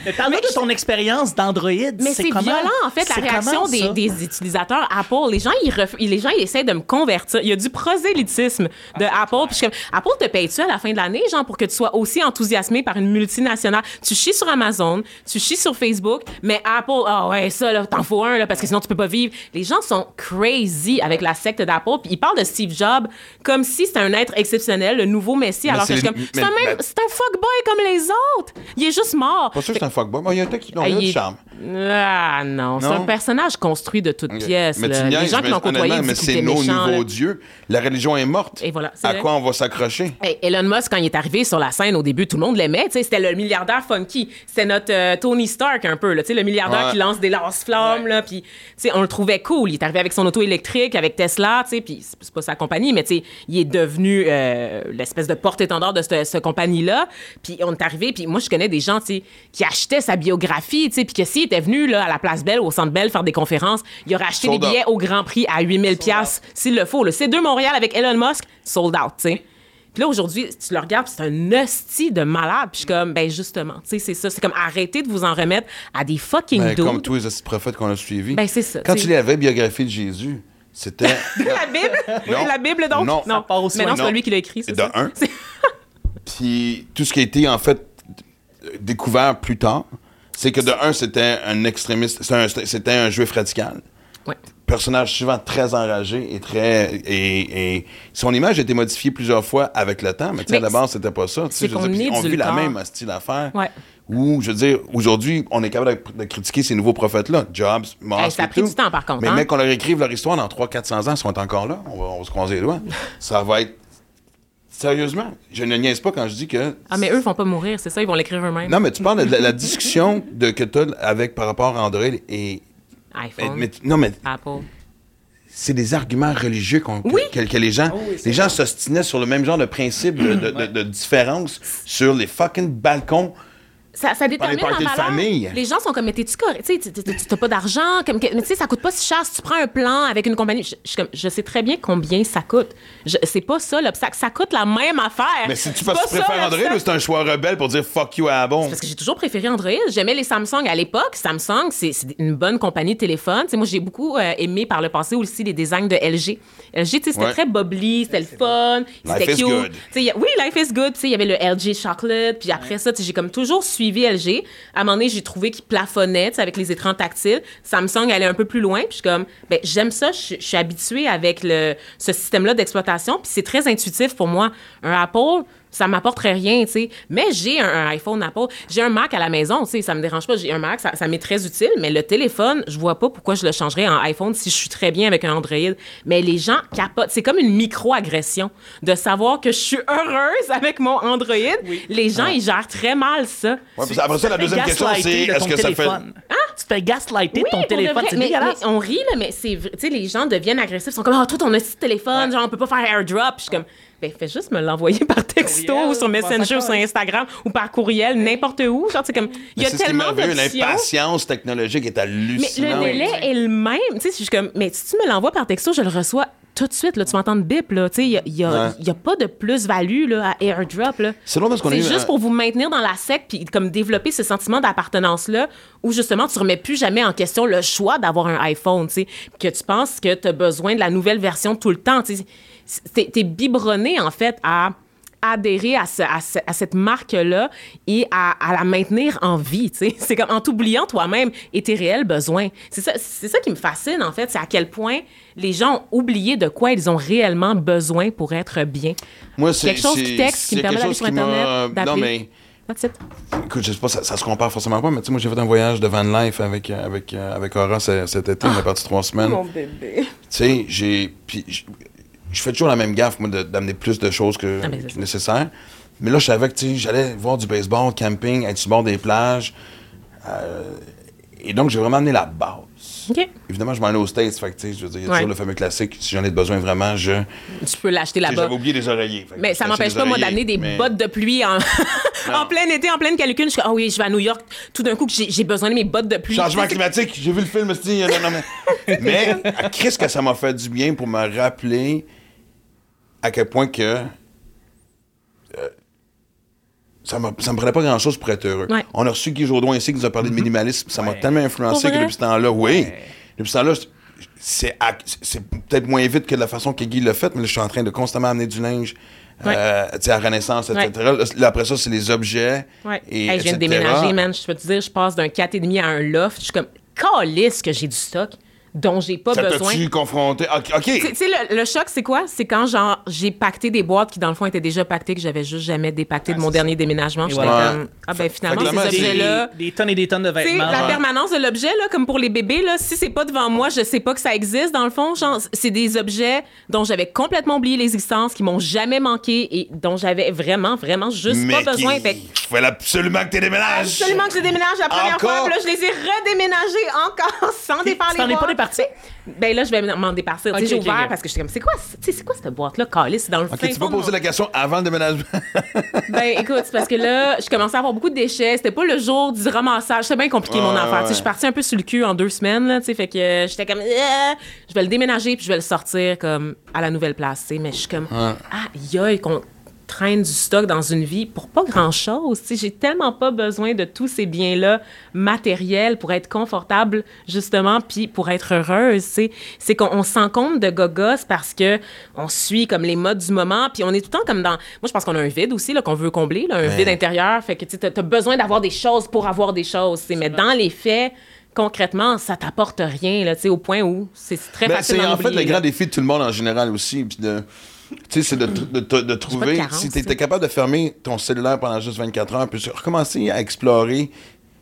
Speaker 2: Mais parle-moi de ton expérience d'Android.
Speaker 6: Mais c'est
Speaker 2: comment?
Speaker 6: violent, en fait, la
Speaker 2: C'est
Speaker 6: réaction
Speaker 2: comment,
Speaker 6: des,
Speaker 2: ça?
Speaker 6: des utilisateurs Apple. Les gens, ils, ref- ils- les gens, ils essaient de me convertir. Il y a du prosélytisme
Speaker 2: Ah,
Speaker 6: de Apple. Puis je suis comme, Apple te paye-tu à la fin de l'année, genre, pour que tu sois aussi enthousiasmé par une multinationale? Tu chies sur Amazon, tu chies sur Facebook, mais Apple, ah ouais, ça, là, t'en faut un, là, parce que sinon tu peux pas vivre. Les gens sont crazy avec la secte d'Apple. Puis ils parlent de Steve Jobs comme si c'était un être exceptionnel, le nouveau messie, alors que
Speaker 3: c'est
Speaker 6: je suis
Speaker 3: les-
Speaker 6: comme, c'est
Speaker 3: mais-
Speaker 6: un, même-
Speaker 3: mais-
Speaker 6: c'est un fuckboy comme les autres. Il est juste mort.
Speaker 3: Pas sûr que c'est un fuckboy. Moi, il y a un texte qui donne
Speaker 6: Ah, il
Speaker 3: du
Speaker 6: est-
Speaker 3: charme.
Speaker 6: Ah non, c'est
Speaker 3: Non?
Speaker 6: un personnage construit de toutes
Speaker 3: Ok.
Speaker 6: pièces.
Speaker 3: Mais
Speaker 6: là.
Speaker 3: tu niaises,
Speaker 6: les gens
Speaker 3: mais
Speaker 6: qui l'ont côtoyé
Speaker 3: honnêtement, mais
Speaker 6: disent qu'il
Speaker 3: c'est
Speaker 6: était
Speaker 3: nos
Speaker 6: méchant.
Speaker 3: nouveaux
Speaker 6: là.
Speaker 3: dieux. La religion est morte.
Speaker 6: Et voilà, c'est
Speaker 3: À
Speaker 6: vrai.
Speaker 3: quoi on va s'accrocher?
Speaker 6: Hey, Elon Musk, quand il est arrivé sur la scène au début, tout le monde l'aimait. tu sais, C'était le milliardaire funky. C'était notre euh, Tony Stark un peu. Là, tu sais, le milliardaire
Speaker 3: Ouais.
Speaker 6: qui lance des lance-flammes. là, Puis tu sais, on le trouvait cool. Il est arrivé avec son auto électrique, avec Tesla. tu sais, Puis c'est c'est pas sa compagnie, mais tu sais, il est devenu euh, l'espèce de porte-étendard de cette, cette compagnie-là. Puis on est arrivé, puis moi, je connais des gens, tu sais, qui achetaient sa biographie, tu sais, puis que s'il était venu, là, à la Place Belle, au Centre Belle, faire des conférences, il aurait acheté
Speaker 3: Sold
Speaker 6: des
Speaker 3: out.
Speaker 6: billets au Grand Prix à 8000 pièces s'il le faut. Le C2 Montréal avec Elon Musk, sold out, tu sais. Puis là, aujourd'hui, tu le regardes, puis c'est un hostie de malade. Puis je suis comme, ben justement, tu sais, c'est ça. C'est comme, arrêtez de vous en remettre à des fucking
Speaker 3: Ben,
Speaker 6: dudes.
Speaker 3: comme tous les petits prophètes qu'on a suivis.
Speaker 6: Ben, c'est ça,
Speaker 3: Quand
Speaker 6: tu sais.
Speaker 3: tu avais biographie de Jésus, c'était.
Speaker 6: La Bible?
Speaker 3: Non.
Speaker 6: La Bible, donc?
Speaker 3: Non. Ça
Speaker 2: part au
Speaker 6: Mais non, c'est
Speaker 3: soin.
Speaker 6: pas lui qui l'a écrit, c'est
Speaker 3: De
Speaker 6: ça?
Speaker 3: un.
Speaker 6: C'est-
Speaker 3: Puis tout ce qui a été, en fait, euh, découvert plus tard, c'est que de un, c'était un extrémiste, c'était un, c'était un juif radical.
Speaker 6: Ouais.
Speaker 3: Personnage souvent très enragé et très. Et, et- son image a été modifiée plusieurs fois avec le temps, mais tu sais,
Speaker 6: Mais
Speaker 3: à la base, c'était pas ça. tu sais,
Speaker 6: c'est
Speaker 3: je veux
Speaker 6: qu'on
Speaker 3: dire, puis on vit la
Speaker 6: édulcore.
Speaker 3: même style affaire.
Speaker 6: Ouais.
Speaker 3: Où, je veux dire, aujourd'hui, on est capable de, de critiquer ces nouveaux prophètes-là. Jobs, Musk.
Speaker 6: Hey, ça a
Speaker 3: et
Speaker 6: pris
Speaker 3: tout.
Speaker 6: du temps, par contre,
Speaker 3: Mais
Speaker 6: hein?
Speaker 3: mec, qu'on leur écrive leur histoire dans 300-400 ans, ils sont encore là. On va, on va se croiser les doigts. ça va être. Sérieusement, je ne niaise pas quand je dis que
Speaker 6: Ah, mais eux, vont pas mourir, c'est ça, ils vont l'écrire eux-mêmes.
Speaker 3: non, mais tu parles de la, la discussion de, que tu as avec par rapport à Android et.
Speaker 6: iPhone,
Speaker 3: mais- non, mais
Speaker 6: Apple.
Speaker 3: c'est des arguments religieux qu'on, que, que les
Speaker 6: Ah
Speaker 3: gens. les gens s'ostinaient sur le même genre de principe de, de- de- de différence sur les fucking balcons.
Speaker 6: Ça, ça détermine
Speaker 3: les parties
Speaker 6: la
Speaker 3: de
Speaker 6: valeur.
Speaker 3: famille.
Speaker 6: Les gens sont comme, mais t'es-tu correct? Tu sais, tu- tu- tu- t'as pas d'argent. Comme, que- mais tu sais, ça coûte pas si cher si tu prends un plan avec une compagnie. Je, je suis comme, je sais très bien combien ça coûte. Je- C'est pas ça l'obstacle. Ça coûte la même affaire.
Speaker 3: Mais si tu
Speaker 6: Ah, C'est
Speaker 3: passes,
Speaker 6: pas
Speaker 3: tu
Speaker 6: ça,
Speaker 3: préfères Android
Speaker 6: l'obstacle.
Speaker 3: ou c'est un choix rebelle pour dire fuck you à Abon?
Speaker 6: C'est parce que j'ai toujours préféré Android. J'aimais les Samsung à l'époque. Samsung, c'est c'est une bonne compagnie de téléphone. Tu sais, moi, j'ai beaucoup euh, aimé par le passé aussi les designs de LG. LG, tu sais, c'était
Speaker 3: Ouais.
Speaker 6: très bubbly, c'était le fun, c'était
Speaker 3: Life is
Speaker 6: cute.
Speaker 3: good.
Speaker 6: Tu sais, il y a- oui, Life is good. Tu sais, il y avait le LG Chocolate. Puis après ça, tu sais, j'ai comme toujours suivi LG. À un moment donné, j'ai trouvé qu'il plafonnait tu sais, avec les écrans tactiles. Samsung allait un peu plus loin. Puis je suis comme, ben, j'aime ça. Je je suis habituée avec le, ce système-là d'exploitation. Puis c'est très intuitif pour moi. Un Apple, ça m'apporterait rien, tu sais. Mais j'ai un, un iPhone Apple. J'ai un Mac à la maison, tu sais. Ça me dérange pas. J'ai un Mac, ça, ça m'est très utile. Mais le téléphone, je vois pas pourquoi je le changerais en iPhone si je suis très bien avec un Android. Mais les gens capotent. C'est comme une micro-agression de savoir que je suis heureuse avec mon Android. Les gens, ils gèrent très mal ça.
Speaker 3: Ouais, parce que après ça, la
Speaker 2: Tu te fais
Speaker 3: deuxième question, c'est
Speaker 2: gaslighter de
Speaker 3: est-ce
Speaker 2: ton
Speaker 3: que ça fait.
Speaker 2: téléphone. Tu te fais gaslighter de ton
Speaker 6: Oui, pour de
Speaker 2: téléphone,
Speaker 6: vrai.
Speaker 2: c'est
Speaker 6: Mais-
Speaker 2: dégueulasse.
Speaker 6: mais on rit, là, mais c'est vrai. Tu sais, les gens deviennent agressifs. Ils sont comme, oh, toi, ton petit téléphone, genre, on peut pas faire airdrop. Puis Je suis comme, ben, fais juste me l'envoyer par texto
Speaker 2: Courriel,
Speaker 6: ou sur Messenger ou sur Instagram ou par courriel, n'importe où. Genre, c'est comme, il
Speaker 3: Mais
Speaker 6: y a
Speaker 3: c'est ce qui est
Speaker 6: tellement
Speaker 3: merveilleux,
Speaker 6: d'options.
Speaker 3: l'impatience technologique est
Speaker 6: Mais le
Speaker 3: hallucinante.
Speaker 6: délai est le même. Tu sais, je suis comme, mais si tu me l'envoies par texto, je le reçois tout de suite. Là, tu m'entends de bip, là. Tu sais, il y a, il y a-
Speaker 3: Ouais.
Speaker 6: il y a pas de plus-value là, à airdrop, là.
Speaker 3: C'est drôle parce qu'on a eu
Speaker 6: juste
Speaker 3: un-
Speaker 6: pour vous maintenir dans la sec puis comme développer ce sentiment d'appartenance-là où justement tu remets plus jamais en question le choix d'avoir un iPhone, tu sais, que tu penses que tu as besoin de la nouvelle version tout le temps. Tu sais, C'est- t'es, t'es biberonné en fait à adhérer à, ce- à ce- à cette marque-là et à, à la maintenir en vie, tu sais. C'est comme en t'oubliant toi-même et tes réels besoins. C'est ça, c'est ça qui me fascine, en fait. C'est à quel point les gens ont oublié de quoi ils ont réellement besoin pour être bien.
Speaker 3: Moi, c'est
Speaker 6: quelque chose
Speaker 3: c'est-
Speaker 6: qui texte, qui
Speaker 3: c'est
Speaker 6: me permet
Speaker 3: quelque
Speaker 6: d'aller
Speaker 3: chose
Speaker 6: sur
Speaker 3: qui m'a- euh,
Speaker 6: Internet,
Speaker 3: Non,
Speaker 6: d'appeler.
Speaker 3: mais.
Speaker 6: That's it.
Speaker 3: Écoute, je sais pas, ça, ça se compare forcément pas, mais tu sais, moi, j'ai fait un voyage de van life avec, euh, avec, euh, avec Aura ce- cet été. on est parti trois semaines.
Speaker 6: bébé.
Speaker 3: Tu sais, j'ai. Puis, je- je fais toujours la même gaffe, moi, de- d'amener plus de choses que,
Speaker 6: Ah, ben, c'est
Speaker 3: que
Speaker 6: ça.
Speaker 3: nécessaire. Mais là, je savais que, tu sais, j'allais voir du baseball, camping, être sur le bord des plages. Euh, et donc, j'ai vraiment amené la base.
Speaker 6: OK.
Speaker 3: Évidemment, je m'en allais aux States, fait que, tu sais, je veux dire, il y a
Speaker 6: Ouais.
Speaker 3: toujours le fameux classique, si j'en ai besoin vraiment, je. Tu
Speaker 6: Tu peux l'acheter
Speaker 3: sais,
Speaker 6: là-bas.
Speaker 3: J'avais oublié des oreillers. fait que
Speaker 6: Mais
Speaker 3: je
Speaker 6: ça
Speaker 3: cherchais
Speaker 6: m'empêche
Speaker 3: des
Speaker 6: pas, moi,
Speaker 3: oreillers,
Speaker 6: d'amener des
Speaker 3: mais-
Speaker 6: bottes de pluie en, en plein été, en pleine canicule. Je suis comme, ah oui, je vais à New York. Tout d'un coup, que j'ai j'ai besoin de mes bottes de pluie.
Speaker 3: Changement
Speaker 6: C'est-
Speaker 3: climatique, j'ai vu le film, je me suis dit, euh, non, non, mais. mais, à Christ que ça m'a fait du bien pour me rappeler à quel point que. euh, Ça, m'a- ça me prenait pas grand-chose pour être heureux.
Speaker 6: Ouais. Mm-hmm.
Speaker 3: On a reçu Guy Jourdouin ici qui nous a parlé de minimalisme. Ça m'a tellement influencé
Speaker 6: Pour
Speaker 3: que
Speaker 6: vrai?
Speaker 3: depuis ce temps-là, oui. Depuis ce temps-là, je- c'est, à- c'est peut-être moins vite que de la façon que Guy l'a fait, mais là, je suis en train de constamment amener du linge
Speaker 6: Ouais.
Speaker 3: euh, tu sais, à Renaissance, etc. Là, après ça, c'est les objets.
Speaker 6: Ouais.
Speaker 3: et
Speaker 6: Hey, je viens de
Speaker 3: etc.
Speaker 6: déménager, man. Je peux te dire, je passe d'un 4,5 à un loft. Je suis comme, calisse que j'ai du stock dont j'ai pas
Speaker 3: Ça
Speaker 6: besoin.
Speaker 3: t'a-tu confronté? OK. ok.
Speaker 6: Tu tu sais, le, le choc, c'est quoi? C'est quand, genre, j'ai pacté des boîtes qui, dans le fond, étaient déjà pactées, que j'avais juste jamais
Speaker 3: Ah,
Speaker 6: dépactées de mon dernier déménagement. J'étais
Speaker 3: voilà.
Speaker 6: comme, ah ben finalement,
Speaker 3: fait que
Speaker 6: ces
Speaker 3: la mode,
Speaker 6: objets-là...
Speaker 2: Des, des tonnes et des tonnes de
Speaker 6: Tu sais,
Speaker 2: vêtements.
Speaker 6: la
Speaker 2: Ouais.
Speaker 6: permanence de l'objet, là, comme pour les bébés, là, si c'est pas devant moi, je sais pas que ça existe. Dans le fond, genre, c'est des objets dont j'avais complètement oublié l'existence, qui m'ont jamais manqué et dont j'avais vraiment, vraiment juste
Speaker 3: Mais
Speaker 6: pas besoin.
Speaker 3: qui-
Speaker 6: ben, Fait que
Speaker 3: Il fallait absolument que tu déménages.
Speaker 6: absolument que je déménage la première
Speaker 3: Encore?
Speaker 6: fois, puis là, je les ai redéménagés encore sans défaire les
Speaker 2: T'en es pas
Speaker 6: boîtes. parti. Ben là, je vais m'en départir. Tu sais,
Speaker 7: Ok,
Speaker 6: j'ai
Speaker 7: ok,
Speaker 6: ouvert
Speaker 7: ok.
Speaker 6: parce que j'étais comme, c'est quoi, ce- tu sais, c'est quoi cette boîte-là, Calice? C'est dans le
Speaker 3: OK,
Speaker 6: fin
Speaker 3: tu peux
Speaker 6: fond de
Speaker 3: poser
Speaker 6: mon-
Speaker 3: la question avant le déménagement.
Speaker 6: Ben écoute, c'est parce que là, je commençais à avoir beaucoup de déchets. C'était pas le jour du ramassage. C'était bien compliqué, mon
Speaker 3: Ouais,
Speaker 6: affaire. Tu sais,
Speaker 3: ouais.
Speaker 6: Je suis partie un peu sur le cul en deux semaines, là, tu sais, fait que euh, j'étais comme, Yeah! je vais le déménager puis je vais le sortir comme à la nouvelle place, tu sais. Mais je suis comme, ah, yoï, qu'on traîne du stock dans une vie pour pas grand-chose. tu sais. J'ai tellement pas besoin de tous ces biens-là matériels pour être confortable, justement, puis pour être heureuse. tu sais. C'est qu'on on se rend compte de gogos parce que on suit comme les modes du moment, puis on est tout le temps comme dans... Moi, je pense qu'on a un vide aussi là, qu'on veut combler, là, un vide intérieur. Fait que tu as besoin d'avoir des choses pour avoir des choses. tu sais. Mais dans les faits, concrètement, ça t'apporte rien, là, tu sais, au point où c'est très
Speaker 3: Ben,
Speaker 6: facile
Speaker 3: c'est
Speaker 6: d'en
Speaker 3: en fait
Speaker 6: oublier,
Speaker 3: le
Speaker 6: là.
Speaker 3: grand défi de tout le monde en général aussi. Puis de, tu sais, c'est de, tr- de, de- de trouver.
Speaker 6: carence,
Speaker 3: si tu
Speaker 6: ça.
Speaker 3: étais capable de fermer ton cellulaire pendant juste 24 heures, puis recommencer à explorer.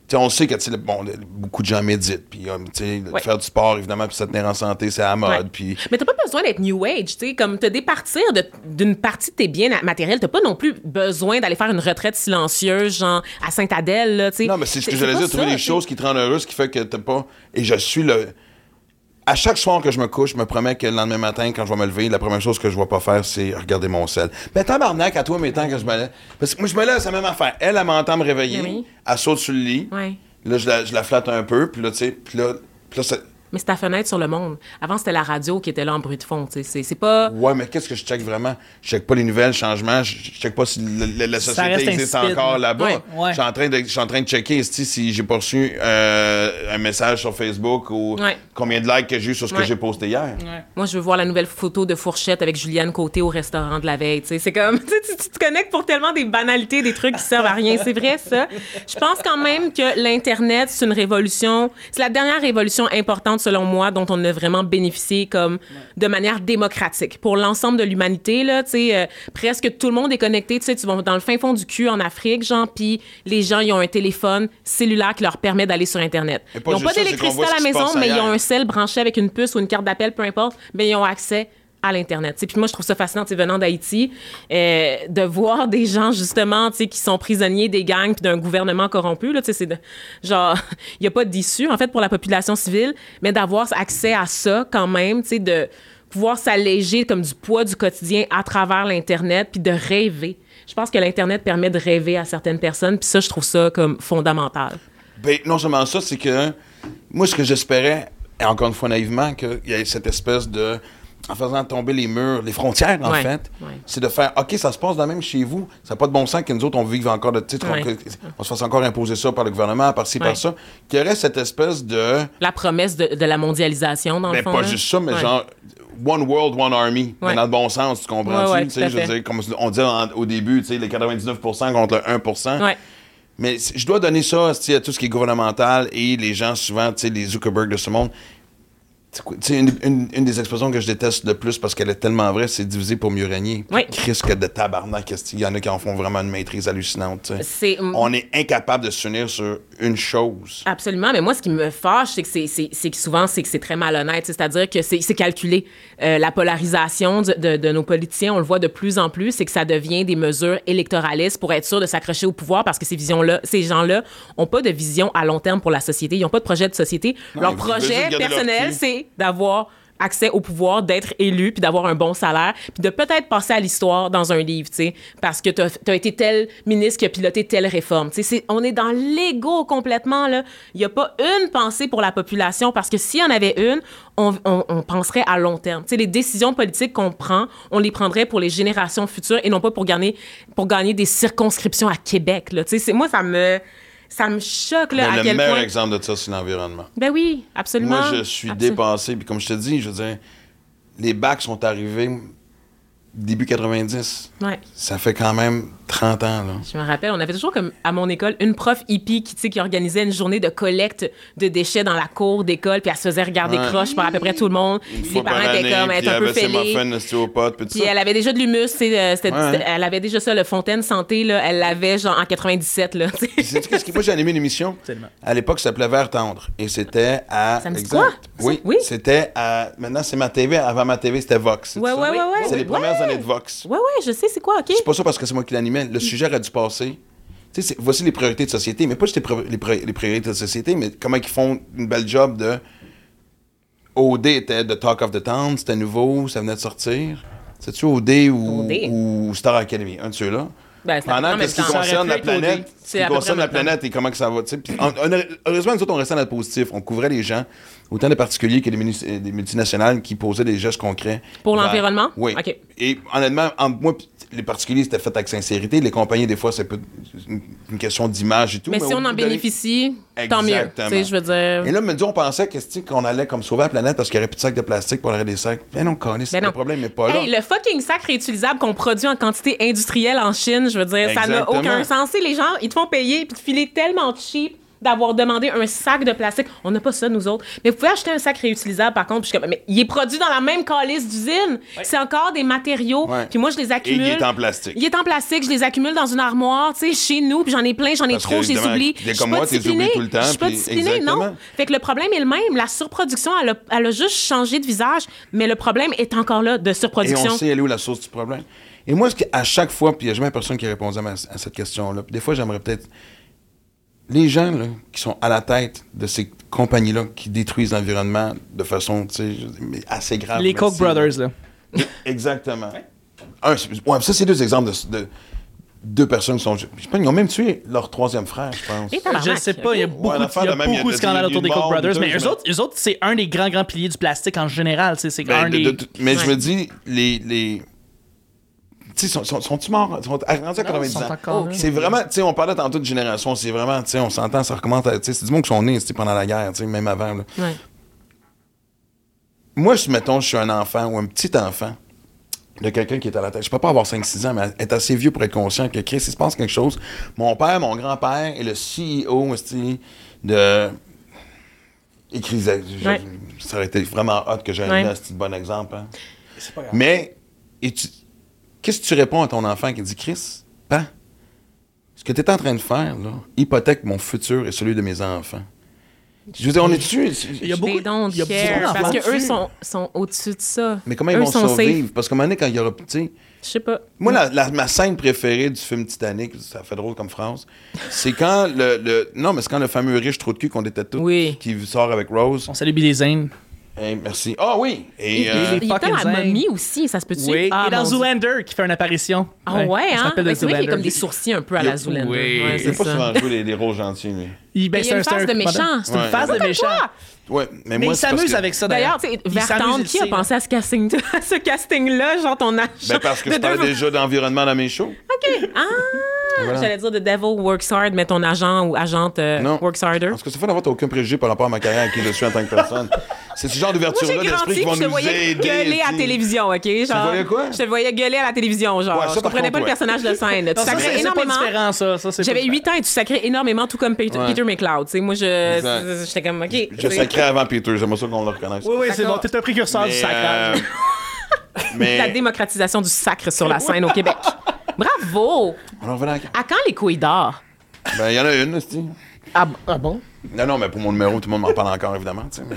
Speaker 3: Tu sais, on sait que tu sais, le- bon, le- beaucoup de gens méditent. Puis euh, tu sais,
Speaker 6: Ouais.
Speaker 3: faire du sport, évidemment, puis se tenir en santé, c'est à la mode.
Speaker 6: Ouais.
Speaker 3: Puis
Speaker 6: Mais t'as pas besoin d'être new age, tu sais, comme te départir de- d'une partie de tes biens na- matériels, t'as pas non plus besoin d'aller faire une retraite silencieuse, genre à Sainte-Adèle, là, tu sais.
Speaker 3: Non, mais c'est ce que j'allais
Speaker 6: pas
Speaker 3: dire, trouver
Speaker 6: ça,
Speaker 3: des
Speaker 6: tu sais.
Speaker 3: choses qui te rendent heureux, ce qui fait que t'as pas. Et je suis le. À chaque soir que je me couche, je me promets que le lendemain matin, quand je vais me lever, la première chose que je vais pas faire, c'est regarder mon sel. Ben, tabarnak, à toi, mes temps, que je me lève. Parce que moi, je me lève, c'est la même affaire. Elle, elle m'entend me réveiller.
Speaker 6: Oui.
Speaker 3: Elle saute sur le lit.
Speaker 6: Ouais.
Speaker 3: Là, je la, je la flatte un peu, puis là, tu sais, puis là, puis là, ça-
Speaker 6: Mais c'est ta fenêtre sur le monde. Avant, c'était la radio qui était là en bruit de fond, tu sais. C'est- C'est pas.
Speaker 3: Ouais, mais qu'est-ce que je check vraiment? Je check pas les nouvelles, changements, je je check pas si le- le- la société
Speaker 2: reste
Speaker 3: existe
Speaker 2: insipide.
Speaker 3: encore là-bas.
Speaker 2: Ouais, ouais.
Speaker 3: Je suis en train de, je suis en train de checker esti, si j'ai pas reçu euh, un message sur Facebook ou
Speaker 6: Ouais.
Speaker 3: combien de likes que j'ai eu sur ce que
Speaker 6: Ouais.
Speaker 3: j'ai posté hier.
Speaker 6: Moi, je veux voir la nouvelle photo de Fourchette avec Juliane Côté au restaurant de la veille. tu sais. C'est comme, tu, sais, tu- tu te connectes pour tellement des banalités, des trucs qui servent à rien. C'est vrai, ça. Je pense quand même que l'Internet, c'est une révolution. C'est la dernière révolution importante, selon moi, dont on a vraiment bénéficié comme de manière démocratique. Pour l'ensemble de l'humanité, là, tu sais, euh, presque tout le monde est connecté. Tu sais, tu vas dans le fin fond du cul en Afrique, genre, puis les gens, ils ont un téléphone cellulaire qui leur permet d'aller sur Internet.
Speaker 3: Et pas
Speaker 6: Ils n'ont
Speaker 3: juste
Speaker 6: pas
Speaker 3: ça, c'est qu'on
Speaker 6: d'électricité
Speaker 3: voit ce
Speaker 6: à la
Speaker 3: qui se
Speaker 6: maison,
Speaker 3: passe
Speaker 6: mais ils
Speaker 3: ailleurs.
Speaker 6: ont un cell branché avec une puce ou une carte d'appel, peu importe, mais ils ont accès à l'Internet. Tu sais, Puis moi, je trouve ça fascinant, tu sais, venant d'Haïti, euh, de voir des gens, justement, tu sais, qui sont prisonniers des gangs puis d'un gouvernement corrompu. Là, tu sais, c'est de- genre, il n'y a pas d'issue, en fait, pour la population civile, mais d'avoir accès à ça quand même, tu sais, de pouvoir s'alléger comme du poids du quotidien à travers l'Internet puis de rêver. Je pense que l'Internet permet de rêver à certaines personnes, puis ça, je trouve ça comme fondamental.
Speaker 3: Ben, non seulement ça, c'est que moi, ce que j'espérais, et encore une fois naïvement, qu'il y ait cette espèce de. En faisant tomber les murs, les frontières, en
Speaker 6: Ouais,
Speaker 3: fait,
Speaker 6: ouais.
Speaker 3: c'est de faire OK, ça se passe dans même chez vous. Ça n'a pas de bon sens que nous autres, on vive encore de titre,
Speaker 6: Ouais.
Speaker 3: on se fasse encore imposer ça par le gouvernement, par ci,
Speaker 6: Ouais.
Speaker 3: par ça. Qu'il y aurait cette espèce de.
Speaker 6: La promesse de, de la mondialisation, dans
Speaker 3: Ben,
Speaker 6: le fond.
Speaker 3: pas
Speaker 6: là.
Speaker 3: juste ça, mais
Speaker 6: Ouais.
Speaker 3: genre One World, One Army. mais
Speaker 6: Ouais.
Speaker 3: dans le bon sens, tu comprends-tu?
Speaker 6: Ouais, ouais,
Speaker 3: Tu
Speaker 6: tout
Speaker 3: sais,
Speaker 6: à
Speaker 3: je veux
Speaker 6: fait.
Speaker 3: dire, comme on dit en- au début, tu sais, les 99% contre le 1%.
Speaker 6: Ouais.
Speaker 3: Mais c- je dois donner ça tu sais, à tout ce qui est gouvernemental et les gens, souvent, tu sais, les Zuckerberg de ce monde. C'est quoi- tu sais, une, une- une des expressions que je déteste le plus parce qu'elle est tellement vraie, c'est diviser pour mieux régner.
Speaker 6: Oui.
Speaker 3: Risque de tabarnak, esti. il y en a qui en font vraiment une maîtrise hallucinante. tu sais.
Speaker 6: C'est-
Speaker 3: On est incapable de s'unir sur une chose.
Speaker 6: Absolument, mais moi, ce qui me fâche, c'est que, c'est, c'est- c'est que souvent, c'est que c'est très malhonnête. tu sais, C'est-à-dire que c'est, c'est calculé. Euh, la polarisation du- de, de nos politiciens, on le voit de plus en plus, c'est que ça devient des mesures électoralistes pour être sûr de s'accrocher au pouvoir parce que ces, visions-là, ces gens-là n'ont pas de vision à long terme pour la société. Ils n'ont pas de projet de société. leur
Speaker 3: ils veulent juste
Speaker 6: projet
Speaker 3: garder leur
Speaker 6: personnel,
Speaker 3: cul.
Speaker 6: c'est d'avoir accès au pouvoir, d'être élu, puis d'avoir un bon salaire, puis de peut-être passer à l'histoire dans un livre, tu sais, parce que t'as as été tel ministre qui a piloté telle réforme. Tu sais, c'est- on est dans l'ego complètement, là. Il n'y a pas une pensée pour la population, parce que s'il y en avait une, on, on- on penserait à long terme. Tu sais, les décisions politiques qu'on prend, on les prendrait pour les générations futures et non pas pour gagner, pour gagner des circonscriptions à Québec, là. Tu sais, c'est- moi, ça me... Ça me choque,
Speaker 3: Mais
Speaker 6: là, à
Speaker 3: le
Speaker 6: quel
Speaker 3: meilleur
Speaker 6: point...
Speaker 3: exemple de ça, c'est l'environnement.
Speaker 6: Ben oui, absolument.
Speaker 3: Moi, je suis
Speaker 6: Absolument.
Speaker 3: dépassé. Puis comme je te dis, je veux dire, les bacs sont arrivés début 90.
Speaker 6: Ouais.
Speaker 3: Ça fait quand même 30 ans, là.
Speaker 6: Je me rappelle, on avait toujours comme à mon école une prof hippie qui, tu sais, qui organisait une journée de collecte de déchets dans la cour d'école, puis elle se faisait regarder
Speaker 3: Ouais.
Speaker 6: croche par à peu près tout le monde.
Speaker 3: Une
Speaker 6: Les
Speaker 3: fois par
Speaker 6: parents
Speaker 3: année,
Speaker 6: étaient comme,
Speaker 3: puis
Speaker 6: elle
Speaker 3: il
Speaker 6: est un peu
Speaker 3: avait ses
Speaker 6: fêlée.
Speaker 3: muffins, le au pot, puis tout
Speaker 6: Puis
Speaker 3: ça.
Speaker 6: elle avait déjà de l'humus, tu sais, euh, c'était-
Speaker 3: Ouais.
Speaker 6: c'était- elle avait déjà ça, le fontaine santé, là, elle l'avait genre en 97, là, tu
Speaker 3: Puis
Speaker 6: sais.
Speaker 3: sais-tu qu'est-ce qui- Moi, j'ai animé une émission. À l'époque, ça s'appelait Vert Tendre. Et c'était à.
Speaker 6: Ça me dit
Speaker 3: Exact.
Speaker 6: quoi?
Speaker 3: Oui.
Speaker 6: Ça- oui?
Speaker 3: C'était à. Maintenant, c'est ma TV. Avant ma TV, c'était Vox. c'est
Speaker 6: Ouais,
Speaker 3: ça?
Speaker 6: ouais, ouais, ouais.
Speaker 3: C'est les
Speaker 6: Ouais.
Speaker 3: premières années de Vox.
Speaker 6: Ouais, ouais, je sais, c'est quoi, OK? Mm.
Speaker 3: C'est pas ça parce que c'est moi qui l'animais. Le sujet aurait dû passer. Tu sais, c'est- voici les priorités de société, mais pas juste les, pri- les pri- les priorités de société, mais comment ils font une belle job de. OD était The Talk of the Town, c'était nouveau, ça venait de sortir. C'est-tu OD ou,
Speaker 6: OD.
Speaker 3: ou Star Academy, un de ceux-là?
Speaker 6: Ben, c'est à peu près en
Speaker 3: Pendant
Speaker 6: même
Speaker 3: qu'est-ce qui
Speaker 6: temps. Ça aurait
Speaker 3: concerne
Speaker 6: pu
Speaker 3: la
Speaker 6: être OD.
Speaker 3: planète, ce
Speaker 6: C'est
Speaker 3: qui
Speaker 6: à peu près
Speaker 3: concerne
Speaker 6: en
Speaker 3: la
Speaker 6: même temps.
Speaker 3: planète et comment que ça va. tu sais. Puis, on- on- heureusement, nous autres, on restait dans le positif. On couvrait les gens, autant des particuliers que des, muni- euh, des multinationales qui posaient des gestes concrets.
Speaker 6: Pour
Speaker 3: vers-
Speaker 6: l'environnement?
Speaker 3: Oui.
Speaker 6: OK.
Speaker 3: Et honnêtement, entre moi, pis les particuliers, c'était fait avec sincérité. Les compagnies, des fois, c'est peu- une une question d'image et tout.
Speaker 6: Mais si
Speaker 3: au
Speaker 6: on
Speaker 3: bout
Speaker 6: en
Speaker 3: de-
Speaker 6: bénéficie, tant mieux. Tu
Speaker 3: Exactement.
Speaker 6: sais, je veux
Speaker 3: Et
Speaker 6: dire.
Speaker 3: là, me dit, on pensait que, tu sais, qu'on allait comme sauver la planète parce qu'il n'y aurait plus de sacs de plastique pour aurait des sacs. Ben non, connaît,
Speaker 6: Ben non.
Speaker 3: le problème n'est pas là.
Speaker 6: Hey, le fucking sac réutilisable qu'on produit en quantité industrielle en Chine, je veux dire, ça n'a
Speaker 3: Exactement.
Speaker 6: aucun sens. Tu sais, Les gens, ils te font payer puis te filer tellement cheap d'avoir demandé un sac de plastique. On n'a pas ça, nous autres. Mais vous pouvez acheter un sac réutilisable, par contre. Puis je suis comme, mais il est produit dans la même calice d'usine. C'est encore des matériaux.
Speaker 3: Ouais.
Speaker 6: Puis moi, je les
Speaker 3: Et il
Speaker 6: accumule.
Speaker 3: est en plastique.
Speaker 6: Il est en plastique, je les accumule dans une armoire, tu sais, chez nous, puis j'en ai plein, j'en ai
Speaker 3: Parce que,
Speaker 6: trop, je les
Speaker 3: évidemment,
Speaker 6: oublie.
Speaker 3: t'es
Speaker 6: Je suis
Speaker 3: comme
Speaker 6: pas
Speaker 3: moi, t'es
Speaker 6: disciplinée.
Speaker 3: oublié tout le temps,
Speaker 6: Je suis pas
Speaker 3: puis
Speaker 6: disciplinée, non.
Speaker 3: exactement.
Speaker 6: Fait que le problème est le même. La surproduction, elle a, elle a juste changé de visage, mais le problème est encore là de
Speaker 3: Et
Speaker 6: surproduction.
Speaker 3: on sait aller où la source du problème. Et moi, ce que- à chaque fois, puis il n'y a jamais personne qui a répondu à, ma- à cette question-là. Puis Des fois, j'aimerais peut-être. Les gens là, qui sont à la tête de ces compagnies-là qui détruisent l'environnement de façon tu sais, je dis, mais assez grave.
Speaker 2: Les
Speaker 3: merci.
Speaker 2: Koch Brothers, là.
Speaker 3: Exactement. Un, c'est- ouais, ça, c'est deux exemples de, de- deux personnes qui sont. Je sais pas, ils ont même tué leur troisième frère, je pense.
Speaker 6: Et tabarnak.
Speaker 2: Je sais pas, il y a beaucoup,
Speaker 3: Ouais, l'affaire
Speaker 2: il y a
Speaker 3: de même, il y a
Speaker 2: beaucoup de
Speaker 3: des
Speaker 2: scandales autour des
Speaker 3: milliers de
Speaker 2: Koch
Speaker 3: morts,
Speaker 2: Brothers,
Speaker 3: tout,
Speaker 2: mais
Speaker 3: je
Speaker 2: eux
Speaker 3: me-
Speaker 2: autres, eux autres, c'est un des grands, grands piliers du plastique en général. tu sais, C'est
Speaker 3: Ben,
Speaker 2: un
Speaker 3: de-
Speaker 2: des.
Speaker 3: de- de- mais je
Speaker 6: Ouais.
Speaker 3: me dis, les. les tu sais, sont, sont, sont-ils morts? Sont rendus à 90
Speaker 2: sont
Speaker 3: ans?
Speaker 2: encore là.
Speaker 3: C'est vraiment, tu sais, on parlait tantôt de génération, c'est vraiment, tu sais, on s'entend, ça recommence à, tu sais, c'est du monde qui sont nés, tu sais, pendant la guerre, tu sais, même avant, là.
Speaker 6: Ouais.
Speaker 3: Moi, je, mettons, je suis un enfant ou un petit enfant de quelqu'un qui est à la tête. Je peux pas avoir 5-6 ans, mais être assez vieux pour être conscient que, Chris, il se passe quelque chose. Mon père, mon grand-père est le CEO aussi, de. Écris.
Speaker 6: Ouais.
Speaker 3: Ça aurait été vraiment hot que j'ai
Speaker 6: Ouais.
Speaker 3: un un petit bon exemple. hein. Mais, et tu- qu'est-ce que tu réponds à ton enfant qui dit Chris, pas ce que tu es en train de faire, là, hypothèque mon futur et celui de mes enfants. Je veux dire, on est dessus.
Speaker 2: Il y a
Speaker 6: They
Speaker 2: beaucoup.
Speaker 6: don't
Speaker 2: il y a beaucoup
Speaker 6: care,
Speaker 2: d'enfants
Speaker 6: parce que eux
Speaker 2: dessus.
Speaker 6: sont, sont au-dessus de ça.
Speaker 3: Mais comment ils
Speaker 6: eux
Speaker 3: vont
Speaker 6: sont safe.
Speaker 3: survivre? Parce qu'à un moment donné, quand il y aura. tu sais,
Speaker 6: Je sais pas.
Speaker 3: Moi, la, la- ma scène préférée du film Titanic, ça fait drôle comme phrase, c'est quand le, le- Non, mais c'est quand le fameux riche trou de cul qu'on déteste tous,
Speaker 6: Oui.
Speaker 3: qui sort avec Rose.
Speaker 2: On salue Billy Zane.
Speaker 3: Hey, merci. Ah oui! Et,
Speaker 2: Et-
Speaker 3: euh,
Speaker 2: et-
Speaker 6: Il est dans la
Speaker 2: fucking zinc.
Speaker 6: momie aussi, ça se peut-tu?
Speaker 2: Oui.
Speaker 6: Ah,
Speaker 2: Et dans
Speaker 6: mon Dieu.
Speaker 2: Zoolander qui fait une apparition.
Speaker 6: Ah ouais,
Speaker 2: On se
Speaker 6: hein?
Speaker 2: rappelle de
Speaker 6: Ben, C'est vrai qu'il y a
Speaker 2: Zoolander.
Speaker 6: comme des sourcils un peu à la Zoolander.
Speaker 2: Oui.
Speaker 6: Ouais,
Speaker 2: Il
Speaker 3: il
Speaker 6: c'est
Speaker 3: a pas
Speaker 6: ça.
Speaker 3: souvent joué les, les rôles gentils, lui.
Speaker 2: Il, ben,
Speaker 6: Mais il y
Speaker 2: c'est
Speaker 6: a
Speaker 2: un-
Speaker 6: une
Speaker 2: c'est
Speaker 6: phase
Speaker 2: un-
Speaker 6: de méchant. C'est une
Speaker 3: Ouais.
Speaker 2: Phase de
Speaker 6: Pas comme
Speaker 2: méchant.
Speaker 6: toi.
Speaker 3: Ouais, mais,
Speaker 2: Mais
Speaker 3: moi,
Speaker 2: il
Speaker 3: c'est parce
Speaker 2: s'amuse
Speaker 3: que-
Speaker 2: avec ça
Speaker 6: D'ailleurs,
Speaker 2: d'ailleurs.
Speaker 6: tu sais,
Speaker 2: Il
Speaker 6: Vertande,
Speaker 2: s'amuse,
Speaker 6: qui
Speaker 2: il
Speaker 6: a
Speaker 2: sait.
Speaker 6: pensé à ce casting- à ce casting-là, genre ton agent?
Speaker 3: Ben, parce que
Speaker 6: de
Speaker 3: je parlais
Speaker 6: deux-
Speaker 3: déjà d'environnement dans mes shows.
Speaker 6: OK. Ah! J'allais dire The Devil Works Hard, mais ton agent ou agente euh,
Speaker 3: Non.
Speaker 6: Works Harder.
Speaker 3: Parce que ça fait d'avoir t'as aucun préjugé par rapport à ma carrière à qui je suis en tant que personne. C'est ce genre
Speaker 6: Moi, j'ai
Speaker 3: d'ouverture-là
Speaker 6: grandi,
Speaker 3: d'esprit qui
Speaker 6: puis
Speaker 3: vont
Speaker 6: je te
Speaker 3: nous
Speaker 6: voyais
Speaker 3: aider.
Speaker 6: gueuler à
Speaker 3: tu
Speaker 6: la
Speaker 3: sais.
Speaker 6: télévision, OK? Genre,
Speaker 3: voyais quoi?
Speaker 6: Je te voyais gueuler à la télévision, genre.
Speaker 3: Ouais, ça,
Speaker 6: je
Speaker 3: par
Speaker 6: comprenais
Speaker 3: contre,
Speaker 6: pas le
Speaker 3: ouais.
Speaker 6: personnage de scène. Tu
Speaker 2: Non, ça,
Speaker 6: sacrais
Speaker 2: c'est- c'est pas
Speaker 6: énormément.
Speaker 2: différent, ça. ça c'est pas
Speaker 6: J'avais
Speaker 2: différent.
Speaker 6: 8 ans et tu sacrais énormément, tout comme Peter,
Speaker 3: Ouais.
Speaker 6: Peter McLeod. Tu sais, moi, je,
Speaker 3: Exact.
Speaker 6: j'étais comme, OK.
Speaker 3: Je
Speaker 6: tu sais.
Speaker 3: sacrais avant Peter, j'aimerais ça qu'on le reconnaisse.
Speaker 2: Oui, oui, c'est bon.
Speaker 6: D'accord.
Speaker 2: T'es un précurseur Ah, du
Speaker 3: Mais,
Speaker 2: sacrage.
Speaker 3: euh, mais-
Speaker 6: La démocratisation du sacre sur
Speaker 3: Eh
Speaker 6: la scène au Québec. Bravo!
Speaker 3: On en revenait à-
Speaker 6: À quand les couilles d'or?
Speaker 3: Ben, il y en a une, aussi.
Speaker 6: Ah, b- ah bon?
Speaker 3: Non, non, mais pour mon numéro, tout le monde m'en parle encore, évidemment. tu sais, mais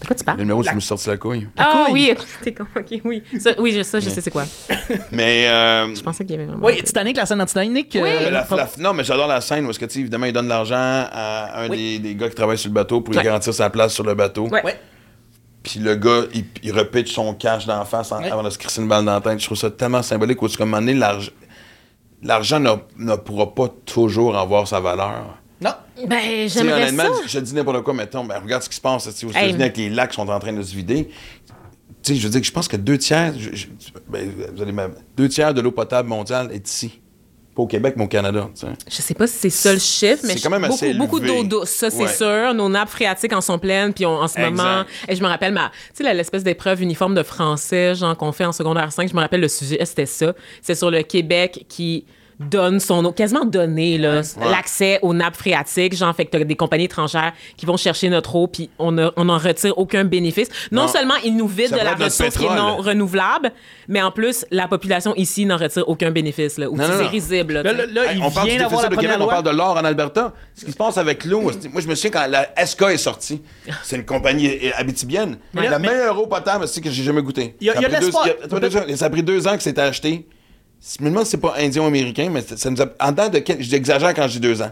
Speaker 6: De quoi tu parles?
Speaker 3: Le numéro, je me suis sorti la couille.
Speaker 6: Ah oui, t'es con, ok, oui. Ça, oui, je, ça, je sais c'est quoi. Je
Speaker 3: Mais. euh,
Speaker 6: pensais qu'il y avait vraiment.
Speaker 2: Oui, Titanic, la scène dans Titanic.
Speaker 3: mais
Speaker 2: euh,
Speaker 3: la- la- non, mais j'adore la scène où est-ce que, tu sais, évidemment, il donne l'argent à un des, des gars qui travaille sur le bateau pour lui
Speaker 6: Ouais.
Speaker 3: garantir sa place sur le bateau.
Speaker 6: Ouais.
Speaker 2: Ouais.
Speaker 3: Puis le gars, il, il repitche son cash d'en face en-
Speaker 2: Ouais.
Speaker 3: avant de se crisser une balle dans la tête. Je trouve ça tellement symbolique où, tu sais, comme un moment donné, l'arg- l'argent n'a- ne pourra pas toujours avoir sa valeur.
Speaker 2: Non.
Speaker 3: Tu
Speaker 6: Ben,
Speaker 3: sais,
Speaker 6: j'aimerais ça.
Speaker 3: je je dis n'importe quoi, mettons, ben, regarde ce qui se passe tu sais, aux
Speaker 6: Hey.
Speaker 3: États-Unis avec les lacs qui sont en train de se vider. Tu sais, je veux dire que je pense que deux tiers, je- je- ben, vous allez me- deux tiers de l'eau potable mondiale est ici. Pas au Québec, mais au Canada. tu sais.
Speaker 6: Je sais pas si c'est ça le chiffre, mais
Speaker 3: C'est quand même
Speaker 6: beaucoup,
Speaker 3: assez
Speaker 6: beaucoup d'eau
Speaker 3: élevé.
Speaker 6: douce, ça c'est
Speaker 3: Ouais.
Speaker 6: sûr. Nos nappes phréatiques en sont pleines, puis on- en ce
Speaker 3: Exact.
Speaker 6: moment, et je me rappelle ma, tu sais la- l'espèce d'épreuve uniforme de français genre qu'on fait en secondaire 5, je me rappelle le sujet, c'était ça, c'est sur le Québec qui donne son eau, quasiment donné là, l'accès aux nappes phréatiques, genre fait que t'as des compagnies étrangères qui vont chercher notre eau puis on a- on en retire aucun bénéfice. Non,
Speaker 3: Non.
Speaker 6: seulement ils nous vident
Speaker 3: Ça
Speaker 6: de la
Speaker 3: prend notre
Speaker 6: ressource qui est
Speaker 3: pétrole.
Speaker 6: non renouvelable, mais en plus la population ici n'en retire aucun bénéfice là, ou
Speaker 3: Non, non,
Speaker 6: c'est
Speaker 3: non.
Speaker 6: risible. là,
Speaker 2: Là,
Speaker 6: tu sais.
Speaker 2: là, là,
Speaker 3: Hey,
Speaker 2: il
Speaker 3: on parle du
Speaker 2: vient d'avoir
Speaker 3: déficit
Speaker 2: la
Speaker 3: de Québec,
Speaker 2: première
Speaker 3: on parle
Speaker 2: loi.
Speaker 3: de l'or en Alberta. Ce qui se passe avec l'eau, c'est- moi je me souviens quand la SK est sortie, c'est une compagnie euh, habitibienne,
Speaker 2: Mais là,
Speaker 3: la
Speaker 2: mais-
Speaker 3: meilleure eau potable c'est que j'ai jamais goûtée.
Speaker 2: Il y a-
Speaker 3: Ça
Speaker 2: il y a
Speaker 3: pris
Speaker 2: de
Speaker 3: deux-
Speaker 2: l'espoir.
Speaker 3: il y a- attends, deux secondes. Ça a pris deux ans que c'était acheté. Je me demande si c'est pas indien ou américain, mais ça ça nous a, en dedans de quel- j'exagère quand je dis deux ans.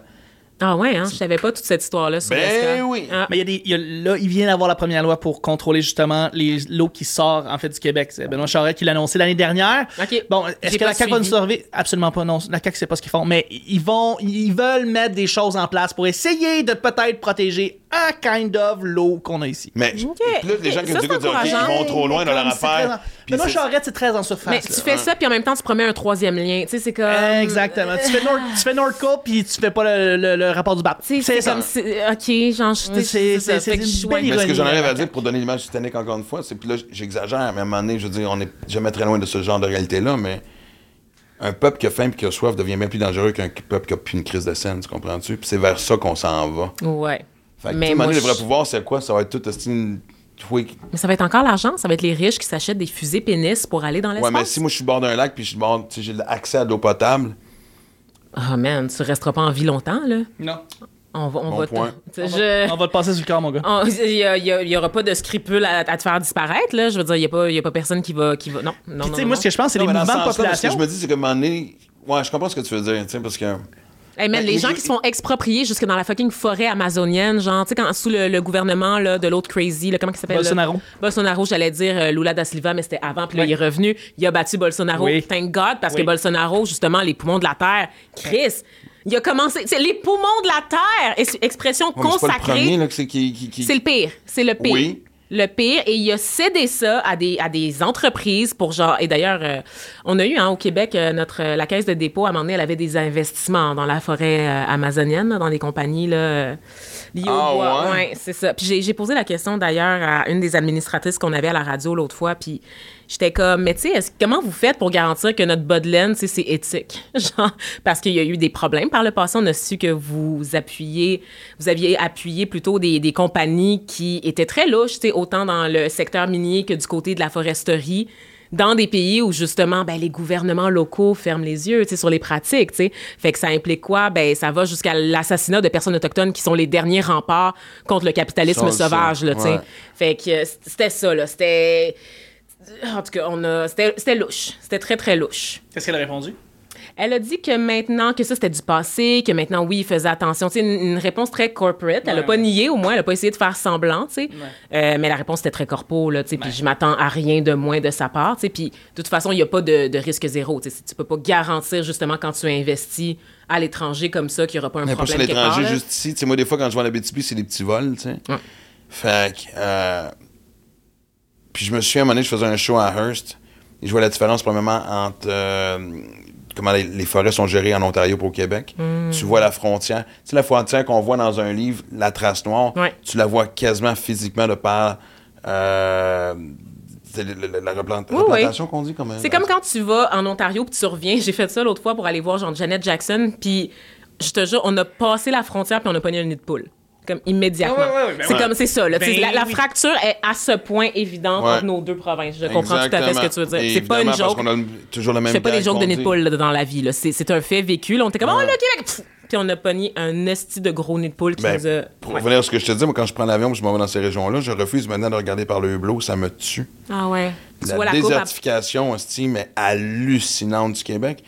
Speaker 6: Ah ouais, hein? Je savais pas toute cette histoire-là sur
Speaker 3: Ben
Speaker 6: Esca.
Speaker 3: oui.
Speaker 6: Ah.
Speaker 2: Mais il y a des, il y a- là, il vient d'avoir la première loi pour contrôler justement les- l'eau qui sort en fait du Québec. C'est Benoît Charest qui l'a annoncé l'année dernière.
Speaker 6: OK.
Speaker 2: Bon, est-ce
Speaker 6: J'ai
Speaker 2: que
Speaker 6: pas
Speaker 2: la CAQ va nous
Speaker 6: suivi.
Speaker 2: sauver? Absolument pas, non. La CAQ, c'est pas ce qu'ils font. Mais ils vont, ils veulent mettre des choses en place pour essayer de peut-être protéger un kind of l'eau qu'on a ici.
Speaker 3: Mais
Speaker 6: Ok,
Speaker 3: puis là, les
Speaker 6: ok,
Speaker 3: gens qui
Speaker 6: ça,
Speaker 3: me disent
Speaker 6: c'est
Speaker 3: OK, ils vont trop loin dans leur
Speaker 2: Comme c'est très en-
Speaker 3: affaire. puis
Speaker 2: Benoît
Speaker 3: c'est-
Speaker 2: Charest, c'est très en
Speaker 6: Mais
Speaker 2: surface.
Speaker 6: tu
Speaker 2: là.
Speaker 3: hein.
Speaker 6: fais ça, puis en même temps, tu promets un troisième lien. Tu sais, c'est comme. euh,
Speaker 2: Exactement. tu fais Nord, tu fais Nordco, puis tu fais pas le, le- le rapport du BAP.
Speaker 6: Tu sais, C'est comme. si- Ok, genre, je
Speaker 2: C'est-
Speaker 6: tu sais,
Speaker 2: c'est-
Speaker 6: ça.
Speaker 2: c'est
Speaker 6: Fait que
Speaker 2: une
Speaker 6: je suis-
Speaker 2: belle
Speaker 3: Mais ce que
Speaker 2: ironie,
Speaker 3: j'en arrive
Speaker 2: là,
Speaker 3: à dire pour donner l'image du Titanic encore une fois, c'est puis là j'exagère, mais à un moment donné, je veux dire, on est jamais très loin de ce genre de réalité-là, mais un peuple qui a faim et qui a soif devient bien plus dangereux qu'un peuple qui a plus une crise de scène, tu comprends-tu? Puis c'est vers ça qu'on s'en va.
Speaker 6: Ouais.
Speaker 3: Fait que, tu
Speaker 6: Mais
Speaker 3: sais, à un moment
Speaker 6: moi,
Speaker 3: donné, le vrai
Speaker 6: je-
Speaker 3: pouvoir, c'est quoi? Ça va être tout hostie, une tweak.
Speaker 6: Mais ça va être encore l'argent, ça va être les riches qui s'achètent des fusées pénis pour aller dans
Speaker 3: Ouais,
Speaker 6: l'espace.
Speaker 3: mais si moi je suis bord d'un lac puis je suis bord, tu sais, j'ai accès à de l'eau potable,
Speaker 6: Oh man, tu resteras pas en vie longtemps, là.
Speaker 2: Non.
Speaker 6: On va, on
Speaker 3: Bon
Speaker 6: va
Speaker 3: point.
Speaker 6: te- je- Oh,
Speaker 2: On va te passer sur le corps, mon gars.
Speaker 6: on- Il y, a- il y a- il y aura pas de scrupule à, à te faire disparaître, là. Je veux dire, il y a pas, il y a pas personne qui va, qui va. Non, non,
Speaker 2: Puis,
Speaker 6: non.
Speaker 2: tu sais,
Speaker 6: non,
Speaker 2: moi, ce que je pense, c'est les
Speaker 3: Non, mais dans ce
Speaker 2: mouvements de
Speaker 3: sens-là, parce que
Speaker 2: population.
Speaker 3: je me dis, c'est que à un moment donné, ouais, je comprends ce que tu veux dire, tu sais, parce que.
Speaker 6: Hey, man,
Speaker 3: Ben,
Speaker 6: les
Speaker 3: il-
Speaker 6: gens qui se font exproprier jusque dans la fucking forêt amazonienne, genre, tu sais, quand sous le, le gouvernement là, de l'autre crazy, là, comment il s'appelle? là?
Speaker 2: Bolsonaro.
Speaker 6: Bolsonaro, j'allais dire euh, Lula da Silva, mais c'était avant, puis là,
Speaker 2: Ouais.
Speaker 6: il est revenu. Il a battu Bolsonaro.
Speaker 2: Oui.
Speaker 6: Thank God, parce
Speaker 2: Oui.
Speaker 6: que Bolsonaro, justement, les poumons de la terre, Chris, il a commencé. C'est les poumons de la terre, ex- expression
Speaker 3: Ouais, mais c'est pas le premier
Speaker 6: consacrée.
Speaker 3: là, que c'est qui. qui, qui-
Speaker 6: C'est le pire. C'est le pire.
Speaker 3: Oui.
Speaker 6: Le pire. Et il a cédé ça à des, à des entreprises pour genre. Et d'ailleurs, euh, on a eu hein, au Québec, euh, notre, euh, la caisse de dépôt, à un moment donné, elle avait des investissements dans la forêt euh, amazonienne, là, dans des compagnies là, euh, liées
Speaker 3: Ah,
Speaker 6: au bois.
Speaker 3: ouais?
Speaker 6: c'est ça. Puis j'ai- j'ai posé la question d'ailleurs à une des administratrices qu'on avait à la radio l'autre fois. Puis j'étais comme, mais tu sais, est-ce- comment vous faites pour garantir que notre bas de laine, tu sais, c'est éthique? Genre, parce qu'il y a eu des problèmes par le passé. On a su que vous appuyez, vous aviez appuyé plutôt des, des compagnies qui étaient très louches, tu sais, autant dans le secteur minier que du côté de la foresterie dans des pays où justement ben, les gouvernements locaux ferment les yeux tu sais, sur les pratiques. tu sais. Fait que ça implique quoi? Ben, ça va jusqu'à l'assassinat de personnes autochtones qui sont les derniers remparts contre le capitalisme
Speaker 3: Ça, ça,
Speaker 6: sauvage. Là, tu sais.
Speaker 3: ouais.
Speaker 6: Fait que euh, c- c'était ça. là. C'était. En tout cas, on a... c'était c'était louche. C'était très, très louche.
Speaker 2: Qu'est-ce qu'elle a répondu?
Speaker 6: Elle a dit que maintenant, que ça c'était du passé, que maintenant, oui, il faisait attention. Tu sais, une, une réponse très corporate. Elle a
Speaker 2: Ouais.
Speaker 6: pas nié, au moins, elle a pas essayé de faire semblant, tu sais. Euh, mais la réponse était très corpo, là, tu sais. Puis je m'attends à rien de moins de sa part, tu sais. Puis de toute façon, il n'y a pas de, de risque zéro, tu sais. Tu peux pas garantir, justement, quand tu investis à l'étranger comme ça, qu'il n'y aura pas un
Speaker 3: Mais pas
Speaker 6: problème.
Speaker 3: sur
Speaker 6: quelque part,
Speaker 3: l'étranger,
Speaker 6: là.
Speaker 3: juste ici. Tu sais, moi, des fois, quand je vais à la BTP, c'est des petits vols, tu sais. Fait que. euh, Puis je me souviens, à un moment donné, je faisais un show à Hearst. Et je vois la différence, premièrement, entre euh, comment les, les forêts sont gérées en Ontario pour au Québec.
Speaker 6: Hmm.
Speaker 3: Tu vois la frontière. Tu sais, la frontière qu'on voit dans un livre, la trace noire,
Speaker 6: Ouais.
Speaker 3: tu la vois quasiment physiquement de par. euh, c'est le- le- la, replant-
Speaker 6: Oui,
Speaker 3: replantation
Speaker 6: oui.
Speaker 3: qu'on dit comme
Speaker 6: C'est comme quand tu vas en Ontario puis tu reviens. J'ai fait ça l'autre fois pour aller voir genre Janet Jackson puis je te jure, on a passé la frontière puis on a pogné le nid de poule. Comme immédiatement.
Speaker 2: Ah ouais, ouais, ouais, ben
Speaker 6: c'est
Speaker 2: ouais.
Speaker 6: comme, c'est ça. là.
Speaker 2: Ben
Speaker 6: Tu sais, la, la
Speaker 2: oui.
Speaker 6: fracture est à ce point évidente
Speaker 3: Ouais.
Speaker 6: entre nos deux provinces. Je comprends tout à fait ce que tu veux dire.
Speaker 3: Exactement.
Speaker 6: C'est pas une
Speaker 3: Évidemment,
Speaker 6: joke.
Speaker 3: Parce qu'on a le- toujours le
Speaker 6: Je
Speaker 3: même
Speaker 6: fais pas des
Speaker 3: gag
Speaker 6: jokes
Speaker 3: qu'on
Speaker 6: de nid de
Speaker 3: dit.
Speaker 6: poule là, dans la vie. là. C'est c'est un fait vécu. Là, on était comme, oh
Speaker 3: Ouais.
Speaker 6: là, Québec! Pff! Puis on a pogné un esti de gros nid de poule qui
Speaker 3: Ben,
Speaker 6: nous a.
Speaker 3: pour revenir à ce que je te dis, moi, quand je prends l'avion, puis je m'en vais dans ces régions-là, je refuse maintenant de regarder par le hublot, ça me tue.
Speaker 6: Ah ouais. Tu vois
Speaker 3: la
Speaker 6: la coupe à-
Speaker 3: désertification, hostie, mais hallucinante du Québec.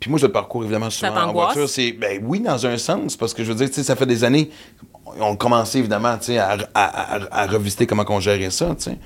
Speaker 3: Puis moi, je le parcours évidemment souvent en
Speaker 6: t'angoisse?
Speaker 3: voiture. C'est, ben oui, dans un sens, parce que je veux dire, tu sais, ça fait des années, on commençait évidemment, tu sais, à, à- à- à revisiter comment on gérait ça, tu sais.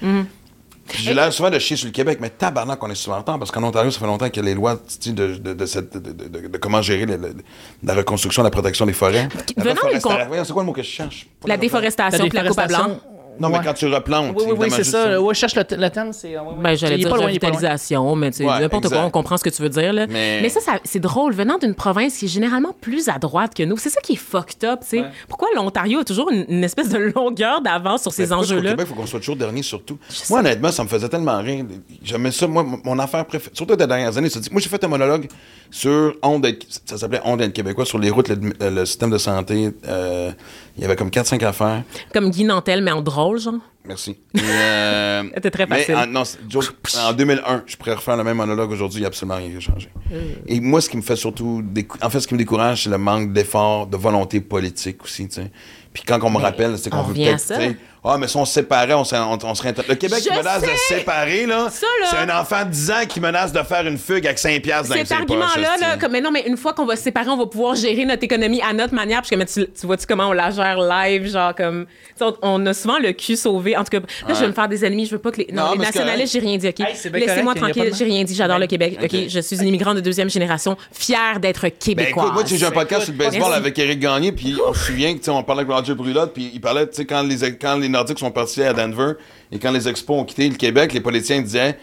Speaker 3: Puis j'ai l'air souvent de chier sur le Québec, mais tabarnak, on est souvent en retard, parce qu'en Ontario, ça fait longtemps qu'il y a les lois tu sais, de, de- de cette- de- de- de- de comment gérer le- le- la reconstruction, la protection des forêts. La
Speaker 6: venant des
Speaker 3: reforestation-
Speaker 6: con-
Speaker 3: Voyons, C'est quoi le mot que je cherche? Pas
Speaker 6: La
Speaker 3: la reforestation.
Speaker 6: déforestation puis la coupe à blanc.
Speaker 3: Non, mais quand tu replantes.
Speaker 2: Oui, oui, oui,
Speaker 3: évidemment,
Speaker 2: c'est
Speaker 3: juste
Speaker 2: ça. Ouais, je cherche le, t- le terme, c'est. ouais, ouais.
Speaker 6: Ben,
Speaker 2: Il
Speaker 6: j'allais
Speaker 2: est
Speaker 6: dire
Speaker 2: pas loin, il est pas loin.
Speaker 6: revitalisation, mais tu sais,
Speaker 3: Ouais,
Speaker 6: n'importe quoi,
Speaker 3: exact.
Speaker 6: on comprend ce que tu veux dire. Là.
Speaker 3: Mais-
Speaker 6: ça, ça- c'est drôle, venant d'une province qui est généralement plus à droite que nous. C'est ça qui est fucked up, tu sais. Pourquoi l'Ontario a toujours une, une espèce de longueur d'avance sur ces
Speaker 3: Mais pourquoi est-ce Ben, qu'au
Speaker 6: enjeux-là?
Speaker 3: Québec, il faut qu'on soit toujours dernier, surtout. Moi, honnêtement, ça me faisait tellement rire. J'aimais ça. Moi, mon- mon affaire préférée, surtout des dernières années, c'est moi, j'ai fait un monologue sur Onde, d'être- ça s'appelait Onde d'être québécois, sur les routes, le, le système de santé. euh, il y avait comme 4-5 affaires.
Speaker 6: Comme Guy Nantel, mais en drôle, genre.
Speaker 3: Merci. Et, euh,
Speaker 6: C'était très
Speaker 3: mais
Speaker 6: facile.
Speaker 3: en, non, c'est- joke, en 2001, je pourrais refaire le même monologue aujourd'hui, il n'y a absolument rien qui a changé.
Speaker 6: Euh.
Speaker 3: Et moi, ce qui me fait surtout. décou- En fait, ce qui me décourage, c'est le manque d'effort, de volonté politique aussi, tu sais. Puis quand on me rappelle, c'est qu'on
Speaker 6: on
Speaker 3: veut
Speaker 6: revient à
Speaker 3: peut-être.
Speaker 6: ça.
Speaker 3: tu sais, Ah, mais si on se séparait, on, se- on- on serait. inter- Le Québec
Speaker 6: Je
Speaker 3: qui menace de se
Speaker 6: sais!
Speaker 3: séparer, là,
Speaker 6: Ça, là.
Speaker 3: c'est un enfant de 10 ans qui menace de faire une fugue avec 5 piastres dans
Speaker 6: Cet
Speaker 3: ses poches,
Speaker 6: argument-là,
Speaker 3: hostie.
Speaker 6: là, comme, mais non, mais une fois qu'on va se séparer, on va pouvoir gérer notre économie à notre manière. Parce que mais tu, tu vois-tu comment on la gère live, genre comme. tu sais, On, on a souvent le cul sauvé. En tout cas, là, je vais me faire des ennemis. Je veux pas que les. Non,
Speaker 3: Non,
Speaker 6: les
Speaker 3: mais c'est
Speaker 6: nationalistes, j'ai rien dit, OK?
Speaker 2: Hey, c'est bien
Speaker 6: Laissez-moi
Speaker 2: correct, il y a
Speaker 6: tranquille,
Speaker 2: pas de
Speaker 6: j'ai rien dit. J'adore
Speaker 2: mal.
Speaker 6: le Québec, OK?
Speaker 3: Ok.
Speaker 6: Je suis une immigrante de deuxième génération, fière d'être
Speaker 3: Ben
Speaker 6: québécoise.
Speaker 3: écoute, moi, tu sais, j'ai un podcast sur
Speaker 2: Écoute,
Speaker 3: le baseball
Speaker 6: merci.
Speaker 3: avec Eric Gagné, puis on se souvient que, tu sais, on parlait avec Roger Brulotte, puis il parlait, tu sais, quand les, quand les Nordiques sont partis à Denver et quand les Expos ont quitté le Québec, les politiciens disaient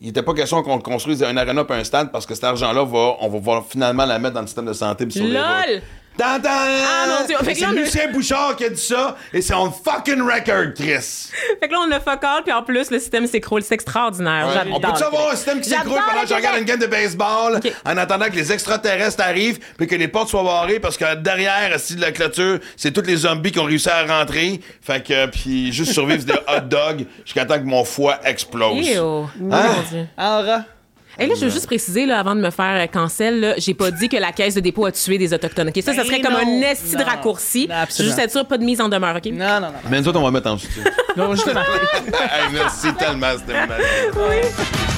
Speaker 3: il n'était pas question qu'on construise un aréna puis un stade parce que cet argent-là, va, on va voir finalement la mettre dans le système de santé. puis sur les
Speaker 6: Lol!
Speaker 3: routes. Tantan!
Speaker 6: Ah, mon Dieu. Fait
Speaker 3: Mais
Speaker 6: que
Speaker 3: C'est
Speaker 6: là, on a-
Speaker 3: Lucien Bouchard qui a dit ça, et c'est on fucking record, Chris!
Speaker 6: Fait que là, on a fuck all, puis en plus, le système s'écroule. C'est extraordinaire.
Speaker 3: Ouais.
Speaker 6: Ah, J'adore
Speaker 3: On peut-tu
Speaker 6: le
Speaker 3: avoir un
Speaker 6: Québec.
Speaker 3: système qui
Speaker 6: J'adore
Speaker 3: s'écroule pendant
Speaker 6: le
Speaker 3: que je regarde une
Speaker 6: Québec.
Speaker 3: game de baseball
Speaker 6: Ok.
Speaker 3: en attendant que les extraterrestres arrivent puis que les portes soient barrées parce que derrière, assis de la clôture, c'est tous les zombies qui ont réussi à rentrer. Fait que, puis juste survivre des hot dogs jusqu'à temps que mon foie explose.
Speaker 6: Eh oh.
Speaker 3: Hein?
Speaker 6: Mon Dieu.
Speaker 2: Aura.
Speaker 6: Et là, je veux juste préciser, là, avant de me faire euh, cancel, là, j'ai pas dit que la caisse de dépôt a tué des Autochtones. OK? Ça, ça
Speaker 2: Ben
Speaker 6: serait comme un
Speaker 2: non.
Speaker 6: esti de
Speaker 2: Non.
Speaker 6: raccourci.
Speaker 2: Non,
Speaker 6: Je veux
Speaker 2: absolument.
Speaker 6: juste être sûr, pas de mise en demeure. OK?
Speaker 2: Non, non, non.
Speaker 3: Mais nous autres, on va mettre en soutien.
Speaker 2: non.
Speaker 3: Hey, merci tellement, c'était mon avis.
Speaker 6: Oui.